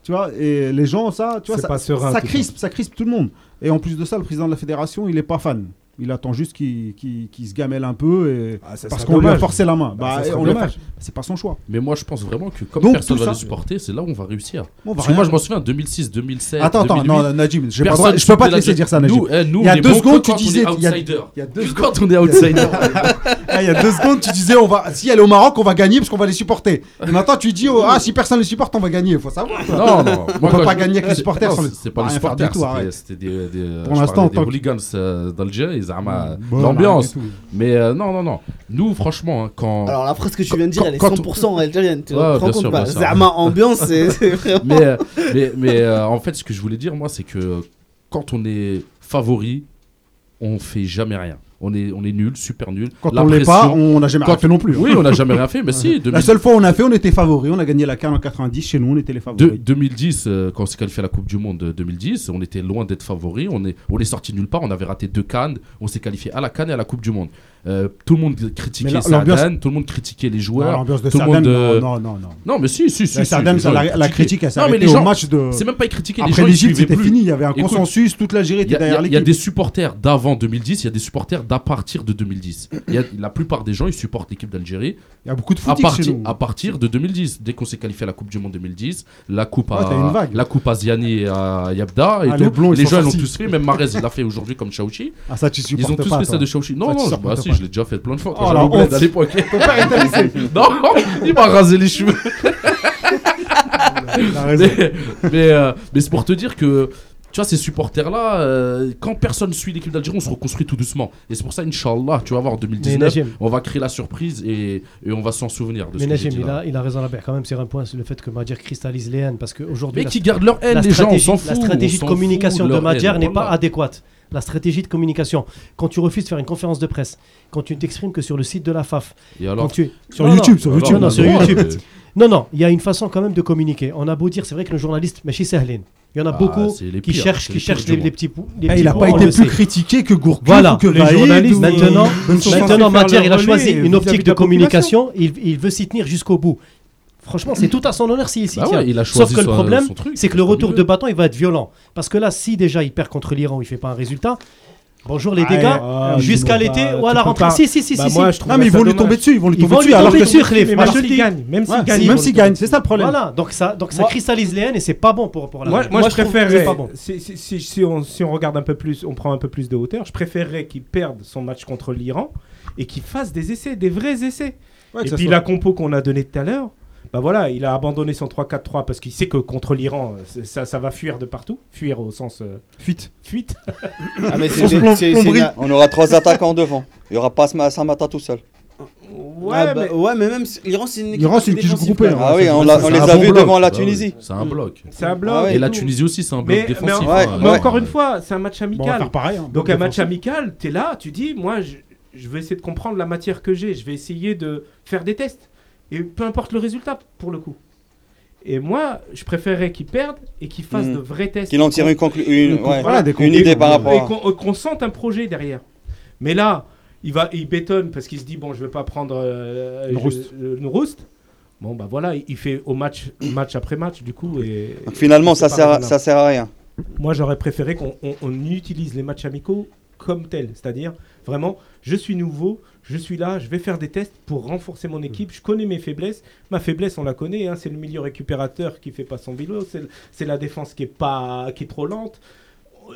Speaker 5: Tu vois, et les gens, ça, tu vois,
Speaker 7: C'est
Speaker 5: ça,
Speaker 7: pas serein,
Speaker 5: ça
Speaker 7: tout ça.
Speaker 5: crispe, ça crispe tout le monde. Et en plus de ça, le président de la fédération, il est pas fan. Il attend juste qu'il qu'il- qu'il se gamelle un peu et
Speaker 7: Ah, ça
Speaker 5: parce
Speaker 7: serait
Speaker 5: qu'on lui a
Speaker 7: dommage.
Speaker 5: forcé la main.
Speaker 7: Bah,
Speaker 5: Bah,
Speaker 7: ça serait
Speaker 5: on lui a
Speaker 7: dommage.
Speaker 5: fait- C'est pas son choix.
Speaker 6: Mais moi, je pense vraiment que comme
Speaker 5: Donc,
Speaker 6: personne
Speaker 5: tout
Speaker 6: va le
Speaker 5: ça-
Speaker 6: supporter, c'est là où on va réussir.
Speaker 5: Bon, on va
Speaker 6: Parce que moi,
Speaker 5: rien-
Speaker 6: je m'en souviens, 2006, 2007.
Speaker 5: Attends, attends,
Speaker 6: 2008,
Speaker 5: non, Najim, j'ai pas le
Speaker 6: personne
Speaker 5: droit- je peux pas te
Speaker 6: soutenait
Speaker 5: laisser
Speaker 6: l'Algérie.
Speaker 5: dire ça, Najim.
Speaker 6: Nous, eh, nous,
Speaker 5: Il y a
Speaker 6: on est
Speaker 5: deux
Speaker 6: bons
Speaker 5: secondes,
Speaker 6: que
Speaker 5: tu
Speaker 6: quand
Speaker 5: disais-
Speaker 6: on est
Speaker 5: il y a-
Speaker 6: outsider.
Speaker 5: il y a deux
Speaker 6: Que Quand on est outsider.
Speaker 5: Ah, il y a deux secondes, tu disais, on va, si elle est au Maroc, on va gagner parce qu'on va les supporter. Et maintenant, tu dis, oh, ah, si personne les supporte, on va gagner. Il faut savoir. quoi.
Speaker 6: Non, non.
Speaker 5: On
Speaker 6: Moi,
Speaker 5: peut
Speaker 6: quand
Speaker 5: pas
Speaker 6: je-
Speaker 5: gagner avec les supporters.
Speaker 6: Non,
Speaker 5: sans les-
Speaker 6: c'est pas
Speaker 5: Bah, rien
Speaker 6: les
Speaker 5: faire
Speaker 6: supporters,
Speaker 5: du tout,
Speaker 6: c'était-
Speaker 5: arrête.
Speaker 6: c'était des, des,
Speaker 5: Pour
Speaker 6: je
Speaker 5: l'instant,
Speaker 6: parlais des
Speaker 5: tant que-
Speaker 6: hooligans euh, d'Alger, ils, Zama,
Speaker 5: Bon,
Speaker 6: l'ambiance.
Speaker 5: rien du tout.
Speaker 6: Mais euh, non, non, non. Nous, franchement, hein, quand.
Speaker 3: Alors la phrase que tu viens de dire, elle est
Speaker 6: Quand- quand-
Speaker 3: 100% algérienne. Tu te
Speaker 6: Ouais,
Speaker 3: rends
Speaker 6: bien
Speaker 3: compte
Speaker 6: sûr,
Speaker 3: pas
Speaker 6: bien sûr.
Speaker 3: Zama ambiance, c'est c'est vraiment.
Speaker 6: mais euh, mais, mais, euh, en fait, ce que je voulais dire, moi, c'est que quand on est favori, on fait jamais rien. On est, on est nul, super nul.
Speaker 5: Quand
Speaker 6: La
Speaker 5: on l'est pas,
Speaker 6: pression-
Speaker 5: on n'a jamais rien
Speaker 6: Quand-
Speaker 5: fait non plus. hein.
Speaker 6: Oui, on n'a jamais rien fait, mais si. 2000
Speaker 5: La seule fois où on a fait, on était favoris. On a gagné la CAN en 90. Chez nous, on était les
Speaker 6: de-
Speaker 5: favoris.
Speaker 6: 2010, euh, quand on s'est qualifié à la Coupe du Monde euh, 2010, on était loin d'être favori. On est, on est sorti nulle part. On avait raté deux cannes. On s'est qualifié à la canne et à la Coupe du Monde. Euh, tout le monde
Speaker 5: Mais
Speaker 6: critiquait
Speaker 5: la- l'ambiance-
Speaker 6: Sardan, tout le monde critiquait les
Speaker 5: Non,
Speaker 6: joueurs.
Speaker 5: L'ambiance de
Speaker 6: tout le
Speaker 5: Sardane,
Speaker 6: monde, euh,
Speaker 5: non, non, non. non.
Speaker 6: Non, mais si, si, si.
Speaker 5: La
Speaker 6: si,
Speaker 5: Sardane,
Speaker 6: les
Speaker 5: ça,
Speaker 6: gens,
Speaker 5: la,
Speaker 6: ils
Speaker 5: la
Speaker 6: critiquaient.
Speaker 5: critique, elle s'est
Speaker 6: Non, mais
Speaker 5: arrêtée
Speaker 6: les
Speaker 5: au
Speaker 6: gens-
Speaker 5: match de.
Speaker 6: C'est même pas critiqué. les
Speaker 5: Après
Speaker 6: gens, ils
Speaker 5: l'Égypte,
Speaker 6: suivaient
Speaker 5: c'était
Speaker 6: plus.
Speaker 5: fini. Il y avait un
Speaker 6: Écoute,
Speaker 5: consensus. Toute l'Algérie
Speaker 6: Il
Speaker 5: était
Speaker 6: y, a- il y
Speaker 5: derrière
Speaker 6: a- il y a
Speaker 5: l'équipe.
Speaker 6: des supporters d'avant 2010, il y a des supporters d'à partir de 2010. Il y a- la plupart des gens, ils supportent l'équipe d'Algérie
Speaker 5: Il y a beaucoup de
Speaker 6: à,
Speaker 5: footix
Speaker 6: parti-
Speaker 5: chez nous.
Speaker 6: à partir de 2010. Dès qu'on s'est qualifié à la Coupe du Monde 2010, la Coupe
Speaker 5: Ouais, t'as une
Speaker 6: à,
Speaker 5: vague.
Speaker 6: la coupe à Ziani et à Yabda, et
Speaker 5: Ah,
Speaker 6: tout.
Speaker 5: les blonds, ils
Speaker 6: les
Speaker 5: sont
Speaker 6: gens ils l'ont
Speaker 5: sortis.
Speaker 6: tous fait, même Marez il l'a fait aujourd'hui comme Chaouchi.
Speaker 5: Ah, ça, tu supportes
Speaker 6: Ils ont tous
Speaker 5: pas,
Speaker 6: fait
Speaker 5: toi.
Speaker 6: ça de Chaouchi. Non,
Speaker 5: Ça, tu
Speaker 6: non,
Speaker 5: supportes
Speaker 6: bah
Speaker 5: pas.
Speaker 6: si, je l'ai déjà fait plein de fois.
Speaker 5: Oh,
Speaker 6: Quand
Speaker 5: la
Speaker 6: j'avais oublié
Speaker 5: honte.
Speaker 6: d'aller pour- ok.
Speaker 5: Ton père est allé,
Speaker 6: Non, il m'a rasé les cheveux.
Speaker 5: il a raison.
Speaker 6: mais mais, euh, mais c'est pour te dire que tu vois ces supporters là quand personne suit l'équipe d'Algérie on se reconstruit tout doucement et c'est pour ça Inch'Allah tu vas voir en
Speaker 4: Mais
Speaker 6: 2019
Speaker 4: Najim,
Speaker 6: on va créer la surprise et, et on va s'en souvenir de ce
Speaker 4: mais
Speaker 6: que j'ai
Speaker 4: Najim,
Speaker 6: dit
Speaker 4: il,
Speaker 6: là.
Speaker 4: a, il a raison la paire quand même sur un point, sur le fait que Madjer cristallise les haines parce qu'aujourd'hui
Speaker 6: mais
Speaker 4: la,
Speaker 6: qui gardent leur haine
Speaker 4: la
Speaker 6: les gens on
Speaker 4: stratégie,
Speaker 6: s'en fout
Speaker 4: la
Speaker 6: on
Speaker 4: stratégie de
Speaker 6: s'en
Speaker 4: communication
Speaker 6: fout
Speaker 4: de
Speaker 6: leur
Speaker 4: Madjer
Speaker 6: haine,
Speaker 4: n'est pas
Speaker 6: voilà.
Speaker 4: adéquate. La stratégie de communication, quand tu refuses de faire une conférence de presse, quand tu ne t'exprimes que sur le site de la FAF,
Speaker 6: et
Speaker 4: quand
Speaker 6: alors
Speaker 4: tu...
Speaker 5: Sur
Speaker 4: Non, non,
Speaker 5: YouTube, sur
Speaker 6: alors,
Speaker 5: YouTube.
Speaker 4: non, non,
Speaker 6: on a
Speaker 4: sur
Speaker 6: le droit
Speaker 4: YouTube.
Speaker 6: de-
Speaker 4: Non, non, il y a une façon quand même de communiquer. On a beau dire, c'est vrai que le journaliste, mais chez Sahlin, il y en a
Speaker 6: Ah,
Speaker 4: beaucoup
Speaker 6: c'est les
Speaker 4: qui
Speaker 6: pires,
Speaker 4: cherchent,
Speaker 6: c'est
Speaker 4: qui
Speaker 6: les pires
Speaker 4: cherchent
Speaker 6: du
Speaker 4: les,
Speaker 6: monde.
Speaker 4: les petits poux. les
Speaker 5: Eh,
Speaker 4: petits
Speaker 5: il n'a
Speaker 4: poux,
Speaker 5: pas
Speaker 4: on
Speaker 5: été
Speaker 4: le
Speaker 5: plus
Speaker 4: sait.
Speaker 5: critiqué que Gourcuff
Speaker 4: Voilà,
Speaker 5: ou que
Speaker 4: les
Speaker 5: Vaïd
Speaker 4: journalistes,
Speaker 5: ou-
Speaker 4: maintenant-
Speaker 5: Benson Saint-Cyr.
Speaker 4: Maintenant, Mater, il a
Speaker 7: relais
Speaker 4: choisi une
Speaker 7: vis-à-vis
Speaker 4: optique
Speaker 7: de
Speaker 4: de
Speaker 7: la population.
Speaker 4: communication. Il, il veut s'y tenir jusqu'au bout. Franchement, c'est tout à son honneur s'il s'y
Speaker 6: Bah
Speaker 4: tient.
Speaker 6: ouais, il a
Speaker 4: Sauf
Speaker 6: choisi
Speaker 4: que le
Speaker 6: son-
Speaker 4: problème,
Speaker 6: son truc,
Speaker 4: c'est que
Speaker 6: c'est
Speaker 4: le
Speaker 6: tant
Speaker 4: retour
Speaker 6: mieux.
Speaker 4: de bâton, il va être violent. Parce que là, si déjà il perd contre l'Iran, il fait pas un résultat. Bonjour les
Speaker 5: Ah,
Speaker 4: dégâts.
Speaker 7: ah, tu
Speaker 4: Jusqu'à
Speaker 7: peux
Speaker 4: l'été
Speaker 7: pas-
Speaker 4: ou à
Speaker 7: tu
Speaker 4: la
Speaker 7: peux
Speaker 4: rentrée.
Speaker 7: pas-
Speaker 4: Si, si, si, si,
Speaker 7: Bah,
Speaker 4: si.
Speaker 7: moi, je trouve
Speaker 5: Non, mais ils
Speaker 7: ça
Speaker 5: vont lui
Speaker 7: dommage.
Speaker 5: tomber dessus, ils vont lui
Speaker 4: Ils vont
Speaker 5: tomber
Speaker 4: lui
Speaker 5: dessus alors
Speaker 4: tomber
Speaker 5: que
Speaker 4: dessus, Khalif.
Speaker 7: Mais
Speaker 4: Voilà.
Speaker 7: même s'il gagne, même s'il
Speaker 5: Ouais,
Speaker 7: gagne,
Speaker 5: même
Speaker 7: ils
Speaker 5: s'il
Speaker 7: vont le
Speaker 5: gagne, c'est ça le problème.
Speaker 4: Voilà, donc ça, donc ça
Speaker 7: Moi-
Speaker 4: cristallise les haines et c'est pas bon pour, pour la
Speaker 7: Moi,
Speaker 4: Belgique.
Speaker 7: moi, je
Speaker 4: trouve que c'est
Speaker 7: préférerais,
Speaker 4: pas bon.
Speaker 7: si, si- si- si on, si on regarde un peu plus, on prend un peu plus de hauteur, je préférerais qu'il perde son match contre l'Iran et qu'il fasse des essais, des vrais essais.
Speaker 5: Ouais, que
Speaker 7: et
Speaker 5: ça
Speaker 7: puis
Speaker 5: soit-
Speaker 7: la compo qu'on a donnée tout à l'heure, bah voilà, il a abandonné son 3-4-3 parce qu'il sait que contre l'Iran, euh, c'est- ça, ça va fuir de partout. Fuir au sens euh,
Speaker 5: Fuite.
Speaker 7: fuite.
Speaker 3: Ah, mais c'est-
Speaker 5: Sans
Speaker 3: c'est-
Speaker 5: plom-
Speaker 3: c'est-
Speaker 5: plomberie.
Speaker 3: c'est la-
Speaker 10: On aura trois attaquants devant. Il n'y aura pas Sama- Samata tout seul.
Speaker 7: Ouais,
Speaker 3: Ah, bah,
Speaker 7: mais
Speaker 3: ouais, mais même si- l'Iran, c'est une équipe.
Speaker 5: L'Iran, c'est une
Speaker 3: défensive,
Speaker 5: petite groupée,
Speaker 3: quand même.
Speaker 5: hein.
Speaker 10: Ah oui,
Speaker 5: ça,
Speaker 10: on,
Speaker 5: ça,
Speaker 10: l'a-
Speaker 5: ça,
Speaker 10: on
Speaker 5: c'est
Speaker 10: les
Speaker 5: un
Speaker 10: a
Speaker 5: bon
Speaker 10: vus
Speaker 5: bloc.
Speaker 10: devant la
Speaker 6: Bah oui,
Speaker 10: Tunisie.
Speaker 6: c'est un
Speaker 3: Mm.
Speaker 6: bloc
Speaker 7: c'est un bloc.
Speaker 10: Ah ouais.
Speaker 6: et la
Speaker 7: tout.
Speaker 6: Tunisie aussi c'est un bloc
Speaker 7: Mais, mais,
Speaker 6: défensif
Speaker 7: en-
Speaker 10: ouais,
Speaker 6: hein.
Speaker 7: mais encore une fois, c'est un match
Speaker 5: Bon, on va
Speaker 7: amical.
Speaker 5: faire pareil. hein,
Speaker 7: Donc
Speaker 5: bloc
Speaker 7: un match
Speaker 5: défensif.
Speaker 7: amical, t'es là, tu dis, moi, je, je vais essayer de comprendre la matière que j'ai, je vais essayer de faire des tests. Et peu importe le résultat, pour le coup. Et moi, je préférerais qu'ils perdent et qu'ils fassent
Speaker 10: Mhm.
Speaker 7: de vrais tests.
Speaker 10: Qu'il en tire une, conclu- une, ouais,
Speaker 5: Voilà, des
Speaker 10: une
Speaker 5: conclusions.
Speaker 10: idée par
Speaker 7: Et
Speaker 10: rapport à...
Speaker 7: qu'on qu'on sente un projet derrière. Mais là, il, va, il bétonne parce qu'il se dit, bon, je vais pas prendre euh,
Speaker 5: Une
Speaker 7: je-
Speaker 5: rouste.
Speaker 7: euh, une rouste. Bon, bah voilà, il- il fait au match, match après match, du coup. Et,
Speaker 10: Donc finalement, ça
Speaker 7: c'est pas
Speaker 10: sert, à-
Speaker 7: raisonnable.
Speaker 10: ça sert à rien.
Speaker 7: Moi, j'aurais préféré qu'on on- on utilise les matchs amicaux comme tels. C'est-à-dire, vraiment, je suis nouveau, je suis là, je vais faire des tests pour renforcer mon équipe. Je connais mes faiblesses. Ma faiblesse, on la connaît. hein, c'est le milieu récupérateur qui fait pas son boulot. C'est le- C'est la défense qui est, pas, qui est trop lente.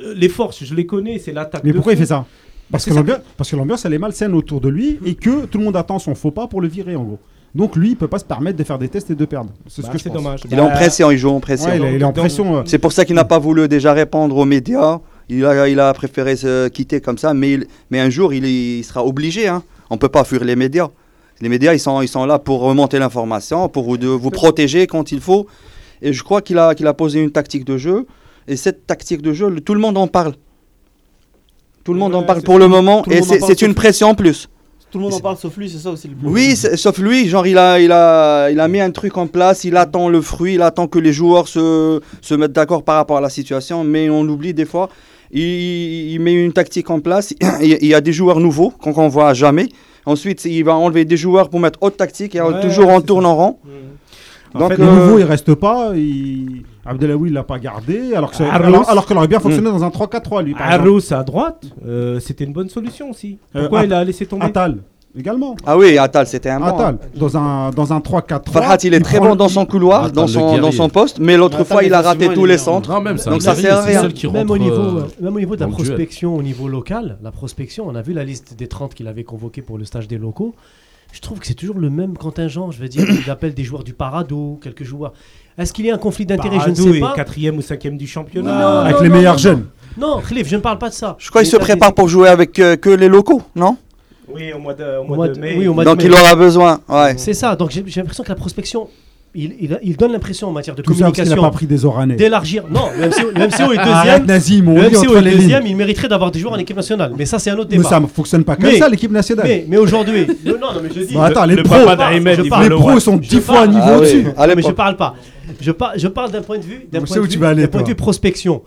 Speaker 7: Euh, Les forces, je les connais. C'est l'attaque.
Speaker 5: Mais
Speaker 7: de
Speaker 5: pourquoi il
Speaker 7: fou.
Speaker 5: fait ça parce
Speaker 7: c'est
Speaker 5: que,
Speaker 7: ça.
Speaker 5: l'ambiance, parce que l'ambiance, elle est malsaine autour de lui et que tout le monde attend son faux pas pour le virer en gros. Donc lui, il peut pas se permettre de faire des tests et de perdre. C'est
Speaker 7: Bah,
Speaker 5: ce que je
Speaker 7: C'est
Speaker 5: pense.
Speaker 7: dommage.
Speaker 10: Il est en pression, il joue en pression.
Speaker 5: Ouais, il, est, il est en
Speaker 7: Donc-
Speaker 5: pression. euh,
Speaker 10: C'est pour ça qu'il n'a pas voulu déjà répondre aux médias. Il a, il a préféré se quitter comme ça, mais, il- mais un jour, il, y- il sera obligé. Hein. On ne peut pas fuir les médias. Les médias, ils sont, ils sont là pour remonter l'information, pour vous, de- vous protéger quand il faut. Et je crois qu'il a, qu'il a posé une tactique de jeu. Et cette tactique de jeu, le- tout le monde en parle. Tout le monde en
Speaker 7: Ouais,
Speaker 10: parle
Speaker 7: c'est-
Speaker 10: pour le moment.
Speaker 3: tout le
Speaker 10: Et
Speaker 3: monde en
Speaker 10: c'est
Speaker 3: parle,
Speaker 10: c'est une
Speaker 3: sauf-
Speaker 10: pression en plus.
Speaker 3: Tout le monde en parle sauf lui, c'est ça aussi le plus.
Speaker 10: Oui, c'est- sauf lui, genre il a, il, a, il a mis un truc en place, il attend le fruit, il attend que les joueurs se, se mettent d'accord par rapport à la situation, mais on oublie des fois, il, il met une tactique en place, il, il y a des joueurs nouveaux qu'on qu'on voit jamais, ensuite il va enlever des joueurs pour mettre autre tactique, et
Speaker 7: Ouais,
Speaker 10: toujours
Speaker 7: ouais,
Speaker 10: on
Speaker 7: c'est
Speaker 10: tourne
Speaker 7: ça.
Speaker 10: en rond.
Speaker 7: Mm.
Speaker 5: En
Speaker 10: Donc,
Speaker 5: fait, le
Speaker 10: euh,
Speaker 5: nouveau, il reste pas. Il... Abdelawi, il l'a pas gardé. Alors que ça-
Speaker 7: Arous.
Speaker 5: alors, alors qu'il aurait bien
Speaker 10: Hmm.
Speaker 5: fonctionné dans un 3-4-3, lui. Par exemple.
Speaker 7: Arros à droite, euh, c'était une bonne solution aussi.
Speaker 5: Euh,
Speaker 7: Pourquoi
Speaker 5: At-
Speaker 7: il a laissé tomber
Speaker 5: Atal, également.
Speaker 10: Ah oui, Atal, c'était un bon. hein.
Speaker 5: Atal, dans un, dans un 3-4-3.
Speaker 10: Farhat, il est très
Speaker 5: prend
Speaker 10: bon
Speaker 5: le-
Speaker 10: dans son couloir,
Speaker 6: Atal,
Speaker 10: dans
Speaker 6: le
Speaker 10: son, dans
Speaker 6: guerrier.
Speaker 10: son poste, mais l'autre
Speaker 3: Atal,
Speaker 10: fois, il a raté
Speaker 3: défensivement,
Speaker 10: tous
Speaker 3: il est
Speaker 10: les
Speaker 3: bien.
Speaker 10: centres.
Speaker 6: Non, même ça
Speaker 10: Donc ça sert à rien.
Speaker 6: qui
Speaker 4: même,
Speaker 6: rentre,
Speaker 4: au niveau,
Speaker 6: euh,
Speaker 4: euh, même au niveau de la
Speaker 6: dans le duel.
Speaker 4: prospection, au niveau local, la prospection, on a vu la liste des 30 qu'il avait convoqués pour le stage des locaux. Je trouve que c'est toujours le même contingent. Je veux dire, il appelle des joueurs du Parado, quelques joueurs. Est-ce qu'il y a un conflit d'intérêt Je ne
Speaker 7: Paradou
Speaker 4: sais
Speaker 7: est
Speaker 4: pas.
Speaker 7: quatrième ou cinquième du championnat.
Speaker 4: Non,
Speaker 5: Avec
Speaker 4: non,
Speaker 5: les
Speaker 4: non,
Speaker 5: meilleurs
Speaker 4: non,
Speaker 5: jeunes.
Speaker 4: Non, Khalif, je ne parle pas de ça.
Speaker 10: Je crois qu'il se
Speaker 4: Mais-
Speaker 10: prépare pour jouer avec euh, que les locaux, non
Speaker 7: Oui, au mois de, au
Speaker 4: Au
Speaker 7: mois
Speaker 4: mois
Speaker 7: de
Speaker 4: de-
Speaker 7: mai.
Speaker 4: oui, au mois de
Speaker 10: Donc
Speaker 4: mai.
Speaker 10: il aura besoin. Ouais.
Speaker 4: C'est ça, donc j'ai j'ai l'impression que la prospection, il, il- il donne l'impression en matière de
Speaker 5: Tout ça parce qu'il n'a
Speaker 4: communication
Speaker 5: pas pris des oranais.
Speaker 4: d'élargir. Non, le MCO, le MCO est deuxième.
Speaker 5: Arrête, Nazim, on
Speaker 4: Le
Speaker 5: lit
Speaker 4: MCO
Speaker 5: entre
Speaker 4: est
Speaker 5: les lignes.
Speaker 4: deuxième, il mériterait d'avoir des joueurs en équipe nationale. Mais ça, c'est un autre
Speaker 5: Mais
Speaker 4: débat.
Speaker 5: ça ne fonctionne pas comme
Speaker 4: Mais-
Speaker 5: ça, l'équipe nationale.
Speaker 4: Mais, mais aujourd'hui, non, non, mais je dis.
Speaker 5: Bah, attends, les
Speaker 11: le
Speaker 5: pros,
Speaker 11: papa
Speaker 5: les
Speaker 11: d'Ahmed,
Speaker 4: je
Speaker 11: il
Speaker 4: parle-
Speaker 11: parle
Speaker 5: pros sont
Speaker 4: Je
Speaker 5: 10 fois un
Speaker 4: parle-
Speaker 5: niveau
Speaker 10: Ah oui.
Speaker 5: au-dessus.
Speaker 10: À
Speaker 4: mais je
Speaker 10: l'époque.
Speaker 4: parle pas. Je, par- je parle d'un point de vue, d'un
Speaker 5: On sait
Speaker 4: point, de
Speaker 5: où tu
Speaker 4: vue-
Speaker 5: vas aller,
Speaker 4: d'un point de
Speaker 5: toi.
Speaker 4: vue prospection.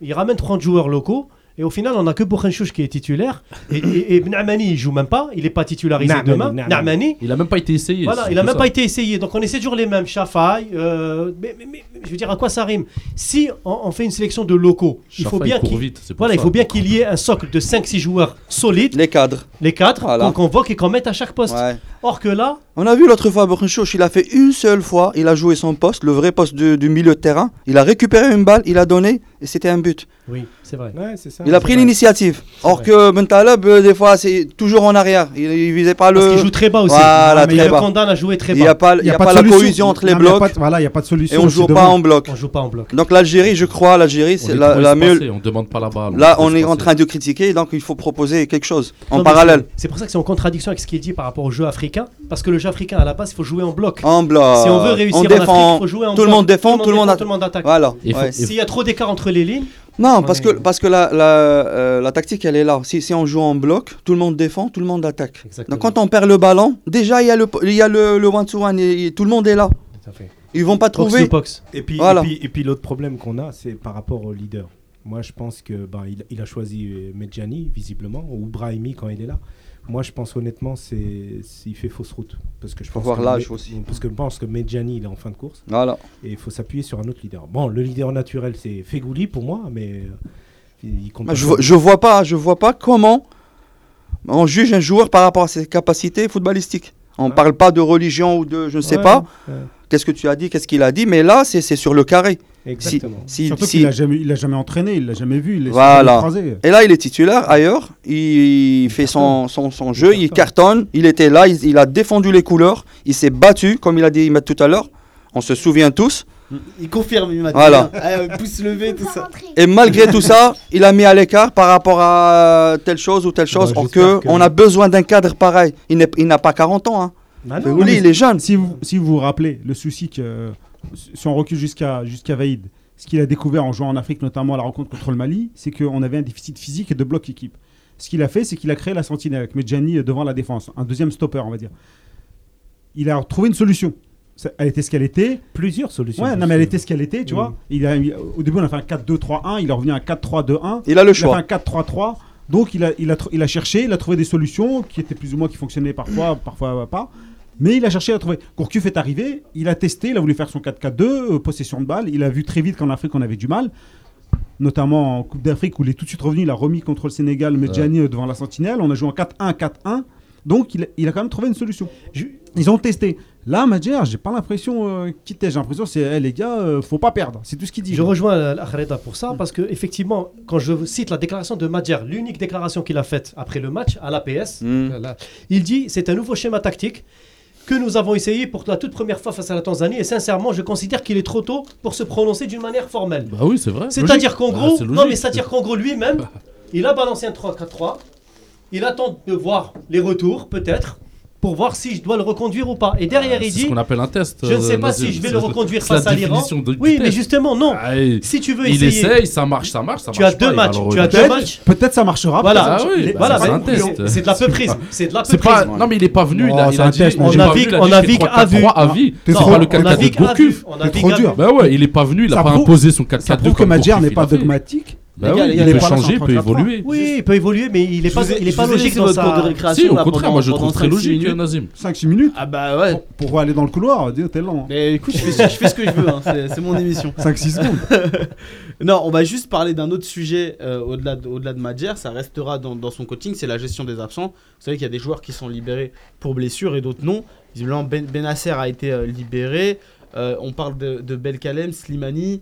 Speaker 4: Il ramène 30 joueurs locaux. Et au final, on n'a que Bourrenchouch qui est titulaire. Et, et, et Benamani, il joue même pas. Il n'est pas titularisé
Speaker 7: Nahmani,
Speaker 4: demain.
Speaker 7: Nahmani.
Speaker 4: Nahmani,
Speaker 6: Il a même pas été essayé.
Speaker 4: Voilà,
Speaker 6: c'est
Speaker 4: il a
Speaker 6: tout
Speaker 4: même
Speaker 6: ça.
Speaker 4: pas été essayé. Donc on essaie toujours les mêmes. Chafaille, euh, mais, mais- mais- mais je veux dire, à quoi ça rime Si on, on fait une sélection de locaux, il faut
Speaker 6: Chafa,
Speaker 4: bien
Speaker 6: court
Speaker 4: qu'il
Speaker 6: vite, c'est pour
Speaker 4: voilà, il
Speaker 6: ça.
Speaker 4: faut bien qu'il y ait un socle de 5-6 joueurs solides,
Speaker 10: Les cadres.
Speaker 4: les 4,
Speaker 10: Voilà.
Speaker 4: qu'on convoque et qu'on mette à chaque poste.
Speaker 10: Ouais.
Speaker 4: Or que là,
Speaker 10: On a vu l'autre fois Borchouch, il a fait une seule fois, il a joué son poste, le vrai poste du, du milieu de terrain. Il a récupéré une balle, il a donné et c'était un but.
Speaker 4: oui, c'est vrai.
Speaker 7: Ouais, c'est ça.
Speaker 10: Il a pris l'initiative. Or
Speaker 4: vrai.
Speaker 10: que Bentaleb, euh, des fois, c'est toujours en arrière. Il, il visait pas
Speaker 4: Parce
Speaker 10: le.
Speaker 4: qu'il joue très bas aussi. Ah,
Speaker 10: Voilà,
Speaker 4: mais il
Speaker 10: très
Speaker 4: le
Speaker 10: bas.
Speaker 4: condamne à jouer très
Speaker 10: Il n'y a pas,
Speaker 4: bas.
Speaker 10: il y a pas la
Speaker 5: solution.
Speaker 10: cohésion entre les
Speaker 5: Non, mais il y a
Speaker 10: blocs
Speaker 5: pas de- Voilà, il n'y a pas de solution.
Speaker 10: et on joue
Speaker 5: c'est
Speaker 10: pas
Speaker 5: dommage.
Speaker 10: en bloc.
Speaker 4: On joue pas en bloc.
Speaker 10: Donc l'Algérie, je crois, l'Algérie,
Speaker 6: On
Speaker 10: c'est
Speaker 6: les
Speaker 10: la,
Speaker 6: trouve
Speaker 10: la
Speaker 6: espacés,
Speaker 10: meilleure.
Speaker 6: On demande pas la balle.
Speaker 10: Là,
Speaker 6: trouve
Speaker 10: on est en
Speaker 6: espacés.
Speaker 10: train de critiquer, donc il faut proposer quelque chose en
Speaker 4: Non, mais
Speaker 10: parallèle.
Speaker 4: c'est- C'est pour ça que c'est en contradiction avec ce qui est dit par rapport au jeu africain. Parce que le jeu africain, à la base, il faut jouer en bloc.
Speaker 10: En bloc.
Speaker 4: si on veut
Speaker 10: Euh, on
Speaker 4: réussir en Afrique,
Speaker 10: défend.
Speaker 4: il faut jouer en
Speaker 10: tout le
Speaker 4: bloc.
Speaker 10: monde défend, tout le monde
Speaker 4: défend,
Speaker 10: atta-
Speaker 4: tout le monde attaque.
Speaker 10: Voilà.
Speaker 6: Il faut-
Speaker 10: ouais.
Speaker 4: S'il y a trop d'écart entre les lignes,
Speaker 10: Non, parce que,
Speaker 4: Ouais.
Speaker 10: parce que la, la, euh, la tactique, elle est là. Si, si on joue en bloc, tout le monde défend, tout le monde attaque.
Speaker 4: Exactement.
Speaker 10: Donc quand on perd le ballon, déjà, il y a le il y a le, le one-to-one, et, et tout le monde est là.
Speaker 4: Tout à fait.
Speaker 10: Ils vont pas
Speaker 4: box to
Speaker 10: trouver.
Speaker 4: box.
Speaker 7: Et puis,
Speaker 10: Voilà.
Speaker 7: et puis, et puis l'autre problème qu'on a, c'est par rapport au leader. Moi, je pense que ben, il, il a choisi euh, Medjani, visiblement, ou Brahimi quand il est là. Moi, je pense honnêtement, c'est c'est- il fait fausse route. Parce que je
Speaker 10: Faut
Speaker 7: pense
Speaker 10: voir
Speaker 7: que
Speaker 10: l'âge
Speaker 7: Me-
Speaker 10: aussi.
Speaker 7: Parce que je pense que Medjani, il est en fin de course.
Speaker 10: Voilà.
Speaker 7: Et il faut s'appuyer sur un autre leader. Bon, le leader naturel, c'est Fegouli pour moi, mais euh, il il compte
Speaker 10: Moi,
Speaker 7: pas
Speaker 10: Je,
Speaker 7: sur-
Speaker 10: vois- je vois pas, je vois pas comment on juge un joueur par rapport à ses capacités footballistiques. On
Speaker 7: Ouais.
Speaker 10: parle pas de religion ou de je ne sais
Speaker 7: Ouais,
Speaker 10: pas.
Speaker 7: ouais.
Speaker 10: Qu'est-ce que tu as dit, qu'est-ce qu'il a dit, mais là c'est c'est sur le carré. Si,
Speaker 7: Exactement.
Speaker 10: si,
Speaker 5: Surtout
Speaker 10: si-
Speaker 5: qu'il a jamais, il a jamais entraîné, il l'a jamais vu, il l'a
Speaker 10: Voilà.
Speaker 5: jamais croisé.
Speaker 10: Et là il est titulaire ailleurs, il, fait son, son, son jeu, il cartonne, il était là, il, il a défendu les couleurs, il s'est battu, comme il a dit Imad tout à l'heure, on se souvient tous.
Speaker 3: Il confirme, il m'a dit
Speaker 10: Voilà.
Speaker 3: bien. Ah, euh, pouce levé, tout ça.
Speaker 10: Et malgré tout ça, il a mis à l'écart par rapport à telle chose ou telle chose,
Speaker 7: Bah,
Speaker 10: or
Speaker 7: j'espère
Speaker 10: que,
Speaker 7: que-
Speaker 10: on a besoin d'un cadre pareil. Il n'est- il n'a pas 40 ans, hein.
Speaker 7: Bah non,
Speaker 10: Fegouli,
Speaker 5: mais
Speaker 10: il est jeune.
Speaker 5: Si vous, si vous vous rappelez, le souci que si on recule jusqu'à jusqu'à Vaïd, ce qu'il a découvert en jouant en Afrique, notamment à la rencontre contre le Mali, c'est qu'on avait un déficit physique et de bloc équipe. Ce qu'il a fait, c'est qu'il a créé la sentinelle avec Medjani euh, devant la défense, un deuxième stopper, on va dire. Il a trouvé une solution. Ça- Elle était ce qu'elle était.
Speaker 7: plusieurs solutions.
Speaker 5: Ouais, non, mais elle était ce qu'elle était, tu
Speaker 7: Mm.
Speaker 5: vois. Il a, il- au début, on a fait un 4-2-3-1, il est revenu à un 4-3-2-1.
Speaker 10: Il a le
Speaker 5: Il a
Speaker 10: choix.
Speaker 5: fait un 4-3-3. Donc il a, il, a, tr- il a cherché, il a trouvé des solutions qui étaient plus ou moins qui fonctionnaient parfois, parfois pas. Mais il a cherché à trouver. Gourcuff est arrivé, il a testé, il a voulu faire son 4-4-2, euh, possession de balle. Il a vu très vite qu'en Afrique, on avait du mal. Notamment en Coupe d'Afrique, où il est tout de suite revenu, il a remis contre le Sénégal, Medjani euh, devant la sentinelle. On a joué en 4-1-4-1. Donc il, il a quand même trouvé une solution. Ju- Ils ont testé. Là, Madjer, j'ai pas l'impression euh, qu'il teste. J'ai l'impression c'est eh, les gars, euh, faut pas perdre. C'est tout ce qu'il dit.
Speaker 4: Je rejoins Akhreda pour ça, parce que effectivement, quand je cite la déclaration de Madjer, l'unique déclaration qu'il a faite après le match à l'APS,
Speaker 10: Mm.
Speaker 4: euh, là, il dit c'est un nouveau schéma tactique que nous avons essayé pour la toute première fois face à la Tanzanie, et sincèrement, je considère qu'il est trop tôt pour se prononcer d'une manière formelle.
Speaker 6: Bah oui, c'est vrai.
Speaker 4: C'est-à-dire qu'en
Speaker 6: Bah,
Speaker 4: gros,
Speaker 6: c'est
Speaker 4: non
Speaker 6: logique.
Speaker 4: mais c'est-à-dire qu'en gros lui-même, il a balancé un 3-4-3, il attend de voir les retours peut-être pour voir si je dois le reconduire ou pas. Et derrière il
Speaker 6: Ah, C'est ce
Speaker 4: dit,
Speaker 6: qu'on appelle un test.
Speaker 4: je ne sais
Speaker 6: euh,
Speaker 4: pas
Speaker 6: Nazir.
Speaker 4: si je vais
Speaker 6: C'est-
Speaker 4: le reconduire
Speaker 6: c'est la
Speaker 4: face à l'Iran.
Speaker 6: définition de- du
Speaker 4: Oui, mais
Speaker 6: test.
Speaker 4: justement non.
Speaker 6: Ah, il-
Speaker 4: Si tu veux
Speaker 6: Il
Speaker 4: essayer,
Speaker 6: essaye, ça marche, ça marche, ça
Speaker 4: Tu
Speaker 6: marche
Speaker 4: as
Speaker 6: pas,
Speaker 4: deux
Speaker 6: il va
Speaker 4: matchs,
Speaker 6: le
Speaker 4: tu as
Speaker 6: rejeter.
Speaker 4: deux matchs.
Speaker 5: Peut-être ça marchera.
Speaker 4: Voilà,
Speaker 5: peut-être-
Speaker 6: Ah oui,
Speaker 5: les-
Speaker 6: bah,
Speaker 4: Voilà,
Speaker 6: c'est un
Speaker 4: mais-
Speaker 6: test.
Speaker 4: c'est- c'est de la peu prise, c'est de la peu
Speaker 6: C'est pas.
Speaker 4: prise.
Speaker 6: Non, mais il est pas venu.
Speaker 5: Oh,
Speaker 6: il a,
Speaker 5: c'est
Speaker 6: il a
Speaker 5: un
Speaker 6: dit,
Speaker 5: test,
Speaker 6: j'ai
Speaker 5: on
Speaker 6: pas
Speaker 4: navigue-
Speaker 6: vu, il a
Speaker 4: on
Speaker 6: dit, je fais
Speaker 4: navigue à
Speaker 6: 3-4-3
Speaker 4: vue.
Speaker 6: à vue.
Speaker 5: T'es
Speaker 6: C'est
Speaker 5: trop-
Speaker 6: pas le
Speaker 5: t'es
Speaker 4: on
Speaker 6: 4
Speaker 4: navigue
Speaker 6: de
Speaker 4: à vue,
Speaker 6: Goku.
Speaker 4: on
Speaker 5: T'es
Speaker 4: navigue
Speaker 5: trop
Speaker 4: à
Speaker 5: dur.
Speaker 4: vue.
Speaker 6: Bah ouais, il est pas venu, il a
Speaker 5: Ça
Speaker 6: pas
Speaker 5: prouve-
Speaker 6: imposé son 4-4-2.
Speaker 5: Ça prouve que
Speaker 6: comme
Speaker 5: Madjer
Speaker 6: Gourcuff,
Speaker 5: n'est
Speaker 6: il
Speaker 5: pas
Speaker 6: a fait.
Speaker 5: dogmatique.
Speaker 6: Bah
Speaker 3: Les gars,
Speaker 6: oui,
Speaker 3: les
Speaker 6: il
Speaker 3: gars,
Speaker 6: peut
Speaker 5: les
Speaker 6: changer, il peut
Speaker 5: parents sont
Speaker 6: évoluer.
Speaker 4: Oui, il peut évoluer, mais il n'est pas,
Speaker 3: Je vous ai-
Speaker 4: il est
Speaker 3: je
Speaker 4: pas
Speaker 3: vous ai
Speaker 4: logique
Speaker 3: laissé
Speaker 4: dans
Speaker 3: votre
Speaker 4: sa.
Speaker 3: cours de récréation.
Speaker 6: Si, au
Speaker 3: là,
Speaker 6: contraire,
Speaker 3: pendant-
Speaker 6: moi je le
Speaker 3: pendant
Speaker 6: trouve très
Speaker 3: 5-6
Speaker 6: logique,
Speaker 3: minutes.
Speaker 6: euh, Nazim.
Speaker 5: 5-6 minutes
Speaker 3: Ah bah ouais.
Speaker 5: pour, pour aller dans le couloir. dis, T'es lent. hein.
Speaker 3: Mais écoute, je fais, je fais ce que je veux, hein, c'est c'est mon émission.
Speaker 5: 5-6 secondes.
Speaker 3: Non, on va juste parler d'un autre sujet euh, au-delà de, au-delà de Madjer. Ça restera dans, dans son coaching, c'est la gestion des absents. Vous savez qu'il y a des joueurs qui sont libérés pour blessure et d'autres non. Visiblement, ben, Benasser a été euh, libéré. Euh, on parle de, de Belkalem, Slimani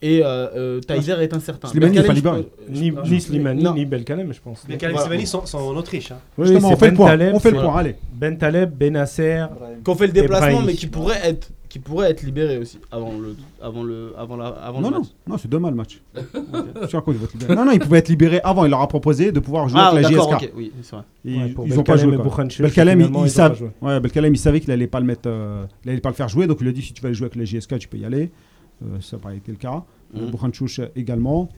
Speaker 3: et euh, euh, Tyler est incertain.
Speaker 5: Slimani n'est
Speaker 3: Belkalem,
Speaker 5: pas
Speaker 3: je
Speaker 5: libéré.
Speaker 3: peux-
Speaker 7: Ni,
Speaker 3: je-
Speaker 7: ni Slimani,
Speaker 3: Non.
Speaker 7: ni Belkalem, je pense.
Speaker 4: Mais Karim
Speaker 3: Voilà.
Speaker 4: Slimani sont, sont en Autriche. hein.
Speaker 7: Oui,
Speaker 5: Justement,
Speaker 7: c'est
Speaker 5: on fait le point.
Speaker 7: Bentaleb,
Speaker 5: On fait le
Speaker 3: voilà.
Speaker 7: Ben
Speaker 5: point. Allez.
Speaker 7: Bentaleb, Benasser,
Speaker 3: Qu'on euh, fait le
Speaker 7: Et
Speaker 3: déplacement,
Speaker 7: Brahimi.
Speaker 3: mais qui pourrait être qui pourrait être libéré aussi avant le, avant le, avant la, avant
Speaker 5: Non,
Speaker 3: le
Speaker 5: non,
Speaker 3: match.
Speaker 5: non, c'est demain le match. Je suis à cause de votre idée. Non, non, il pouvait être libéré avant. Il leur a proposé de pouvoir jouer
Speaker 3: Ah,
Speaker 5: avec la
Speaker 3: d'accord,
Speaker 5: GSK.
Speaker 3: ok, oui, c'est vrai.
Speaker 5: Ils,
Speaker 7: Ouais, pour
Speaker 5: ils ont pas
Speaker 7: Belkalem
Speaker 5: joué.
Speaker 7: et
Speaker 5: quoi.
Speaker 7: Bourhanchev,
Speaker 5: Belkalem, il,
Speaker 7: finalement,
Speaker 5: il
Speaker 7: ils ont pas
Speaker 5: sav-
Speaker 7: joué.
Speaker 5: ouais, Belkalem, il savait qu'il allait pas le mettre, euh, il allait pas le faire jouer. Donc il lui a dit si tu vas jouer avec la GSK, tu peux y aller. Euh, ça n'a pas été le cas.
Speaker 3: Mhm.
Speaker 5: Euh, Bourhanchouch, euh, également.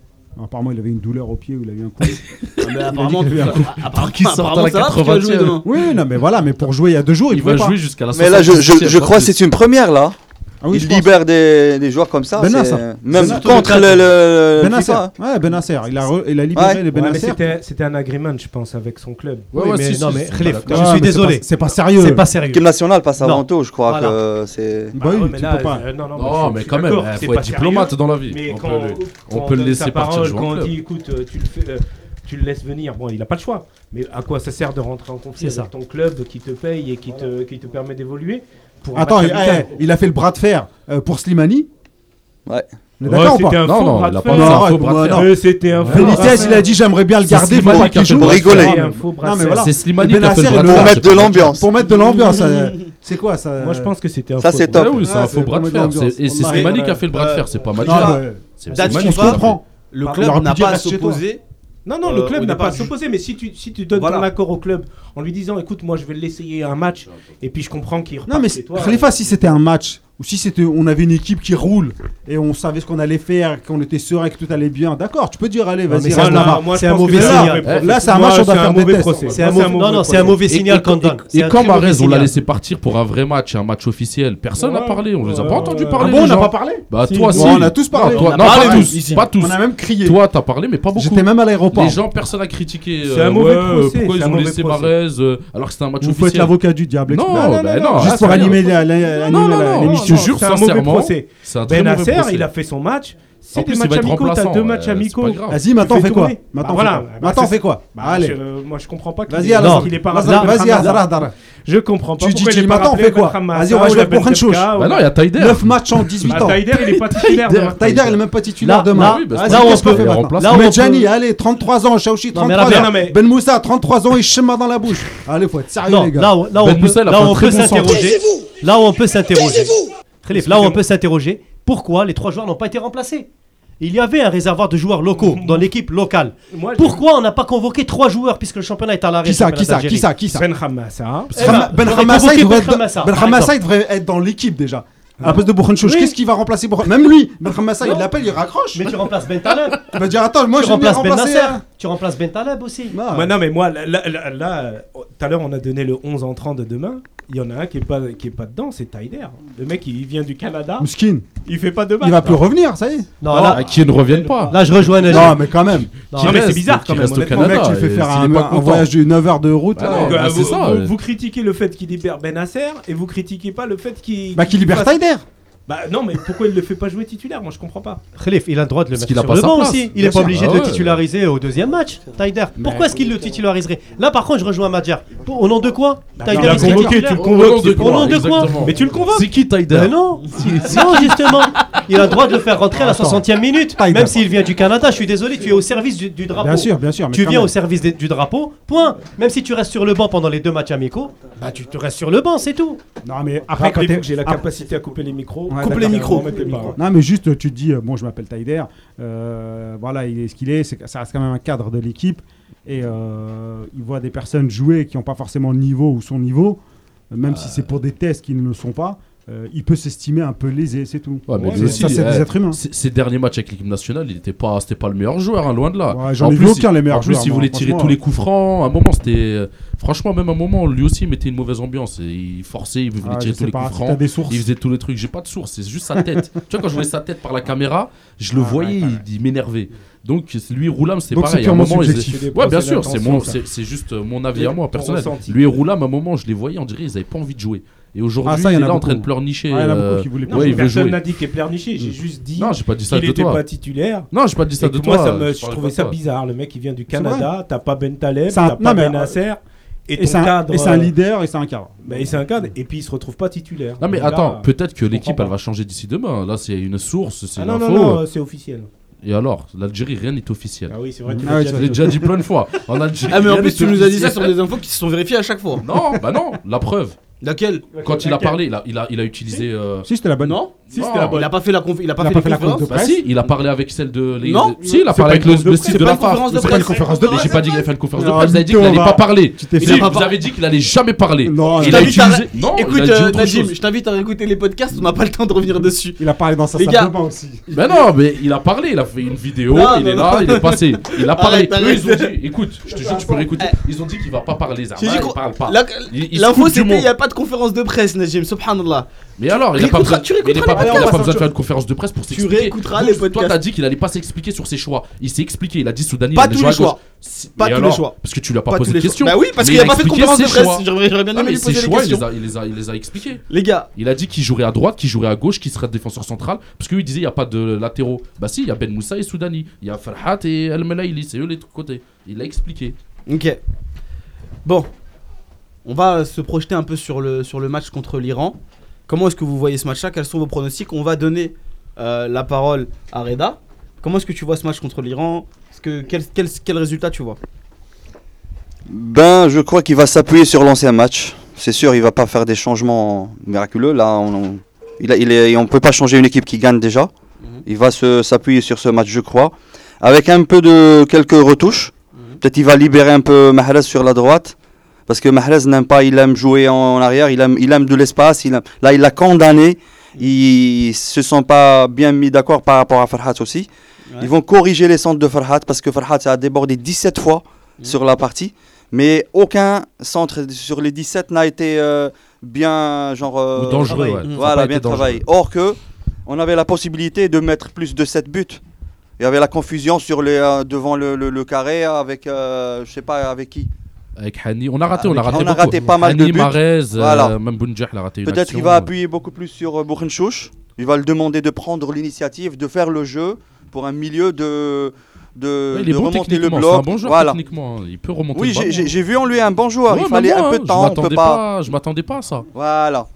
Speaker 5: Apparemment, il avait une douleur au pied où il a eu un coup.
Speaker 3: Ah, mais apparemment,
Speaker 5: qu'il y avait un
Speaker 3: apparemment,
Speaker 6: qu'il sorte à la
Speaker 3: apparemment, ça va, tu vas
Speaker 5: euh.
Speaker 3: jouer
Speaker 6: 80e.
Speaker 3: demain.
Speaker 5: oui, non, mais voilà, mais pour jouer il y a deux jours, il,
Speaker 6: Il
Speaker 5: pouvait
Speaker 6: va
Speaker 5: pas.
Speaker 6: jouer jusqu'à la
Speaker 10: Mais là, je, je,
Speaker 6: 70e,
Speaker 10: je crois que
Speaker 6: plus.
Speaker 10: c'est une première, là.
Speaker 5: Ah oui,
Speaker 10: il
Speaker 5: je pense.
Speaker 10: libère des, des joueurs comme ça.
Speaker 5: Ben
Speaker 10: c'est-
Speaker 5: Nasser.
Speaker 10: Même
Speaker 5: C'est surtout
Speaker 10: contre
Speaker 5: le
Speaker 10: le,
Speaker 6: Euh,
Speaker 10: le- le
Speaker 5: Benasser.
Speaker 10: FIFA.
Speaker 5: Ben
Speaker 10: hein.
Speaker 5: Ouais, Benasser. Il a, re- il a libéré Ben
Speaker 10: Ouais.
Speaker 5: les
Speaker 7: Ouais, mais
Speaker 5: Benasser.
Speaker 7: c'était- C'était un agreement, je pense, avec son
Speaker 5: Bah
Speaker 7: club.
Speaker 6: Ouais,
Speaker 4: Oui,
Speaker 6: ouais,
Speaker 4: mais
Speaker 6: si,
Speaker 4: non,
Speaker 6: si,
Speaker 4: mais
Speaker 6: si,
Speaker 4: Khalif,
Speaker 6: voilà,
Speaker 5: Ouais,
Speaker 4: je suis
Speaker 5: Ah, mais c'est
Speaker 4: désolé.
Speaker 5: pas- C'est pas sérieux.
Speaker 4: C'est pas sérieux.
Speaker 10: L'équipe nationale passe
Speaker 4: Non.
Speaker 10: avant tout, je crois
Speaker 4: Voilà.
Speaker 10: que c'est.
Speaker 5: Bah
Speaker 7: Ah
Speaker 5: oui,
Speaker 7: ouais,
Speaker 5: tu
Speaker 7: mais
Speaker 5: peux
Speaker 7: là,
Speaker 5: pas.
Speaker 7: euh, non, non, moi,
Speaker 6: Non,
Speaker 7: je-
Speaker 6: mais
Speaker 7: je
Speaker 6: quand
Speaker 7: suis
Speaker 6: même,
Speaker 7: d'accord
Speaker 6: il
Speaker 7: que c'est
Speaker 6: faut
Speaker 7: pas
Speaker 6: être
Speaker 7: sérieux,
Speaker 6: diplomate dans la vie.
Speaker 7: Mais
Speaker 6: on
Speaker 7: quand,
Speaker 6: peut le,
Speaker 7: quand
Speaker 6: on peut le
Speaker 7: donne
Speaker 6: laisser
Speaker 7: sa
Speaker 6: partir
Speaker 7: parole,
Speaker 6: jouer en
Speaker 7: Quand on
Speaker 6: club.
Speaker 7: dit, écoute, euh, tu le, fais, euh, tu le laisses venir, bon, il n'a pas le choix. Mais à quoi ça sert de rentrer en conflit
Speaker 4: C'est
Speaker 7: avec
Speaker 4: ça.
Speaker 7: ton club qui te paye et qui, te, qui te permet d'évoluer pour un
Speaker 5: Attends,
Speaker 7: match
Speaker 5: il,
Speaker 7: amical
Speaker 5: eh, il a fait le bras de fer euh, pour Slimani.
Speaker 10: Ouais.
Speaker 5: On est
Speaker 7: Ouais,
Speaker 5: D'accord ou
Speaker 7: c'était
Speaker 5: pas
Speaker 7: un
Speaker 6: Non,
Speaker 7: faux
Speaker 6: non,
Speaker 7: bras
Speaker 6: il
Speaker 7: de
Speaker 6: a
Speaker 7: fer.
Speaker 6: pas fait un
Speaker 5: Non,
Speaker 6: faux
Speaker 5: arrête,
Speaker 6: bras de
Speaker 5: moi,
Speaker 6: fer.
Speaker 5: non.
Speaker 7: Euh, C'était un faux
Speaker 6: Benitez,
Speaker 7: bras de
Speaker 5: Benitez,
Speaker 7: fer.
Speaker 5: il a dit j'aimerais bien le
Speaker 6: C'est
Speaker 5: garder
Speaker 6: Slimani
Speaker 5: pour
Speaker 6: qui a
Speaker 5: qu'il
Speaker 6: fait
Speaker 5: joue.
Speaker 6: le bras de fer.
Speaker 10: rigoler.
Speaker 7: C'était un faux bras
Speaker 5: Non,
Speaker 7: de
Speaker 5: mais
Speaker 7: fer.
Speaker 5: voilà.
Speaker 6: C'est Slimani qui a fait
Speaker 5: Benasser,
Speaker 6: le bras
Speaker 5: il
Speaker 6: de
Speaker 5: le
Speaker 10: Pour
Speaker 6: fer.
Speaker 5: met
Speaker 10: mettre de l'ambiance.
Speaker 5: Pour mettre de l'ambiance. euh, C'est quoi ça
Speaker 7: Moi, je pense que c'était un
Speaker 10: Ça,
Speaker 7: faux
Speaker 10: c'est
Speaker 7: bras de
Speaker 6: Ouais,
Speaker 10: top.
Speaker 7: fer.
Speaker 6: oui, c'est
Speaker 5: Ouais,
Speaker 6: un
Speaker 5: c'est
Speaker 6: faux bras de
Speaker 5: complètement
Speaker 6: fer. C'est- Et c'est
Speaker 5: ambiance.
Speaker 6: Slimani qui a fait le bras de fer, c'est pas
Speaker 5: Ah,
Speaker 6: Malika.
Speaker 5: ouais.
Speaker 6: C'est
Speaker 3: Date
Speaker 6: Slimani
Speaker 5: On
Speaker 6: qui
Speaker 5: se
Speaker 6: l'a fait.
Speaker 5: comprend.
Speaker 3: Le
Speaker 5: Par-
Speaker 3: club
Speaker 5: leur
Speaker 3: n'a
Speaker 5: budget
Speaker 3: pas à
Speaker 5: reste chez toi.
Speaker 3: s'opposer.
Speaker 7: Non, non,
Speaker 3: Euh,
Speaker 7: le
Speaker 3: au
Speaker 7: club n'a
Speaker 3: départ,
Speaker 7: pas à
Speaker 3: je-
Speaker 7: s'opposer, mais si tu, si tu donnes
Speaker 3: Voilà.
Speaker 7: ton accord au club en lui disant écoute, moi je vais l'essayer un match, et puis je comprends qu'il
Speaker 5: Non,
Speaker 7: repart
Speaker 5: mais
Speaker 7: chez toi,
Speaker 5: Khalifa, si c'était un match, ou si c'était, on avait une équipe qui roule, et on savait ce qu'on allait faire, qu'on était serein, que tout allait bien, d'accord, tu peux dire, allez, vas-y,
Speaker 4: mais
Speaker 5: reste
Speaker 4: ça, là,
Speaker 5: là-bas.
Speaker 4: moi, C'est un mauvais signal.
Speaker 5: Là, c'est un match, on doit faire des tests.
Speaker 4: C'est un mauvais- Non, non, c'est un mauvais
Speaker 6: Et-
Speaker 4: signal
Speaker 6: et-
Speaker 4: quand dingue.
Speaker 6: Et
Speaker 4: C'est un
Speaker 6: quand
Speaker 4: très mauvais
Speaker 6: Marez, on l'a
Speaker 4: signal.
Speaker 6: laissé partir pour un vrai match, un match officiel, personne n'a
Speaker 7: Ouais.
Speaker 6: parlé. On les a
Speaker 7: Ouais,
Speaker 6: pas entendus
Speaker 7: ouais.
Speaker 5: Ah
Speaker 6: parler.
Speaker 5: bon,
Speaker 6: les
Speaker 5: on n'a
Speaker 6: gens.
Speaker 5: pas parlé
Speaker 6: Bah,
Speaker 7: Si.
Speaker 6: toi,
Speaker 7: Ouais,
Speaker 6: si.
Speaker 5: on a tous parlé.
Speaker 6: Non, toi-
Speaker 3: On a
Speaker 6: non,
Speaker 3: parlé
Speaker 6: pas tous.
Speaker 3: ici.
Speaker 6: Pas tous.
Speaker 5: On a même crié.
Speaker 6: Toi, t'as parlé, mais pas beaucoup.
Speaker 5: J'étais même à l'aéroport.
Speaker 6: Les gens, personne n'a critiqué.
Speaker 7: C'est
Speaker 6: euh,
Speaker 7: un mauvais
Speaker 6: ouais,
Speaker 7: procès,
Speaker 6: Pourquoi
Speaker 7: c'est
Speaker 6: ils
Speaker 7: un
Speaker 6: ont
Speaker 7: mauvais
Speaker 6: laissé
Speaker 7: procès.
Speaker 6: Marez euh, alors que c'était un match
Speaker 5: Vous faites
Speaker 6: officiel
Speaker 5: l'avocat du diable.
Speaker 6: Non,
Speaker 5: explique-
Speaker 6: bah non,
Speaker 5: juste
Speaker 6: c'est
Speaker 5: pour
Speaker 6: rien.
Speaker 5: animer la- la- animer
Speaker 6: Non, non,
Speaker 5: la-
Speaker 6: non,
Speaker 5: l'émission.
Speaker 6: non, je
Speaker 7: non,
Speaker 6: jure
Speaker 7: c'est un mauvais
Speaker 6: sincèrement,
Speaker 7: procès.
Speaker 6: c'est un très mauvais
Speaker 7: Benasser,
Speaker 6: procès.
Speaker 7: il a fait son match.
Speaker 6: En
Speaker 7: C'est
Speaker 6: plus,
Speaker 7: des
Speaker 6: il
Speaker 7: matchs
Speaker 6: va être
Speaker 7: amicaux, t'as
Speaker 6: remplaçant,
Speaker 7: deux
Speaker 6: euh,
Speaker 7: matchs
Speaker 6: c'est pas
Speaker 7: amicaux.
Speaker 6: grave.
Speaker 5: Vas-y, maintenant, on
Speaker 7: Tu
Speaker 5: fait
Speaker 7: fais
Speaker 5: quoi
Speaker 7: tourner.
Speaker 5: Maintenant,
Speaker 7: Bah
Speaker 5: on
Speaker 7: voilà.
Speaker 5: fait quoi
Speaker 7: Bah,
Speaker 5: Maintenant, on
Speaker 7: c'est-
Speaker 5: fait quoi Bah,
Speaker 7: Bah,
Speaker 5: allez.
Speaker 7: je- moi, je comprends pas qu'il
Speaker 5: Vas-y,
Speaker 7: est-
Speaker 5: alors.
Speaker 7: qu'il est pas
Speaker 5: Vas-y,
Speaker 7: rappelé
Speaker 5: vas-y,
Speaker 7: Benrahma.
Speaker 5: Hazard, Hazard.
Speaker 7: Je comprends pas
Speaker 5: Tu dis,
Speaker 7: pourquoi il
Speaker 5: tu
Speaker 7: est
Speaker 5: dis,
Speaker 7: pas
Speaker 5: maintenant, on
Speaker 7: rappelé
Speaker 5: fait quoi
Speaker 7: Benrahma,
Speaker 5: Vas-y, on va
Speaker 7: ou
Speaker 5: jouer
Speaker 7: la
Speaker 5: pour Hanchouch.
Speaker 7: Benfica, ou-
Speaker 6: Bah non, il y a Taider.
Speaker 5: 9 matchs en 18
Speaker 7: Bah,
Speaker 5: ans.
Speaker 7: Taider, il est pas titulaire
Speaker 6: Taider.
Speaker 7: demain.
Speaker 5: Taider, il est même pas titulaire
Speaker 4: Là-
Speaker 5: demain.
Speaker 4: là-
Speaker 6: Oui, bah,
Speaker 5: Vas-y,
Speaker 6: là,
Speaker 4: on
Speaker 5: qu'est-ce qu'on
Speaker 4: peut-
Speaker 5: fait
Speaker 6: on
Speaker 5: maintenant
Speaker 6: remplace.
Speaker 4: Là, on
Speaker 5: Medjani,
Speaker 4: peut-
Speaker 5: allez, 33 ans, Chaouchi,
Speaker 4: Non, mais
Speaker 5: 33
Speaker 4: là,
Speaker 5: ans.
Speaker 7: non, mais-
Speaker 5: Ben Moussa, 33 ans, il schéma dans la bouche. Allez, faut être sérieux,
Speaker 4: Non,
Speaker 5: les gars.
Speaker 4: là, on- là, on
Speaker 6: Ben
Speaker 4: peut-
Speaker 6: Moussa, il a
Speaker 4: là,
Speaker 6: fait un
Speaker 4: on
Speaker 6: très
Speaker 4: peut
Speaker 6: bon centre.
Speaker 4: s'interroger. Là, on peut s'interroger. Khalif, Là, on peut s'interroger. Pourquoi les trois joueurs n'ont pas été remplacés Il y avait un réservoir de joueurs locaux dans l'équipe locale.
Speaker 7: Moi, je-
Speaker 4: Pourquoi on n'a pas convoqué trois joueurs puisque le championnat est à l'arrêt
Speaker 5: Qui ça,
Speaker 4: le
Speaker 5: qui ça,
Speaker 4: championnat
Speaker 5: qui ça, qui ça
Speaker 7: Benrahma, ça.
Speaker 4: Eh ben,
Speaker 5: Ben
Speaker 4: j'aurais
Speaker 5: Ramassa,
Speaker 4: convoqué
Speaker 5: il devrait
Speaker 4: Ben Ramassa,
Speaker 5: être, Ben
Speaker 4: par exemple. Ah.
Speaker 5: Ramassa, il devrait être dans l'équipe déjà. À la place de Bourhanchouch,
Speaker 4: Oui.
Speaker 5: qu'est-ce qu'il va remplacer Bourhan- Même lui, Ben Ramassa, il
Speaker 4: Non.
Speaker 5: l'appelle, il raccroche.
Speaker 4: Mais tu remplaces Ben Taleb.
Speaker 5: Il va dire Attends, moi
Speaker 4: tu
Speaker 5: je vais
Speaker 4: remplaces Ben
Speaker 5: remplacer. hein.
Speaker 4: Nasser. Tu remplaces Ben Taleb aussi.
Speaker 5: Non.
Speaker 7: Moi, non, mais moi, là, là- là- là, euh, tout à l'heure, on a donné le 11 en 30 de demain. Il y en a un qui est pas, qui est pas dedans, c'est Tyler. Le mec, il vient du Canada,
Speaker 5: Mouskine,
Speaker 7: il fait pas de match.
Speaker 5: il
Speaker 4: Ben
Speaker 5: va plus revenir, ça y est.
Speaker 4: Non,
Speaker 6: Ah,
Speaker 4: là,
Speaker 6: Qui ne reviennent pas.
Speaker 4: là, je rejoins Najib.
Speaker 5: Non, mais quand même.
Speaker 4: Non,
Speaker 6: Qui
Speaker 7: mais c'est
Speaker 6: reste,
Speaker 7: bizarre,
Speaker 6: qui
Speaker 7: quand même,
Speaker 6: reste au
Speaker 7: honnêtement.
Speaker 5: Le mec,
Speaker 6: Canada.
Speaker 5: tu le fais
Speaker 6: et
Speaker 5: faire
Speaker 6: s'il est
Speaker 5: un,
Speaker 6: pas
Speaker 5: un
Speaker 6: content-
Speaker 5: voyage de 9 heures de route.
Speaker 6: Bah
Speaker 5: là.
Speaker 6: non,
Speaker 7: Donc,
Speaker 6: bah,
Speaker 7: euh,
Speaker 6: c'est
Speaker 7: vous,
Speaker 6: ça,
Speaker 7: vous-
Speaker 6: ouais.
Speaker 7: vous critiquez le fait qu'il libère Benasser et vous critiquez pas le fait qu'il.
Speaker 5: Bah, qui
Speaker 7: qu'il
Speaker 5: libère
Speaker 7: fasse-
Speaker 5: Taider.
Speaker 7: Bah non, mais pourquoi il le fait pas jouer titulaire Moi je comprends pas.
Speaker 4: Khalif, il a le droit de le
Speaker 6: Parce
Speaker 4: mettre
Speaker 6: qu'il a
Speaker 4: sur
Speaker 6: pas
Speaker 4: le
Speaker 6: sa
Speaker 4: banc
Speaker 6: place,
Speaker 4: aussi. Il
Speaker 6: bien
Speaker 4: n'est pas
Speaker 6: sûr.
Speaker 4: obligé
Speaker 6: Ah
Speaker 4: de le
Speaker 6: ouais.
Speaker 4: titulariser au deuxième match, Taider. Pourquoi est-ce qu'il le titulariserait Là, par contre, je rejoins Madjar. Pour- Au nom de quoi
Speaker 7: tu l'as
Speaker 4: il serait
Speaker 7: convoqué,
Speaker 4: titulaire
Speaker 7: tu le
Speaker 6: Au nom
Speaker 7: convoques.
Speaker 6: de
Speaker 7: c'est pour-
Speaker 4: nom
Speaker 6: quoi
Speaker 4: de quoi
Speaker 6: exactement
Speaker 7: Mais tu le convoques
Speaker 6: C'est qui Taider
Speaker 4: Ben non Non, justement Il a le droit de le faire rentrer à la 60e minute, même s'il vient du Canada. Je suis désolé, tu es au service du, du drapeau.
Speaker 5: Bien sûr, bien sûr. mais
Speaker 4: Tu
Speaker 5: quand
Speaker 4: viens
Speaker 5: même.
Speaker 4: au service des- du drapeau, point. Même si tu restes sur le banc pendant les deux matchs amicaux, bah tu te restes sur le banc, c'est tout.
Speaker 5: Non, mais après, quand
Speaker 7: Rappelez-vous
Speaker 5: t'es.
Speaker 7: que j'ai la
Speaker 5: après-
Speaker 7: capacité à couper les micros.
Speaker 5: Ouais,
Speaker 7: Coupe
Speaker 5: d'accord.
Speaker 7: les micros.
Speaker 5: Coupe les micros. Non, mais juste, tu te dis, euh, bon, je m'appelle Taider, euh, voilà, il est ce qu'il est, c'est- ça reste quand même un cadre de l'équipe, et euh, il voit des personnes jouer qui n'ont pas forcément le niveau ou son niveau, euh, même si c'est pour des tests qui ne le sont pas, euh, il peut s'estimer un peu lésé, c'est tout.
Speaker 6: Ouais, mais
Speaker 7: Ouais,
Speaker 6: lui
Speaker 7: mais
Speaker 6: aussi,
Speaker 5: ça, c'est
Speaker 6: eh,
Speaker 5: des êtres humains.
Speaker 6: Ces ces derniers matchs avec l'équipe nationale, il était pas, c'était pas le meilleur joueur, hein, loin de là.
Speaker 5: Ouais, j'en
Speaker 6: En
Speaker 5: ai vu
Speaker 6: plus,
Speaker 5: aucun, les meilleurs
Speaker 6: En plus,
Speaker 5: joueurs,
Speaker 6: il
Speaker 5: moi,
Speaker 6: voulait tirer
Speaker 5: franchement,
Speaker 6: tous
Speaker 5: ouais.
Speaker 6: les coups francs. À un moment, c'était. euh, Franchement, même à un moment, lui aussi, il mettait une mauvaise ambiance. Et il forçait, il voulait
Speaker 5: Ah, je
Speaker 6: tirer
Speaker 5: sais
Speaker 6: tous les
Speaker 5: pas,
Speaker 6: coups
Speaker 5: si t'as
Speaker 6: francs.
Speaker 5: des sources.
Speaker 6: Il faisait tous les trucs. J'ai pas de source, c'est juste sa tête. tu vois, quand je voyais sa tête par la caméra, je le
Speaker 5: Ah, Ouais,
Speaker 6: voyais,
Speaker 5: ouais, ouais.
Speaker 6: il, il m'énervait. Donc, lui, Roulam, c'est
Speaker 5: Donc, c'est
Speaker 6: pareil. À un
Speaker 5: purement
Speaker 6: moment, ils-
Speaker 5: subjectif.
Speaker 6: Ouais, bien sûr, c'est mon-
Speaker 7: ça.
Speaker 6: c'est- c'est juste euh, mon avis à moi,
Speaker 7: Ton
Speaker 6: personnel.
Speaker 7: ressenti.
Speaker 6: Lui et Roulam, à un moment, je les voyais, on dirait qu'ils avaient pas envie de jouer. Et aujourd'hui,
Speaker 5: Ah, ça, il
Speaker 6: il
Speaker 5: y
Speaker 6: est
Speaker 5: en a
Speaker 6: là en train de
Speaker 5: beaucoup.
Speaker 6: pleurnicher.
Speaker 5: Ah, il y en a beaucoup
Speaker 6: euh,
Speaker 5: qui voulaient pas
Speaker 6: Ouais, il veut
Speaker 7: Personne
Speaker 6: jouer. Mm.
Speaker 7: n'a dit qu'il est pleurniché, j'ai juste dit
Speaker 6: Non, j'ai pas dit ça
Speaker 7: qu'il
Speaker 6: de
Speaker 7: était
Speaker 6: toi.
Speaker 7: pas titulaire.
Speaker 6: Non, j'ai pas dit ça
Speaker 7: Et
Speaker 6: de
Speaker 7: que
Speaker 6: toi. euh,
Speaker 7: moi, ça me,
Speaker 6: je
Speaker 7: je
Speaker 6: parlais
Speaker 7: trouvais
Speaker 6: pas de
Speaker 7: ça
Speaker 6: toi.
Speaker 7: bizarre. Le mec, il vient du
Speaker 5: C'est
Speaker 7: Canada, t'as pas Ben Taleb,
Speaker 5: C'est un-
Speaker 7: t'as
Speaker 5: non,
Speaker 7: pas
Speaker 5: mais, euh,
Speaker 7: Ben Nasser, et ton
Speaker 5: Et c'est un,
Speaker 7: cadre.
Speaker 5: et c'est un
Speaker 7: euh,
Speaker 5: leader et c'est un cadre.
Speaker 7: bah, et c'est un cadre, et puis il se retrouve pas titulaire.
Speaker 6: Non, mais
Speaker 7: Donc là,
Speaker 6: attends, peut-être que
Speaker 7: je
Speaker 6: l'équipe
Speaker 7: comprends
Speaker 6: elle va changer d'ici demain. Là, c'est une source, c'est
Speaker 7: Ah
Speaker 6: une
Speaker 7: non, non,
Speaker 6: info.
Speaker 7: non, euh, c'est officiel.
Speaker 6: Et alors, l'Algérie, rien n'est officiel.
Speaker 7: Ah oui, c'est vrai.
Speaker 5: Ah ouais,
Speaker 6: Je
Speaker 5: tu
Speaker 6: l'ai
Speaker 5: vois.
Speaker 6: déjà dit plein de fois. En Algérie,
Speaker 3: Ah, mais en
Speaker 6: rien
Speaker 3: plus,
Speaker 6: n'est
Speaker 3: tu nous as dit
Speaker 6: officiel.
Speaker 3: ça sur des infos qui se sont vérifiées à chaque fois.
Speaker 6: Non, bah non, la preuve.
Speaker 3: Laquelle
Speaker 6: Quand il a parlé, il a, il a, il a utilisé. euh,
Speaker 5: Si, c'était la bonne.
Speaker 3: Bah, Non
Speaker 2: Si, c'était la bonne.
Speaker 3: Il a pas fait la conf- il a pas
Speaker 5: Il a
Speaker 3: fait
Speaker 5: pas
Speaker 3: les
Speaker 5: fait la
Speaker 3: conférences.
Speaker 5: conf de
Speaker 6: Bah si, il a parlé avec celle de. les-
Speaker 3: Non.
Speaker 6: Si, il a
Speaker 5: C'est pas
Speaker 6: parlé avec
Speaker 5: une
Speaker 6: le,
Speaker 5: conférence de
Speaker 6: le
Speaker 5: presse,
Speaker 6: site
Speaker 5: c'est
Speaker 3: pas
Speaker 6: de la
Speaker 3: une conférence
Speaker 6: FAF.
Speaker 3: de
Speaker 6: Mais c'est pas une
Speaker 3: presse.
Speaker 6: conférence de presse. J'ai pas dit qu'il avait fait une conférence de presse. Vous avez dit
Speaker 5: Non,
Speaker 6: qu'il n'allait
Speaker 5: on
Speaker 6: pas
Speaker 5: va-
Speaker 6: parler.
Speaker 5: Tu t'es
Speaker 6: Il
Speaker 5: fait-
Speaker 6: a-
Speaker 3: pas
Speaker 6: Vous
Speaker 3: par-
Speaker 6: avez dit qu'il allait jamais parler.
Speaker 5: Non,
Speaker 6: Il
Speaker 5: il
Speaker 6: a
Speaker 5: a,
Speaker 3: t'invite
Speaker 6: utilisé.
Speaker 3: à-
Speaker 6: Non,
Speaker 3: Écoute,
Speaker 6: il a dit
Speaker 3: euh,
Speaker 6: autre
Speaker 3: Najim,
Speaker 6: chose.
Speaker 3: je t'invite à réécouter les podcasts, on n'a pas le temps de revenir dessus.
Speaker 5: il a parlé dans sa
Speaker 3: Les
Speaker 5: salle
Speaker 3: gars.
Speaker 5: de bain aussi.
Speaker 6: Ben non, mais il a parlé, il a fait une vidéo,
Speaker 3: Non,
Speaker 6: il
Speaker 3: non,
Speaker 6: est
Speaker 3: non.
Speaker 6: là, il est passé. Il a parlé.
Speaker 3: Arrête,
Speaker 6: Eux, ils ont
Speaker 3: arrête.
Speaker 6: dit, écoute, je te jure, tu peux réécouter. Ils ont dit qu'il va pas parler, Zarma,
Speaker 3: J'ai dit qu'on-
Speaker 6: Ah bah, il parle pas.
Speaker 3: La-
Speaker 6: Il- il se
Speaker 3: L'info
Speaker 6: coupe du
Speaker 3: c'était il
Speaker 6: monde.
Speaker 3: n'y a pas de conférence de presse, Najim, subhanallah.
Speaker 6: Mais alors, il a pas
Speaker 3: Réécoutera-
Speaker 6: besoin,
Speaker 3: tu
Speaker 6: il a
Speaker 3: réécouteras
Speaker 6: pas,
Speaker 3: les
Speaker 6: il a
Speaker 3: podcasts.
Speaker 6: pas besoin de faire une conférence de presse pour s'expliquer.
Speaker 3: réécouteras
Speaker 6: Donc,
Speaker 3: les
Speaker 6: Toi,
Speaker 3: podcasts.
Speaker 6: t'as dit qu'il allait pas s'expliquer sur ses choix. Il s'est expliqué, il a dit Soudani.
Speaker 3: Pas
Speaker 6: il allait
Speaker 3: tous
Speaker 6: jouer
Speaker 3: les
Speaker 6: à gauche.
Speaker 3: choix.
Speaker 6: Si-
Speaker 3: Pas
Speaker 6: mais
Speaker 3: tous les
Speaker 6: alors,
Speaker 3: choix.
Speaker 6: Parce que tu lui as pas,
Speaker 3: Pas
Speaker 6: posé
Speaker 3: tous
Speaker 6: de
Speaker 3: les
Speaker 6: questions.
Speaker 3: choix. Bah oui, parce
Speaker 6: Mais
Speaker 3: qu'il
Speaker 6: il
Speaker 3: a pas fait de
Speaker 6: expliqué
Speaker 3: conférence de
Speaker 6: ses
Speaker 3: presse.
Speaker 6: choix.
Speaker 3: J'aurais j'aurais bien
Speaker 6: Non,
Speaker 3: aimé
Speaker 6: mais
Speaker 3: lui
Speaker 6: ses
Speaker 3: poser des
Speaker 6: choix, il
Speaker 3: questions.
Speaker 6: les a- il les a- il les a expliqués.
Speaker 3: Les gars,
Speaker 6: Il a dit qu'il jouerait à droite, qu'il jouerait à gauche, qu'il serait défenseur central. Parce que lui, il disait il n'y a pas de latéraux. Bah si, il y a Ben Moussa et Soudani. Il y a Farhat et El Melaili. C'est eux les deux côtés. Il l'a expliqué.
Speaker 3: ok. Bon, on va euh, se projeter un peu sur le, sur le match contre l'Iran. Comment est-ce que vous voyez ce match-là Quels sont vos pronostics On va donner euh, la parole à Reda. Comment est-ce que tu vois ce match contre l'Iran Est-ce que- quel, quel, quel résultat tu vois
Speaker 10: Ben, je crois qu'il va s'appuyer sur l'ancien match. C'est sûr, il va pas faire des changements miraculeux. Là, on on- il a- il est- on peut pas changer une équipe qui gagne déjà. Il va se- s'appuyer sur ce match, je crois, avec un peu de quelques retouches. Peut-être il va libérer un peu Mahrez sur la droite, parce que Mahrez n'aime pas, il aime jouer en arrière, il aime, il aime de l'espace. il aime- Là, il l'a condamné. Ils se sont pas bien mis d'accord par rapport à Farhat aussi.
Speaker 3: Ouais.
Speaker 10: Ils vont corriger les centres de Farhat parce que Farhat a débordé 17 fois sur la partie, mais aucun centre sur les 17 n'a été euh, bien genre euh,
Speaker 6: Ou dangereux,
Speaker 3: travail.
Speaker 6: ouais.
Speaker 3: Mm.
Speaker 6: Ça a pas
Speaker 10: voilà,
Speaker 6: été
Speaker 10: bien
Speaker 6: dangereux.
Speaker 10: travaillé. Or que, on avait la possibilité de mettre plus de 7 buts. Il y avait la confusion sur les, euh, devant le, le- le carré avec, euh, je sais pas avec qui.
Speaker 6: Avec Hani. On a raté, on a
Speaker 10: Avec-
Speaker 6: raté.
Speaker 10: Ah, on a
Speaker 6: beaucoup.
Speaker 10: raté pas mal de
Speaker 6: Hani,
Speaker 10: buts.
Speaker 6: Mahrez,
Speaker 10: Voilà.
Speaker 6: euh, même Bounjah, il a raté une
Speaker 10: Peut-être
Speaker 6: action.
Speaker 10: qu'il va appuyer beaucoup plus sur euh, Bourg-en-Chouch. Il va le demander de prendre l'initiative, de faire le jeu pour un milieu de, de,
Speaker 6: Ouais, il
Speaker 10: Euh, de
Speaker 6: est bon
Speaker 10: remonter le
Speaker 6: techniquement.
Speaker 10: bloc.
Speaker 6: C'est un bon joueur
Speaker 10: voilà.
Speaker 6: techniquement. hein. Il peut remonter
Speaker 10: Oui,
Speaker 6: le ballon.
Speaker 10: j'ai- j'ai j'ai vu en lui un bon joueur.
Speaker 6: Ouais,
Speaker 10: il
Speaker 6: mais
Speaker 10: fallait
Speaker 6: moi,
Speaker 10: un peu
Speaker 6: hein,
Speaker 10: de
Speaker 6: je
Speaker 10: temps. On
Speaker 6: m'attendais
Speaker 10: peut pas.
Speaker 6: Je m'attendais pas à ça.
Speaker 10: Voilà.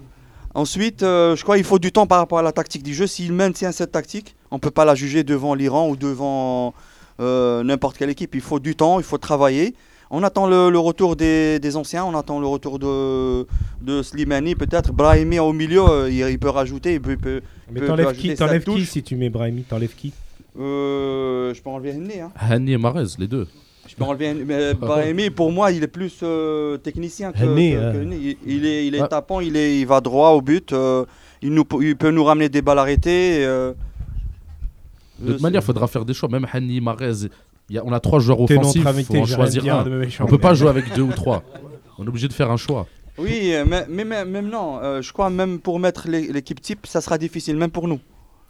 Speaker 10: Ensuite, euh, je crois qu'il faut du temps par rapport à la tactique du jeu. S'il maintient cette tactique, on ne peut pas la juger devant l'Iran ou devant euh, n'importe quelle équipe. Il faut du temps, il faut travailler. On attend le, le retour des, des anciens, on attend le retour de, de Slimani peut-être. Brahimi au milieu, euh, il, il peut rajouter. Il peut, il peut-
Speaker 7: Mais
Speaker 10: peut- peut
Speaker 7: t'enlèves
Speaker 10: ajouter
Speaker 7: qui,
Speaker 10: sa
Speaker 7: t'enlèves qui
Speaker 10: touche.
Speaker 7: si tu mets Brahimi T'enlèves qui
Speaker 10: euh, je peux enlever Henné. Hein.
Speaker 6: Hani et Mahrez, les deux.
Speaker 10: Je peux enlever Henné, mais Brahimi, pour moi, il est plus euh, technicien que,
Speaker 4: Henné,
Speaker 10: que-
Speaker 4: euh.
Speaker 6: hein.
Speaker 10: que Henné. Il, il est, il est
Speaker 6: Ouais.
Speaker 10: tapant, il, est, il va droit au but. euh, il, nous, il peut nous ramener des balles arrêtées. euh.
Speaker 6: De
Speaker 10: Euh,
Speaker 6: toute manière, il faudra faire des choix. Même Hani, Mahrez. il y a- on a trois joueurs
Speaker 7: T'es
Speaker 6: offensifs.
Speaker 7: notre
Speaker 6: Il
Speaker 7: invité,
Speaker 6: faut en
Speaker 7: j'ai rien
Speaker 6: choisir
Speaker 7: dire
Speaker 6: un.
Speaker 7: de méchant,
Speaker 6: On peut pas
Speaker 7: mais-
Speaker 6: jouer avec deux ou trois. On est obligé de faire un choix.
Speaker 10: Oui, euh, mais, mais, mais- même non. euh, je crois même pour mettre l'é- l'équipe type, ça sera difficile, même pour nous,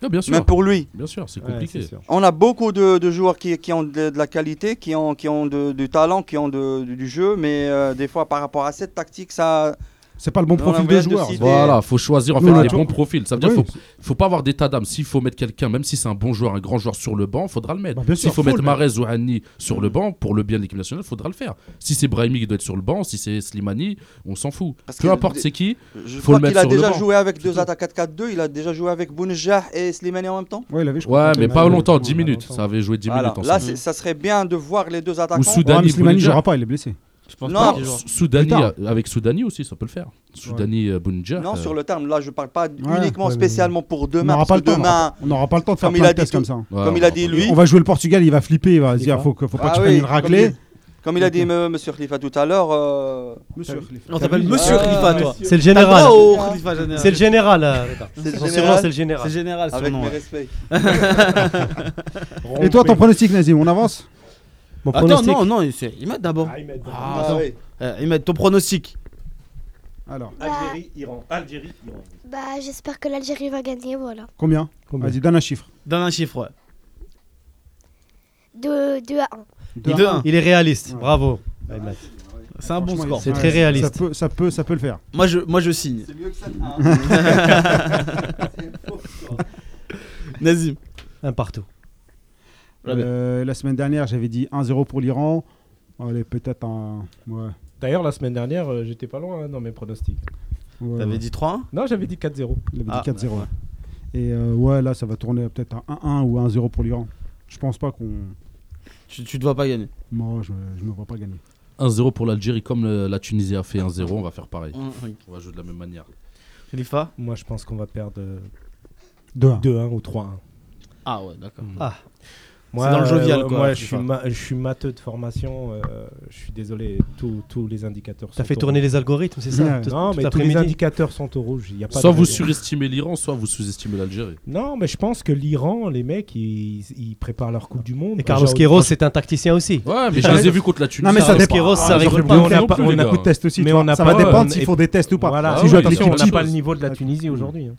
Speaker 6: Ouais,
Speaker 10: même
Speaker 6: bien sûr.
Speaker 10: pour lui.
Speaker 6: Bien sûr, c'est
Speaker 7: Ouais,
Speaker 6: compliqué.
Speaker 7: c'est sûr.
Speaker 10: On a beaucoup de, de joueurs qui, qui ont de, de la qualité, qui ont, qui ont de- du talent, qui ont de- du, du jeu, mais euh, des fois par rapport à cette tactique, ça.
Speaker 5: C'est pas le bon
Speaker 10: Non,
Speaker 5: profil
Speaker 10: on
Speaker 5: de
Speaker 10: vient de
Speaker 5: joueur.
Speaker 10: citer-
Speaker 6: Voilà, faut choisir en
Speaker 5: Nous, on
Speaker 6: fait
Speaker 5: a
Speaker 6: les
Speaker 5: tout-
Speaker 6: bons profils. Ça veut dire
Speaker 5: Oui.
Speaker 6: faut, faut pas avoir d'état d'âme. S'il faut mettre quelqu'un, même si c'est un bon joueur, un grand joueur sur le banc, faudra le mettre.
Speaker 5: Bah, bien sûr,
Speaker 6: S'il faut,
Speaker 5: faut
Speaker 6: mettre
Speaker 5: le mettre.
Speaker 6: Marez ou Hani sur le banc pour le bien de l'équipe nationale, faudra le faire. Si c'est Brahimi qui doit être sur le banc, si c'est Slimani, on s'en fout.
Speaker 10: Parce
Speaker 6: Peu
Speaker 10: que
Speaker 6: importe
Speaker 10: des-
Speaker 6: c'est
Speaker 10: Je
Speaker 6: qui. Faut le
Speaker 10: crois qu'il
Speaker 6: mettre
Speaker 10: a
Speaker 6: sur le
Speaker 10: déjà
Speaker 6: banc.
Speaker 10: joué avec deux
Speaker 6: Surtout.
Speaker 10: attaques 4-4-2, il a déjà joué avec Bounjah et Slimani en même temps.
Speaker 5: Ouais, il avait, je
Speaker 6: Ouais,
Speaker 5: crois,
Speaker 6: mais
Speaker 5: il
Speaker 6: pas
Speaker 5: avait-
Speaker 6: longtemps, 10
Speaker 5: Ouais,
Speaker 6: minutes.
Speaker 5: longtemps.
Speaker 6: Ça avait joué 10
Speaker 10: Voilà.
Speaker 6: minutes
Speaker 10: Là,
Speaker 6: ensemble.
Speaker 10: c'est- ça serait bien de voir les deux attaquants.
Speaker 6: Ou Soudani,
Speaker 5: mais Slimani
Speaker 6: Bounedjah.
Speaker 5: jouera pas, il est blessé.
Speaker 3: Je pense
Speaker 10: Non,
Speaker 3: pas
Speaker 10: pas
Speaker 3: qu'il
Speaker 10: qu'il
Speaker 3: jouera.
Speaker 6: Soudani,
Speaker 5: Plus tard.
Speaker 6: euh, avec Soudani aussi, ça peut le faire. Soudani, euh, Bounedjah,
Speaker 10: Non,
Speaker 6: euh,
Speaker 10: sur le terme, là, je parle pas
Speaker 5: ouais,
Speaker 10: uniquement
Speaker 5: mais-
Speaker 10: spécialement pour
Speaker 5: On
Speaker 10: demain.
Speaker 5: n'aura
Speaker 10: Parce que
Speaker 5: pas le temps. on
Speaker 10: demain,
Speaker 5: n'aura- On n'aura pas le temps de faire
Speaker 10: comme il
Speaker 5: plein
Speaker 10: a
Speaker 5: de tests
Speaker 10: dit
Speaker 5: comme
Speaker 10: tout-
Speaker 5: ça. hein.
Speaker 6: ouais,
Speaker 10: comme
Speaker 6: on
Speaker 10: il a
Speaker 6: va
Speaker 10: dit
Speaker 6: pas-
Speaker 10: lui,
Speaker 5: On va jouer le Portugal, il va flipper, il va se dire faut, que- faut pas
Speaker 10: Ah
Speaker 5: que tu
Speaker 10: oui,
Speaker 5: prennes une
Speaker 10: comme
Speaker 5: raclée.
Speaker 10: il- Comme il a dit M. Monsieur Khalifa tout à l'heure, euh,
Speaker 5: Monsieur,
Speaker 3: On t'appelle Monsieur
Speaker 10: Ah,
Speaker 3: Khalifa, toi.
Speaker 4: C'est le
Speaker 3: T'as le
Speaker 4: général.
Speaker 3: droit au Khalifa général.
Speaker 4: C'est le général. euh, Reda.
Speaker 10: C'est le
Speaker 4: Son surnom,
Speaker 10: général.
Speaker 4: c'est le
Speaker 3: C'est
Speaker 4: général.
Speaker 3: général, son
Speaker 10: avec
Speaker 3: nom.
Speaker 10: mes
Speaker 3: ouais.
Speaker 10: respects.
Speaker 5: Et toi, ton pronostic, Nazim, on avance
Speaker 4: Mon
Speaker 3: Attends,
Speaker 4: pronostic.
Speaker 3: non, non, c'est Imad d'abord.
Speaker 7: Ah, il met dedans.
Speaker 3: Ah,
Speaker 10: Bah
Speaker 3: attends. Euh, Imad, ton pronostic.
Speaker 5: Alors,
Speaker 7: Algérie, Iran. Algérie, Iran.
Speaker 8: Bah, j'espère que l'Algérie va gagner, voilà.
Speaker 5: combien
Speaker 7: bah,
Speaker 4: Combien
Speaker 5: Vas-y, donne un chiffre.
Speaker 3: Donne un chiffre, ouais.
Speaker 8: De 2 à 1.
Speaker 5: Deux.
Speaker 3: 2-1.
Speaker 4: Il est réaliste. Bravo.
Speaker 3: C'est un bon
Speaker 5: Franchement,
Speaker 3: score.
Speaker 4: C'est très réaliste.
Speaker 5: Ça peut, ça peut, ça peut le faire.
Speaker 3: Moi, je, moi, je signe.
Speaker 10: mieux que ça. hein.
Speaker 3: Nazim.
Speaker 4: Un partout.
Speaker 3: Ouais, bien.
Speaker 5: Euh, la semaine dernière, j'avais dit 1-0 pour l'Iran. Allez, peut-être un. Ouais.
Speaker 7: D'ailleurs, la semaine dernière, euh, j'étais pas loin hein, dans mes pronostics.
Speaker 5: ouais,
Speaker 3: T'avais
Speaker 5: ouais.
Speaker 3: dit 3-1
Speaker 7: Non, j'avais dit 4-0.
Speaker 5: Il avait dit
Speaker 3: Ah.
Speaker 5: 4-0. ouais. Et euh, ouais, là, ça va tourner à peut-être à 1-1 ou 1-0 pour l'Iran. Je pense pas qu'on.
Speaker 3: Tu, tu te vois pas gagner.
Speaker 5: Moi, je, je me vois pas gagner.
Speaker 6: 1-0 pour l'Algérie, comme le- la Tunisie a fait 1-0, on va faire pareil.
Speaker 3: Oui.
Speaker 6: On va jouer de la même manière.
Speaker 3: Khalifa
Speaker 7: Moi, je pense qu'on va perdre euh,
Speaker 5: 2-1.
Speaker 7: 2-1 ou 3-1.
Speaker 3: Ah ouais, d'accord.
Speaker 4: Ah,
Speaker 7: Moi,
Speaker 3: dans le jovial,
Speaker 7: euh,
Speaker 3: quoi,
Speaker 7: Moi,
Speaker 3: je
Speaker 7: je
Speaker 3: sais
Speaker 7: suis,
Speaker 3: pas.
Speaker 7: ma- je suis matheux de formation. euh, je suis désolé, tous tous les indicateurs sont
Speaker 4: t'as fait
Speaker 7: au
Speaker 4: tourner
Speaker 7: rouge.
Speaker 4: les algorithmes, c'est ça
Speaker 5: Ouais.
Speaker 4: tout-
Speaker 7: Non,
Speaker 4: tout
Speaker 7: mais tous les
Speaker 4: après-midi
Speaker 7: indicateurs sont au rouge. il Y a pas
Speaker 6: Soit
Speaker 7: de
Speaker 6: vous
Speaker 7: raison.
Speaker 6: surestimez l'Iran, soit vous sous-estimez l'Algérie.
Speaker 7: Non, mais je pense que l'Iran, les mecs, ils, ils préparent leur Coupe du Monde. Bah,
Speaker 4: Et Carlos
Speaker 7: Déjà, au-
Speaker 4: Queiroz, c'est un tacticien aussi.
Speaker 6: Ouais, mais je les ai vus contre la Tunisie.
Speaker 5: Non, mais ça
Speaker 4: Carlos
Speaker 5: dépend.
Speaker 4: Queiroz, ça
Speaker 5: Ah,
Speaker 4: rigole
Speaker 5: j'aurais
Speaker 4: pas.
Speaker 5: voulu
Speaker 7: On
Speaker 5: faire
Speaker 7: a pas-
Speaker 5: un-
Speaker 6: on a
Speaker 5: un coup
Speaker 6: pas-
Speaker 5: de test aussi.
Speaker 7: mais
Speaker 5: tu
Speaker 7: on
Speaker 5: vois.
Speaker 7: a
Speaker 5: Ça
Speaker 7: pas-
Speaker 5: va dépendre
Speaker 7: on-
Speaker 5: s'ils font des tests ou pas.
Speaker 7: Voilà,
Speaker 5: S'ils jouent avec
Speaker 6: ouais,
Speaker 5: l'équipe
Speaker 7: on n'a
Speaker 5: type.
Speaker 7: pas le niveau de la Tunisie aujourd'hui. hein.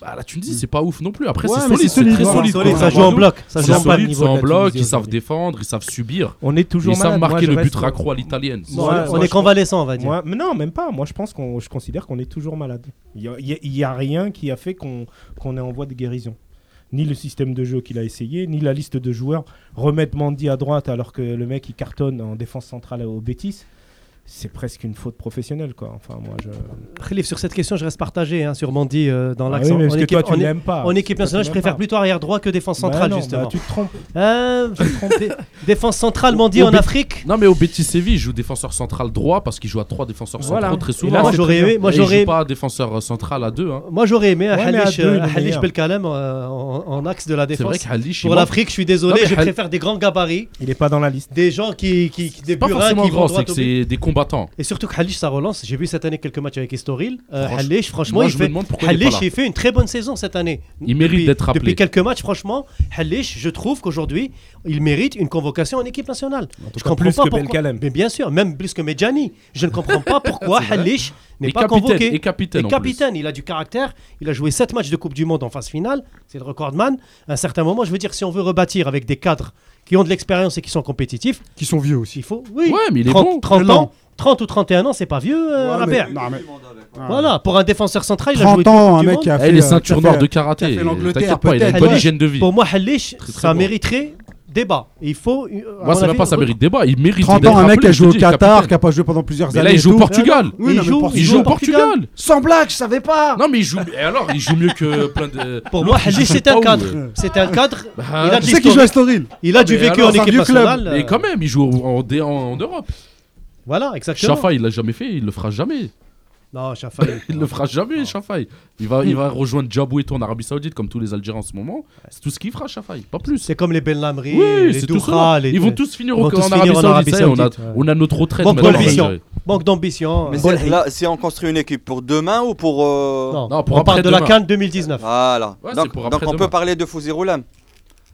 Speaker 6: Bah, la Tunisie, c'est pas ouf non plus. Après,
Speaker 5: Ouais,
Speaker 6: c'est
Speaker 5: mais
Speaker 6: solide,
Speaker 5: c'est
Speaker 6: c'est
Speaker 5: solide,
Speaker 6: très
Speaker 5: voilà.
Speaker 6: solide.
Speaker 5: Solide,
Speaker 4: hein. Ça joue en bloc. Ça joue
Speaker 6: C'est
Speaker 4: en bloc.
Speaker 6: solide, ils sont
Speaker 7: de
Speaker 6: en
Speaker 7: la
Speaker 6: bloc,
Speaker 7: Tunisie
Speaker 6: ils savent
Speaker 7: aujourd'hui.
Speaker 6: défendre, ils savent subir.
Speaker 7: On est toujours
Speaker 6: Ils savent
Speaker 7: malade. Moi,
Speaker 6: marquer
Speaker 7: je
Speaker 6: le but
Speaker 4: euh,
Speaker 7: reste-
Speaker 6: raccro à l'italienne.
Speaker 4: On-
Speaker 7: Moi,
Speaker 4: On
Speaker 7: je-
Speaker 4: est convalescent, on va dire.
Speaker 7: Moi, mais non, même pas. Moi, je pense qu'on, je considère qu'on est toujours malade. Il y a- il y a, il y a rien qui a fait qu'on, qu'on est en voie de guérison. Ni le système de jeu qu'il a essayé, ni la liste de joueurs. Remettre Mandy à droite alors que le mec il cartonne en défense centrale au Bétis, c'est presque une faute professionnelle, quoi. Enfin, moi, je.
Speaker 4: Khalif, sur cette question, je reste partagé, hein, sur Mandy euh, dans
Speaker 7: Ah
Speaker 4: l'accent.
Speaker 7: oui, mais parce
Speaker 4: En
Speaker 7: que
Speaker 4: équipe-
Speaker 7: toi, tu
Speaker 4: en é-
Speaker 7: l'aimes pas.
Speaker 4: en équipe
Speaker 7: Parce que toi,
Speaker 4: nationale,
Speaker 7: tu
Speaker 4: je
Speaker 7: l'aimes
Speaker 4: préfère
Speaker 7: pas.
Speaker 4: plutôt arrière droit que défense
Speaker 7: Bah
Speaker 4: centrale,
Speaker 7: non,
Speaker 4: justement.
Speaker 7: bah, tu te trompes.
Speaker 4: Euh, dé- défense centrale, Mandy
Speaker 6: Au
Speaker 4: en
Speaker 6: but-
Speaker 4: Afrique.
Speaker 6: Non, mais au Betis Séville, ils jouent défenseur central droit parce qu'ils jouent à trois défenseurs
Speaker 7: Voilà.
Speaker 6: centraux
Speaker 7: Et
Speaker 6: très
Speaker 7: là,
Speaker 6: souvent.
Speaker 4: Moi
Speaker 7: c'est
Speaker 4: j'aurais
Speaker 7: très
Speaker 4: aimé,
Speaker 7: bien.
Speaker 4: moi
Speaker 6: Et ils jouent
Speaker 4: j'aurais,
Speaker 6: pas défenseur euh, central à deux. hein.
Speaker 4: moi j'aurais aimé un
Speaker 7: Ouais, mais à
Speaker 4: Halish,
Speaker 7: deux, il est
Speaker 4: euh, Halish
Speaker 7: meilleur.
Speaker 4: Belkalem euh, en, en axe de la
Speaker 6: C'est
Speaker 4: défense.
Speaker 6: vrai que Halish, il
Speaker 4: Pour
Speaker 6: manque.
Speaker 4: l'Afrique, je suis
Speaker 6: Non,
Speaker 4: désolé,
Speaker 6: mais
Speaker 4: je
Speaker 6: Hal-
Speaker 4: préfère des grands gabarits,
Speaker 7: Il est pas dans la liste.
Speaker 4: des gens qui, qui, qui des
Speaker 6: pas
Speaker 4: burins
Speaker 6: forcément
Speaker 4: qui vont
Speaker 6: grand, c'est
Speaker 4: droit
Speaker 6: que
Speaker 4: au but.
Speaker 6: c'est des combattants.
Speaker 4: Et surtout que Halish ça relance. J'ai vu cette année quelques matchs avec Estoril. Euh,
Speaker 6: Franch-
Speaker 4: Halish, franchement,
Speaker 6: moi,
Speaker 4: il
Speaker 6: je me
Speaker 4: fait,
Speaker 6: demande pourquoi il est
Speaker 4: Halish,
Speaker 6: pas là.
Speaker 4: il fait une très bonne saison cette année.
Speaker 6: Il mérite
Speaker 4: Depuis-
Speaker 6: d'être rappelé.
Speaker 4: Depuis quelques matchs, franchement, Halish, je trouve qu'aujourd'hui, il mérite une convocation en équipe nationale.
Speaker 7: tout
Speaker 4: je
Speaker 7: cas,
Speaker 4: comprends
Speaker 7: plus
Speaker 4: pas
Speaker 7: que
Speaker 4: pourquoi.
Speaker 7: Belkalem.
Speaker 4: Mais bien sûr, même plus que Medjani. Je ne comprends pas pourquoi Halish n'est
Speaker 6: Et
Speaker 4: pas
Speaker 6: capitaine,
Speaker 4: convoqué.
Speaker 6: et capitaine
Speaker 4: Et
Speaker 6: en
Speaker 4: capitaine, il a du caractère. Il a joué 7 matchs de Coupe du Monde en phase finale. C'est le recordman. À un certain moment, je veux dire, si on veut rebâtir avec des cadres qui ont de l'expérience et qui sont compétitifs,
Speaker 5: Qui sont vieux aussi.
Speaker 4: il faut. Oui,
Speaker 6: Ouais, mais il est
Speaker 4: 30,
Speaker 6: bon.
Speaker 4: 30
Speaker 5: Non.
Speaker 4: ans. 30 ou 31 ans, c'est pas vieux, euh,
Speaker 5: Ouais,
Speaker 4: Robert.
Speaker 5: mais- non, mais- Ah.
Speaker 4: Voilà, pour un défenseur central, il a joué
Speaker 5: 30 ans, un
Speaker 4: toute la
Speaker 5: mec
Speaker 4: Coupe du
Speaker 5: qui
Speaker 4: Monde.
Speaker 5: a fait.
Speaker 6: Eh, les
Speaker 5: euh,
Speaker 6: ceintures
Speaker 5: qui a
Speaker 6: noires
Speaker 5: fait-
Speaker 6: de
Speaker 5: qui a
Speaker 6: karaté.
Speaker 5: fait l'Angleterre,
Speaker 6: T'inquiète pas, il a une
Speaker 4: peut-être.
Speaker 6: bonne
Speaker 4: Halish,
Speaker 6: hygiène de vie.
Speaker 4: Pour moi, Halish,
Speaker 6: Très, très
Speaker 4: ça
Speaker 6: bon.
Speaker 4: mériterait débat. Et il faut. euh,
Speaker 6: Moi, ça même pas, ça mérite débat. Il mérite
Speaker 5: 30
Speaker 6: d'être
Speaker 5: ans, un mec
Speaker 6: rappelé,
Speaker 5: qui a
Speaker 6: je te
Speaker 5: joué au
Speaker 6: dis,
Speaker 5: Qatar,
Speaker 6: capitaine.
Speaker 5: qui a pas joué pendant plusieurs
Speaker 6: Mais
Speaker 5: années.
Speaker 6: là, il
Speaker 5: et
Speaker 6: joue au
Speaker 5: tout.
Speaker 6: Portugal.
Speaker 5: Oui, non, mais pour-
Speaker 6: Il joue au Portugal.
Speaker 5: Sans blague, je savais pas.
Speaker 6: Non, mais il joue. Et alors, il joue mieux que plein de.
Speaker 4: Pour
Speaker 6: L'autre,
Speaker 4: moi,
Speaker 6: il
Speaker 4: Halish,
Speaker 6: joue
Speaker 4: c'est
Speaker 6: pas
Speaker 4: un
Speaker 6: où,
Speaker 4: cadre.
Speaker 6: euh.
Speaker 4: C'est un cadre.
Speaker 6: Bah,
Speaker 4: il a, de
Speaker 5: Tu sais qui joue
Speaker 4: l'histoire.
Speaker 5: à Storil
Speaker 4: Il a du
Speaker 6: Mais
Speaker 4: vécu
Speaker 6: alors,
Speaker 4: en
Speaker 5: c'est un
Speaker 4: équipe
Speaker 5: vieux club.
Speaker 4: nationale. euh,
Speaker 6: Mais quand même, il joue en, en- en Europe.
Speaker 4: Voilà, exactement.
Speaker 6: Chafa, il l'a jamais fait, il le fera jamais.
Speaker 4: Non, Chafa.
Speaker 6: Il le fera jamais, Chafaï. Il va, il va rejoindre Djabou et tout en Arabie Saoudite, comme tous les Algériens en ce moment. C'est tout ce qu'il fera, Chafaï, pas plus.
Speaker 4: C'est comme les Ben Lamri,
Speaker 6: Oui,
Speaker 4: les
Speaker 6: c'est tout
Speaker 4: Doura,
Speaker 6: ça.
Speaker 4: les.
Speaker 6: Ils vont tous finir
Speaker 4: ils
Speaker 6: au-
Speaker 4: vont tous
Speaker 6: en
Speaker 4: finir
Speaker 6: Arabie
Speaker 4: en
Speaker 6: Saoudite.
Speaker 4: Arabie
Speaker 6: ça y est, On a,
Speaker 4: Saoudite, ouais.
Speaker 6: on a notre retraite
Speaker 4: Manque
Speaker 6: maintenant. en
Speaker 4: d'ambition.
Speaker 6: Algérie.
Speaker 4: Manque d'ambition.
Speaker 10: Mais
Speaker 4: euh,
Speaker 10: c'est- là, si on construit une équipe pour demain ou pour. euh,
Speaker 4: Non,
Speaker 6: Non, pour
Speaker 4: on parle de la
Speaker 6: après-demain.
Speaker 4: Cannes 2019.
Speaker 10: Voilà.
Speaker 6: Ouais, c'est
Speaker 10: donc,
Speaker 6: pour
Speaker 10: donc on
Speaker 6: après-demain.
Speaker 10: peut parler de Fouzi Roulam,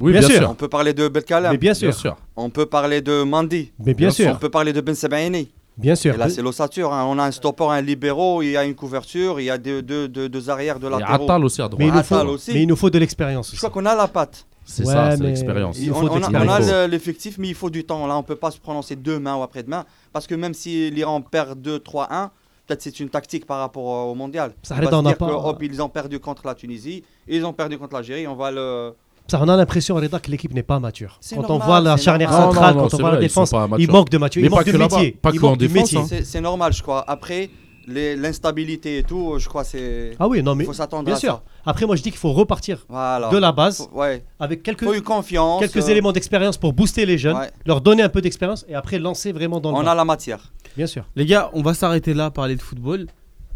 Speaker 6: Oui,
Speaker 4: Bien
Speaker 6: bien,
Speaker 4: sûr.
Speaker 6: sûr.
Speaker 10: on peut parler de Belkalem,
Speaker 4: Mais bien
Speaker 6: Bien
Speaker 4: sûr.
Speaker 6: sûr.
Speaker 10: on peut parler de Mandy,
Speaker 4: Mais bien
Speaker 10: on
Speaker 4: sûr.
Speaker 10: peut parler de Ben Sebaini.
Speaker 4: Bien sûr.
Speaker 10: Et là, c'est l'ossature. hein. On a un stopper, un libéraux, il y a une couverture, il y a deux, deux, deux, deux arrières de
Speaker 6: Et
Speaker 10: latéraux.
Speaker 6: Attal aussi à
Speaker 4: Mais il
Speaker 6: droite.
Speaker 4: nous
Speaker 10: Attal
Speaker 4: faut-
Speaker 10: aussi.
Speaker 4: mais il nous faut de l'expérience.
Speaker 10: Je
Speaker 4: aussi.
Speaker 10: crois qu'on a la patte.
Speaker 6: C'est
Speaker 4: Ouais,
Speaker 6: ça, c'est
Speaker 4: mais-
Speaker 6: l'expérience.
Speaker 4: Il
Speaker 10: On,
Speaker 4: faut de
Speaker 10: on a,
Speaker 4: l'expérience.
Speaker 10: on a
Speaker 6: Il faut.
Speaker 10: le- l'effectif, mais il faut du temps. Là, on peut pas se prononcer demain ou après-demain. Parce que même si l'Iran perd 2-3-1, peut-être c'est une tactique par rapport euh, au mondial.
Speaker 4: Ça,
Speaker 10: On va
Speaker 4: Reda,
Speaker 10: se
Speaker 4: on n'a
Speaker 10: dire
Speaker 4: pas-
Speaker 10: que, hop, ils ont perdu contre la Tunisie, ils ont perdu contre l'Algérie, on va le.
Speaker 4: Ça, on a l'impression, Reda, que l'équipe n'est pas mature.
Speaker 10: C'est
Speaker 4: Quand on
Speaker 10: normal,
Speaker 4: voit la
Speaker 10: c'est
Speaker 4: charnière
Speaker 10: normal.
Speaker 4: centrale,
Speaker 6: Non, non,
Speaker 4: quand on
Speaker 6: c'est
Speaker 4: voit la
Speaker 6: vrai, ils sont
Speaker 4: défense,
Speaker 6: pas matures.
Speaker 4: il manque de mature.
Speaker 6: Mais
Speaker 4: Il manque
Speaker 6: pas
Speaker 4: de
Speaker 6: que là-bas,
Speaker 4: métier.
Speaker 6: pas
Speaker 4: Il
Speaker 6: que en
Speaker 4: manque de
Speaker 6: défense,
Speaker 4: métier.
Speaker 6: hein.
Speaker 10: C'est c'est normal, je crois. Après, les- l'instabilité et tout, je crois, c'est.
Speaker 4: Ah oui, non, mais
Speaker 10: Il faut s'attendre
Speaker 4: bien
Speaker 10: à
Speaker 4: sûr.
Speaker 10: ça.
Speaker 4: Après, moi, je dis qu'il faut repartir
Speaker 10: Voilà.
Speaker 4: de la base
Speaker 10: Faut- Ouais.
Speaker 4: avec quelques,
Speaker 10: Faut une confiance.
Speaker 4: quelques
Speaker 10: euh,
Speaker 4: éléments d'expérience pour booster les jeunes,
Speaker 10: ouais.
Speaker 4: leur donner un peu d'expérience et après lancer vraiment dans le
Speaker 10: On
Speaker 4: bas.
Speaker 10: a la matière.
Speaker 4: Bien sûr.
Speaker 3: Les gars, on va s'arrêter là, parler de football.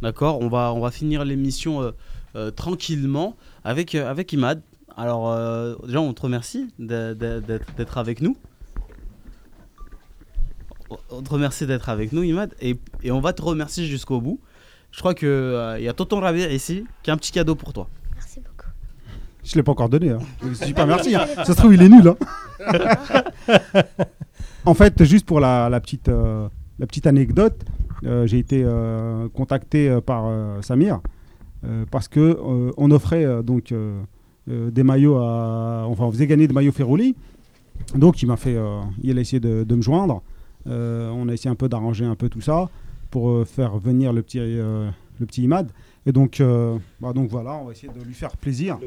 Speaker 3: D'accord on va, on va finir l'émission euh, euh, tranquillement avec, euh, avec Imad. Alors, euh, déjà, on te remercie d'a- d'a- d'être d'être avec nous. On te remercie d'être avec nous, Imad. Et, et on va te remercier jusqu'au bout. Je crois qu'il y a Tonton Rabir ici qui a un petit cadeau pour toi.
Speaker 8: Merci beaucoup.
Speaker 5: Je l'ai pas encore donné. Hein. Je dis pas merci. hein. Ça se trouve, il est nul. hein. en fait, juste pour la, la petite, euh, la petite anecdote, euh, j'ai été euh, contacté euh, par euh, Samir euh, parce que euh, on offrait euh, donc euh, euh, des maillots à, enfin, on faisait gagner des maillots Ferroli. Donc, il m'a fait, euh, il a essayé de, de me joindre. Euh, on a essayé un peu d'arranger un peu tout ça pour euh, faire venir le petit, euh, le petit Imad. Et donc, euh, bah, donc voilà, on va essayer de lui faire plaisir.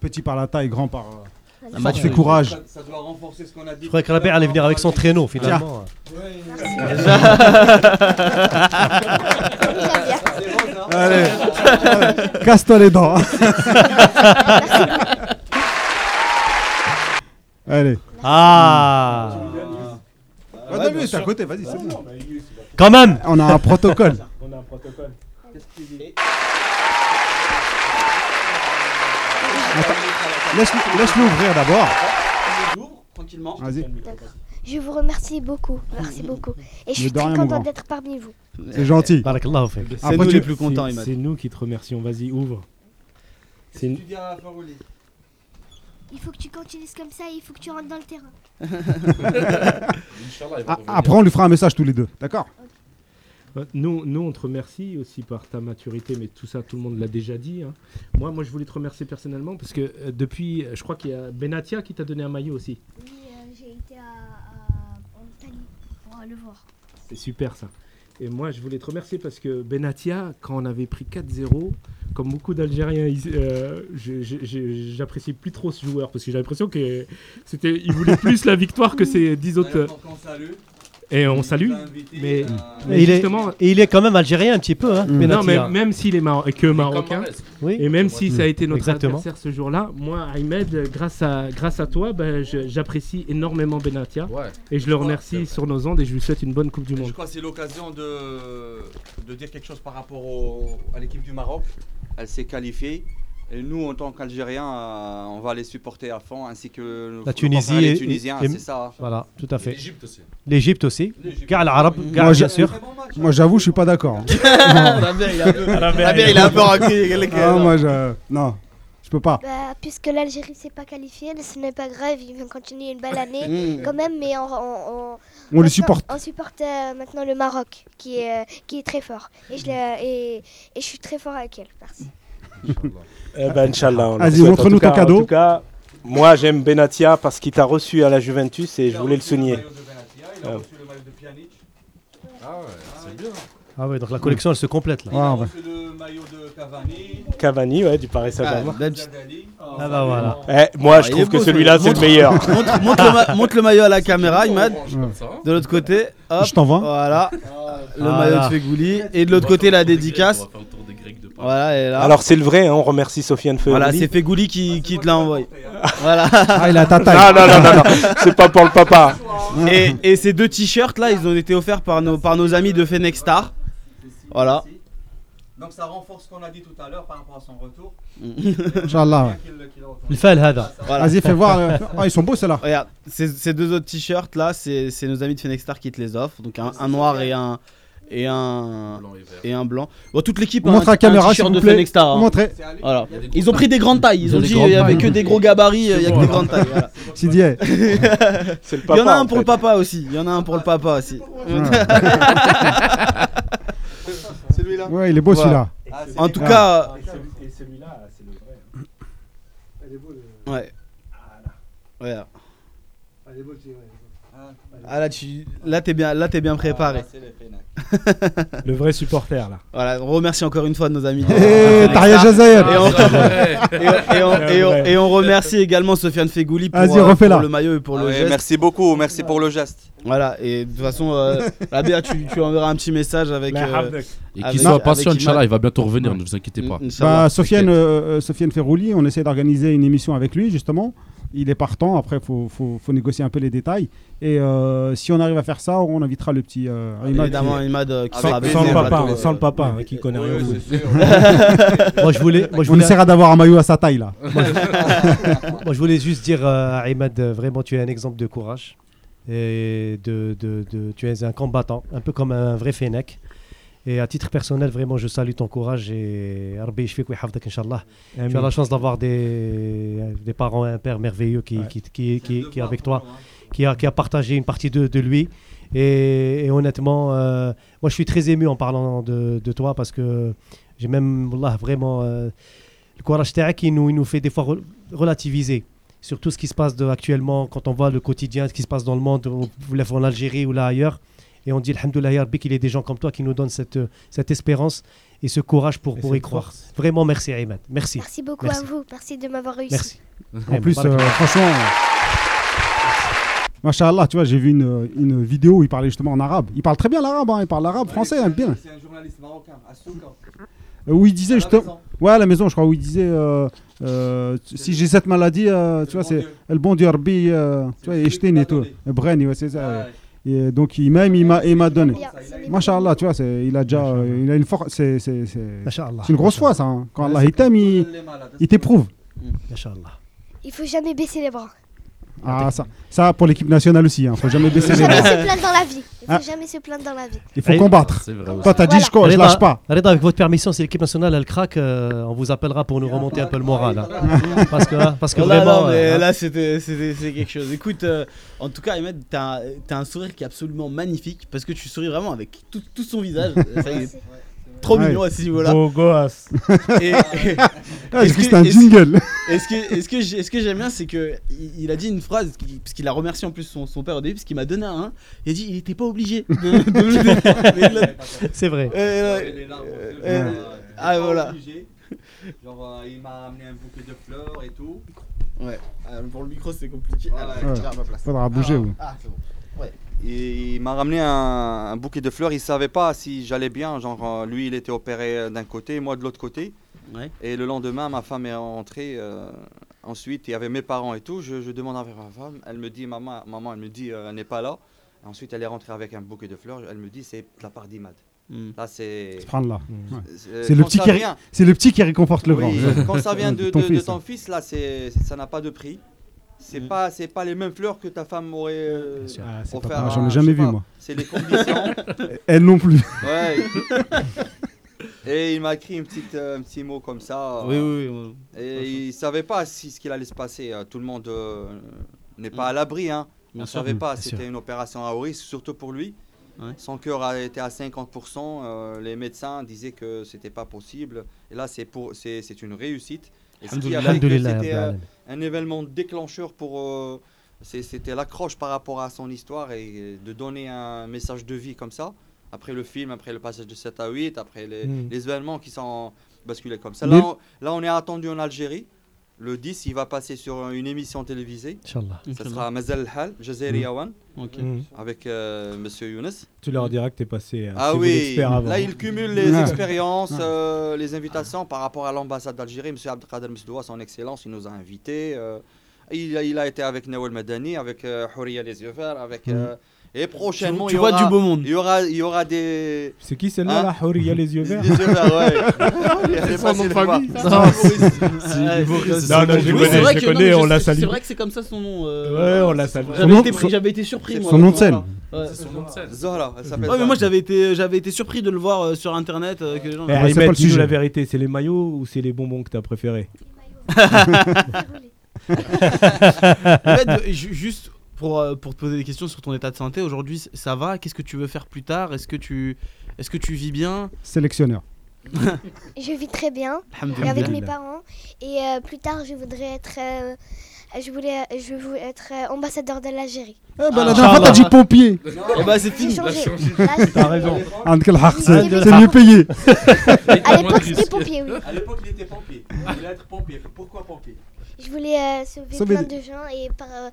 Speaker 5: Petit par la taille, grand par. euh,
Speaker 3: La
Speaker 5: force et
Speaker 3: maturité.
Speaker 5: courage.
Speaker 10: doit renforcer ce qu'on a dit.
Speaker 4: Je croyais que Rabia allait venir avec son traîneau finalement.
Speaker 5: Allez, casse-toi les dents. Allez.
Speaker 4: Ah
Speaker 5: Ah. Ouais, pas vu, t'es à côté, vas-y, c'est bon.
Speaker 4: Quand même
Speaker 5: On a un protocole.
Speaker 7: On a un protocole.
Speaker 5: Laisse- Laisse-le ouvrir d'abord.
Speaker 3: tranquillement.
Speaker 5: Vas-y.
Speaker 8: Je vous remercie beaucoup. Merci beaucoup. Et je suis
Speaker 5: de rien,
Speaker 8: très
Speaker 5: mon
Speaker 8: content
Speaker 5: grand.
Speaker 8: d'être parmi vous.
Speaker 5: C'est gentil.
Speaker 4: Barakallahu fik.
Speaker 3: C'est nous
Speaker 5: Après, tu-
Speaker 3: les plus contents,
Speaker 7: C'est-
Speaker 3: Imad.
Speaker 7: C'est nous qui te remercions. Vas-y, ouvre. C'est une-
Speaker 8: Il faut que tu continues comme ça et il faut que tu rentres dans le terrain.
Speaker 6: Inch'Allah, il va
Speaker 5: Ah,
Speaker 6: revenir.
Speaker 5: Après, on lui fera un message tous les deux. D'accord
Speaker 7: Ouais, Nous, nous, on te remercie aussi par ta maturité, mais tout ça, tout le monde l'a déjà dit. hein. Moi, moi, je voulais te remercier personnellement parce que euh, depuis, euh, je crois qu'il y a Benatia qui t'a donné un maillot aussi.
Speaker 8: Oui, euh, j'ai été en Italie pour le voir.
Speaker 7: C'est super ça. Et moi, je voulais te remercier parce que Benatia, quand on avait pris 4-0, comme beaucoup d'Algériens, ils- euh, je- je- je- j'appréciais plus trop ce joueur parce que j'ai l'impression que c'était, il voulait plus la victoire que ses 10 autres. euh, Et on salue. Mais, mais
Speaker 4: Et il, est,
Speaker 7: justement,
Speaker 4: et il est quand même algérien un petit peu. Hein,
Speaker 7: mais non, mais
Speaker 4: Benatia.
Speaker 7: même s'il est maro- que marocain,
Speaker 4: Oui.
Speaker 7: et même si ça a été notre
Speaker 4: Exactement.
Speaker 7: adversaire ce jour-là, moi, Ahmed, euh, grâce à, grâce à toi, ben, je- j'apprécie énormément Benatia
Speaker 6: Ouais.
Speaker 7: et je le remercie sur nos ondes et je lui souhaite une bonne Coupe du
Speaker 11: Je
Speaker 7: Monde.
Speaker 11: crois que c'est l'occasion de, de dire quelque chose par rapport au- à l'équipe du Maroc. Elle s'est qualifiée. Et nous, en tant qu'Algériens, euh, on va les supporter à fond, ainsi que nos-
Speaker 4: La
Speaker 11: nos
Speaker 4: Tunisie
Speaker 11: confrères, les
Speaker 4: et-
Speaker 11: Tunisiens,
Speaker 4: et-
Speaker 11: c'est ça.
Speaker 4: Voilà, tout à fait.
Speaker 6: L'Égypte aussi.
Speaker 4: L'Égypte aussi. Gare l'arabe,
Speaker 5: Moi,
Speaker 4: gare
Speaker 5: j'ai-
Speaker 4: bien sûr.
Speaker 11: hein.
Speaker 5: Moi, j'avoue, je suis pas d'accord. hein.
Speaker 3: La mère, il a un peu- la mère, il a un peu rancé.
Speaker 5: Ah, moi, je. Non, je peux pas.
Speaker 8: Bah, puisque l'Algérie s'est pas qualifiée, ce n'est pas grave, ils vont continuer une belle année quand même, mais on, on, on-
Speaker 5: On les
Speaker 8: maintenant-
Speaker 5: supporte.
Speaker 8: On supporte euh, maintenant le Maroc, qui est, euh, qui est très fort. Et
Speaker 5: Mm.
Speaker 8: je, l'ai- et, et je suis très fort avec elle, merci.
Speaker 9: Eh ben, Inch'Allah, on le
Speaker 5: Vas-y,
Speaker 9: souhaite. En
Speaker 5: montre-nous
Speaker 9: tout cas-
Speaker 5: ton cadeau.
Speaker 9: En tout cas, moi j'aime Benatia parce qu'il t'a reçu à la Juventus et je voulais le souligner.
Speaker 11: Il a
Speaker 9: Ouais.
Speaker 11: reçu le maillot de Pjanic,
Speaker 6: Ah ouais, c'est bien.
Speaker 4: Ah ouais, donc la collection elle se complète là.
Speaker 11: il a
Speaker 5: Ah, ouais.
Speaker 11: reçu le maillot de Cavani,
Speaker 9: Cavani, ouais, du Paris Saint-Germain.
Speaker 11: Zadali.
Speaker 4: Ah bah voilà.
Speaker 9: Eh, moi
Speaker 3: Ah,
Speaker 9: je
Speaker 3: il est
Speaker 9: trouve que
Speaker 3: beau,
Speaker 9: celui-là
Speaker 3: celui-là.
Speaker 9: c'est le meilleur.
Speaker 3: Montre, montre le ma- montre le maillot à la caméra, Imad.
Speaker 6: Orange comme ça, hein.
Speaker 3: De l'autre côté, hop.
Speaker 5: Je t'envoie.
Speaker 3: Voilà, le
Speaker 4: Ah
Speaker 3: maillot
Speaker 4: là.
Speaker 3: de Fegouli. Et de l'autre côté, la dédicace.
Speaker 6: On va faire le tour des Grecs de Paris.
Speaker 3: Voilà, elle est là.
Speaker 9: Alors c'est le vrai, hein, on remercie Sofiane Feu.
Speaker 3: Voilà, c'est Fegouli
Speaker 6: Ah,
Speaker 3: qui, qui te l'a envoyé. Voilà.
Speaker 5: Ah, il a ta
Speaker 9: Non,
Speaker 5: taille.
Speaker 9: non, non, non, non. c'est pas pour le papa.
Speaker 3: Et, et ces deux t-shirts là, ils ont été offerts par nos, par nos amis de Fennec Star. Voilà.
Speaker 11: Donc ça renforce ce qu'on a dit tout à l'heure par rapport à son retour.
Speaker 5: Inch'Allah. ouais.
Speaker 11: Qu'il- qu'il retourne.
Speaker 4: Le fait hada.
Speaker 3: Voilà.
Speaker 5: Vas-y, fais voir. euh, Ah, ils sont beaux, ceux-là.
Speaker 3: Regarde, ces, ces deux autres t-shirts là, c'est c'est nos amis de Fennec Star qui te les offrent. Donc un, un noir et un. Et un.
Speaker 6: Blanc et vert.
Speaker 3: Et un blanc. Bon, toute l'équipe a
Speaker 5: Montre
Speaker 3: un,
Speaker 5: la caméra,
Speaker 3: un t-shirt
Speaker 5: s'il
Speaker 3: de
Speaker 5: vous plaît.
Speaker 3: Fennec Star. hein.
Speaker 5: Montrez.
Speaker 3: Voilà. Ils ont pris des grandes tailles. Ils
Speaker 6: Ils
Speaker 3: ont
Speaker 6: ont des
Speaker 3: dit il
Speaker 6: grandes
Speaker 3: n'y avait
Speaker 6: tailles.
Speaker 3: que des gros gabarits, il n'y a que des grandes tailles. voilà.
Speaker 5: Sidi. eh.
Speaker 9: C'est le
Speaker 3: Il
Speaker 9: papa.
Speaker 3: y en a un
Speaker 9: en
Speaker 3: pour le
Speaker 9: fait.
Speaker 3: papa aussi. Il y en a un pour le papa aussi.
Speaker 11: Celui-là.
Speaker 5: Ouais, il est beau,
Speaker 3: Voilà.
Speaker 5: celui-là.
Speaker 11: Ah, c'est
Speaker 3: En
Speaker 11: des-
Speaker 3: tout cas,
Speaker 7: Et celui-là, c'est le vrai.
Speaker 3: Ouais. Regarde. Ah là tu là t'es bien là t'es bien préparé.
Speaker 11: Ah, c'est les Fnac.
Speaker 7: Le vrai supporter là.
Speaker 3: Voilà, on remercie encore une fois nos amis. de-
Speaker 5: Eh, Bah, Taria Jazair.
Speaker 3: Et on, et on- et on-
Speaker 7: Ouais,
Speaker 3: et on-
Speaker 7: ouais.
Speaker 3: et on remercie également Sofiane Fegouli pour,
Speaker 5: Vas-y,
Speaker 3: euh,
Speaker 5: refais-la.
Speaker 3: pour le maillot et pour
Speaker 11: Ah
Speaker 3: le
Speaker 11: ouais,
Speaker 3: geste.
Speaker 11: Merci beaucoup, merci pour le geste.
Speaker 3: Voilà, et de toute façon, euh, la BA, tu, tu enverras un petit message avec.
Speaker 7: La
Speaker 3: euh,
Speaker 7: Hamdek.
Speaker 6: Et
Speaker 3: Avec-
Speaker 6: qu'ils soient
Speaker 3: avec Mm.
Speaker 6: patients,
Speaker 3: Imad.
Speaker 6: Inch'Allah, il va bientôt revenir, ne vous inquiétez pas.
Speaker 3: Inch'Allah.
Speaker 5: Bah, Sofiane, euh, euh, Sofiane Ferrouli, on essaie d'organiser une émission avec lui, justement. Il est partant, après, il faut, faut- faut négocier un peu les détails. Et euh, si on arrive à faire ça, on invitera le petit euh, Imad.
Speaker 3: Évidemment, Imad euh, qui
Speaker 11: Avec
Speaker 3: sera
Speaker 7: Sans,
Speaker 3: avec
Speaker 11: plaisir.
Speaker 7: sans
Speaker 3: nous
Speaker 7: le
Speaker 3: au
Speaker 7: papa,
Speaker 3: plateau,
Speaker 7: hein,
Speaker 3: euh,
Speaker 7: sans le papa hein, qui connaît rien. au foot.
Speaker 4: Moi je voulais, moi, je
Speaker 5: on
Speaker 4: voulais,
Speaker 5: essaiera d'avoir un maillot à sa taille, là.
Speaker 4: moi, je voulais juste dire euh, à Imad, euh, vraiment tu es un exemple de courage et de, de- de- tu es un combattant, un peu comme un vrai Fennec. Et à titre personnel, vraiment, je salue ton courage et Rabbi Yishfik wa yahfadhak, Inch'Allah. Tu as la chance d'avoir des, des parents et un père merveilleux qui, qui, qui, qui- qui est avec toi, qui a, qui a partagé une partie de, de lui. Et, et honnêtement, euh, moi je suis très ému en parlant de, de toi parce que j'ai même, wallah, vraiment, euh, le courage terrain qui nous, il nous fait des fois re- relativiser sur tout ce qui se passe de, actuellement quand on voit le quotidien, ce qui se passe dans le monde, ou- ou là, en Algérie ou là ailleurs. Et on dit, Alhamdoulilah, Ya Rabbi, qu'il y ait des gens comme toi qui nous donnent cette, cette espérance et ce courage pour,
Speaker 7: Et
Speaker 4: pour y
Speaker 7: cette
Speaker 4: croire.
Speaker 7: force.
Speaker 4: Vraiment, merci, Ayman. Merci.
Speaker 8: Merci beaucoup
Speaker 4: Merci.
Speaker 8: à vous, merci de m'avoir réussi.
Speaker 4: Merci.
Speaker 5: En
Speaker 4: Eh,
Speaker 5: plus,
Speaker 4: Barakallah.
Speaker 5: euh, franchement, euh, Machallah, tu vois, j'ai vu une, une vidéo où il parlait justement en arabe. Il parle très bien l'arabe, hein, il parle l'arabe, français, hein, bien. Euh,
Speaker 11: C'est un journaliste marocain, à Soukhar.
Speaker 5: Où il disait
Speaker 11: À la
Speaker 5: justement.
Speaker 11: maison.
Speaker 5: Ouais, à la maison, je crois, où il disait euh, euh, tu- si j'ai cette maladie, euh, tu
Speaker 11: le
Speaker 5: vois,
Speaker 11: bon
Speaker 5: c'est
Speaker 11: Dieu.
Speaker 5: le bon Dieu Rabbi, euh, tu vois,
Speaker 11: celui qui
Speaker 5: Echtin
Speaker 11: m'a
Speaker 5: et tout.
Speaker 11: donné.
Speaker 5: Brenne, ouais, c'est ça.
Speaker 11: Ah,
Speaker 5: ouais.
Speaker 11: ouais.
Speaker 5: Et donc, il m'a il m'a- il m'a donné.
Speaker 8: Bien, c'est les-
Speaker 5: Machallah, tu vois, c'est- il a déjà. euh, Il a une force. C'est c'est- c'est-
Speaker 4: Machallah.
Speaker 5: c'est une grosse foi, ça. hein. Quand Allah il t'aime, il, il t'éprouve.
Speaker 4: Machallah.
Speaker 8: Il faut jamais baisser les bras.
Speaker 5: Ah, ça, ça, pour l'équipe nationale aussi, hein. faut jamais baisser
Speaker 8: Il faut
Speaker 5: les
Speaker 8: jamais
Speaker 5: bras.
Speaker 8: se plaindre dans la vie. Il faut
Speaker 5: Ah.
Speaker 8: jamais se plaindre dans la vie.
Speaker 5: Il faut
Speaker 4: Et-
Speaker 5: combattre.
Speaker 6: C'est vrai.
Speaker 5: Toi, t'as dit,
Speaker 8: Voilà.
Speaker 5: Oh, je, co- je
Speaker 4: Reda,
Speaker 5: lâche pas.
Speaker 4: Reda, avec votre permission, si l'équipe nationale elle craque, euh, on vous appellera pour nous remonter un peu le moral. hein. Parce que, hein, parce que
Speaker 3: Oh là
Speaker 4: vraiment.
Speaker 3: là, mais
Speaker 4: euh,
Speaker 3: là, c'était c'était- c'est quelque chose. Écoute, euh, en tout cas, Ahmed, t'as un- t'as un sourire qui est absolument magnifique parce que tu souris vraiment avec tout, tout son visage. Ça y est, trop
Speaker 5: Ouais.
Speaker 3: mignon à ce niveau-là.
Speaker 7: Beau gosse.
Speaker 3: Et- et-
Speaker 5: Ah,
Speaker 3: Est-ce
Speaker 5: du coup,
Speaker 3: que-
Speaker 5: c'est un
Speaker 3: est-ce-
Speaker 5: jingle.
Speaker 3: Et ce que, et ce que, j'ai- ce que j'aime bien, c'est que il il a dit une phrase, qui- parce qu'il a remercié en plus son, son père au début, parce qu'il m'a donné un. hein. Il a dit il était pas obligé de, de me le donner. Mais là-
Speaker 4: C'est vrai.
Speaker 3: euh, là- euh, ah, voilà.
Speaker 10: Genre, euh, il m'a amené un bouquet de fleurs et tout.
Speaker 3: euh, pour le micro, c'est compliqué. Ah, là,
Speaker 10: Ouais.
Speaker 3: je vais à ma place.
Speaker 5: Faudra bouger. oui.
Speaker 3: Ah, c'est bon.
Speaker 10: Et il m'a ramené un, un bouquet de fleurs. Il savait pas si j'allais bien. Genre, euh, lui, il était opéré euh, d'un côté, moi de l'autre côté.
Speaker 3: Ouais.
Speaker 10: Et le lendemain, ma femme est rentrée. euh, ensuite, il y avait mes parents et tout. Je, je demande avec ma femme. Elle me dit, maman, maman elle me dit, euh, elle n'est pas là. Ensuite, elle est rentrée avec un bouquet de fleurs. Elle me dit, c'est de la part d'Imad.
Speaker 3: Hmm.
Speaker 10: Là, c'est.
Speaker 5: Subhanallah.
Speaker 10: C'est
Speaker 5: C'est le petit qui- C'est le petit qui réconforte le grand.
Speaker 10: oui, quand ça vient de,
Speaker 5: Ton
Speaker 10: de- de
Speaker 5: fils. hein. Mm.
Speaker 10: ton fils, là, c'est, ça n'a pas de prix. C'est pas, c'est pas les mêmes fleurs que ta femme aurait euh,
Speaker 4: sûr.
Speaker 5: Ah, c'est pas
Speaker 10: offert.
Speaker 5: pareil.
Speaker 10: à-
Speaker 5: J'en ai
Speaker 10: je
Speaker 5: jamais
Speaker 10: sais
Speaker 5: vu,
Speaker 10: pas.
Speaker 5: moi.
Speaker 10: C'est les conditions.
Speaker 5: Elle non plus.
Speaker 10: ouais. Et il m'a écrit une petite, euh, un petit mot comme ça.
Speaker 3: Oui,
Speaker 10: euh,
Speaker 3: oui, oui.
Speaker 10: Et il savait pas si ce qu'il allait se passer. euh, Tout le monde euh, n'est pas à l'abri, hein.
Speaker 3: Bien
Speaker 10: On
Speaker 3: sûr.
Speaker 10: savait pas,
Speaker 4: Mm. Bien
Speaker 10: c'était
Speaker 4: sûr.
Speaker 10: une opération à haut risque, surtout pour lui.
Speaker 3: Ouais.
Speaker 10: Son cœur a été à 50%, euh, les médecins disaient que c'était pas possible. Et là, c'est pour, c'est, c'est une réussite. Et ce qui a fait que
Speaker 4: Alhamdoulilah, bah,
Speaker 10: c'était
Speaker 4: Rabbil
Speaker 10: euh,
Speaker 4: Alamin.
Speaker 10: un événement déclencheur pour. euh, c'est- c'était l'accroche par rapport à son histoire et de donner un message de vie comme ça. Après le film, après le passage de 7 à 8, après les,
Speaker 4: Mm.
Speaker 10: les événements qui sont basculés comme ça.
Speaker 5: Mais-
Speaker 10: Là on, là, on est attendu en Algérie. Le 10, il va passer sur une émission télévisée.
Speaker 4: Inch'Allah.
Speaker 10: Ça sera Mazal Hal, Jazairi Awan,
Speaker 3: Ok.
Speaker 7: Mm.
Speaker 10: avec euh, Monsieur Younes.
Speaker 7: Tu leur diras que t'es passé. euh,
Speaker 10: Ah
Speaker 7: si vous
Speaker 10: oui,
Speaker 7: l'expert avant.
Speaker 10: là il cumule les
Speaker 5: Ouais.
Speaker 10: expériences, euh, les invitations par rapport à l'ambassade d'Algérie. Monsieur Abdelkader Misdoua, son excellence, il nous a invités. euh, il, a- il a été avec Nawal Madani, avec euh, Houria Les Yeux Verts, avec. euh, et prochainement,
Speaker 3: tu
Speaker 10: il, y
Speaker 3: vois
Speaker 10: aura,
Speaker 3: du beau monde.
Speaker 10: il, y aura, il y aura des.
Speaker 7: C'est qui celle-là,
Speaker 10: Hein
Speaker 7: la Houria les yeux
Speaker 10: des
Speaker 7: verts
Speaker 10: yeux verts, ouais. C'est son nom de famille.
Speaker 3: Ah, c'est-
Speaker 7: Non, non,
Speaker 3: Oui,
Speaker 7: je le connais,
Speaker 3: c'est vrai
Speaker 7: je le
Speaker 3: que- non,
Speaker 7: connais,
Speaker 3: mais
Speaker 7: on
Speaker 3: je-
Speaker 7: l'a
Speaker 3: c'est-
Speaker 7: salué.
Speaker 3: C'est vrai que c'est comme ça son nom.
Speaker 7: Ouais,
Speaker 3: euh,
Speaker 7: on l'a salué.
Speaker 5: Son
Speaker 3: J'avais
Speaker 5: nom-
Speaker 3: été,
Speaker 5: son-
Speaker 3: j'avais été surpris. moi,
Speaker 5: Son nom de
Speaker 3: voilà.
Speaker 5: scène.
Speaker 3: Ouais.
Speaker 10: Zohra, elle s'appelle
Speaker 3: Ouais, mais
Speaker 10: Zohra.
Speaker 3: moi j'avais été, euh, j'avais été surpris de le voir euh, sur internet. euh, que les gens...
Speaker 7: Eh,
Speaker 5: Ouais, c'est
Speaker 7: Ahmed,
Speaker 5: pas le
Speaker 7: dis-nous
Speaker 5: sujet.
Speaker 7: la vérité, c'est les maillots ou c'est les bonbons que t'as préférés
Speaker 3: Ahmed, ju- juste pour, euh, pour te poser des questions sur ton état de santé, aujourd'hui c- ça va Qu'est-ce que tu veux faire plus tard Est-ce que, tu... Est que tu vis bien
Speaker 5: Sélectionneur.
Speaker 8: Je vis très bien et
Speaker 3: Alhamdoulilah.
Speaker 8: avec mes
Speaker 7: Alhamdulillah.
Speaker 8: parents. Et euh, plus tard, je voudrais être, euh, je voulais, je voulais être euh, ambassadeur de l'Algérie.
Speaker 5: Eh ben,
Speaker 3: Ah,
Speaker 5: la dernière fois, t'as dit pompier.
Speaker 3: Eh bah c'est
Speaker 8: J'ai
Speaker 3: fini
Speaker 8: changé.
Speaker 7: T'as raison.
Speaker 5: Anne Kelhaq, C'est
Speaker 8: Alhamdulillah.
Speaker 5: c'est mieux payé.
Speaker 8: À l'époque, c'était pompier. Oui.
Speaker 10: À l'époque, il était pompier. Il voulait être pompier. Pourquoi pompier
Speaker 8: Je voulais euh, sauver,
Speaker 5: Sauver
Speaker 8: plein
Speaker 5: des-
Speaker 8: de gens et par, euh,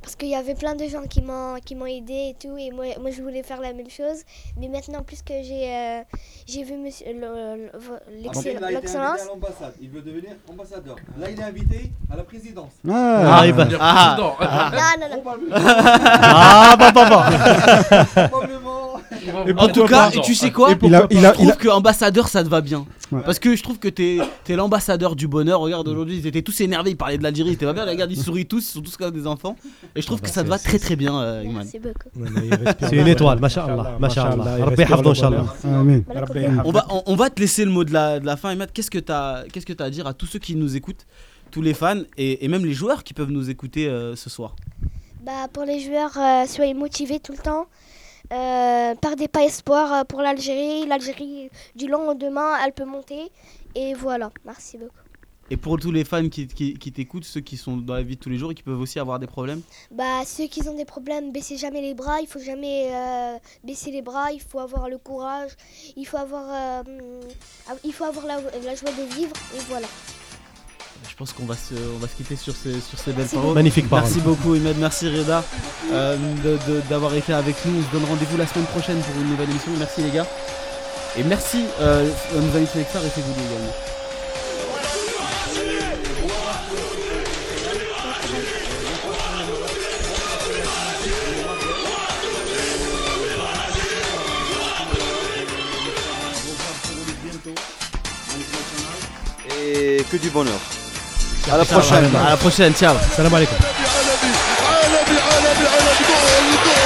Speaker 8: parce qu'il y avait plein de gens qui m'ont qui m'ont aidé et tout et moi, moi je voulais faire la même chose mais maintenant plus que j'ai euh, j'ai vu monsieur le- le- vo-
Speaker 10: Après, Ah,
Speaker 8: l'excell-
Speaker 10: il a été invité
Speaker 8: l'excellence
Speaker 10: à l'ambassade. Il veut devenir ambassadeur. Là, il est invité à la présidence.
Speaker 5: Ah,
Speaker 4: il va-
Speaker 3: Ah.
Speaker 6: Non.
Speaker 8: non non non
Speaker 10: Probablement.
Speaker 4: Ah, bah, bah, bah.
Speaker 10: probablement.
Speaker 3: En tout cas, et tu sais quoi
Speaker 5: Il a- il a-
Speaker 3: Je trouve
Speaker 5: il a-
Speaker 3: que ambassadeur ça te va bien.
Speaker 5: Ouais.
Speaker 3: Parce que je trouve que t'es es, l'ambassadeur du bonheur. Regarde aujourd'hui, ils étaient tous énervés, ils parlaient de l'Algérie, ils étaient pas bien. Regarde, ils sourient tous, ils sont tous comme des enfants. Et je trouve que ça te va très très bien, euh, Imad.
Speaker 8: merci beaucoup
Speaker 4: C'est une étoile, Machallah. Machallah. Rabbi Hafdou, Inch'Allah.
Speaker 5: Amen.
Speaker 3: On va, on, on va te laisser le mot de la, de la fin, Imad. Qu'est-ce que tu as, qu'est-ce que t'as à dire à tous ceux qui nous écoutent, tous les fans et, et même les joueurs qui peuvent nous écouter euh, ce soir
Speaker 8: bah pour les joueurs euh, soyez motivés tout le temps euh, perdez pas espoir euh, pour l'Algérie l'Algérie du lendemain elle peut monter et voilà merci beaucoup
Speaker 3: Et pour tous les fans qui, qui- qui t'écoutent, ceux qui sont dans la vie de tous les jours et qui peuvent aussi avoir des problèmes.
Speaker 8: Bah, ceux qui ont des problèmes, baissez jamais les bras. Il faut jamais euh, baisser les bras. Il faut avoir le courage. Il faut avoir, euh, hum, il faut avoir la, la joie de vivre. Et voilà.
Speaker 3: Je pense qu'on va se, on va se quitter sur ces, sur ces belles
Speaker 8: Merci
Speaker 3: paroles.
Speaker 4: Magnifique parole.
Speaker 3: Merci beaucoup Imad, merci Reda euh, de- de- d'avoir été avec nous. On se donne rendez-vous la semaine prochaine pour une nouvelle émission. Merci les gars. Et merci euh, à nos amis de Selectar et Facebook également.
Speaker 12: que du bonheur.
Speaker 13: À la prochaine.
Speaker 10: À la prochaine, ciao.
Speaker 3: Salam alaikum.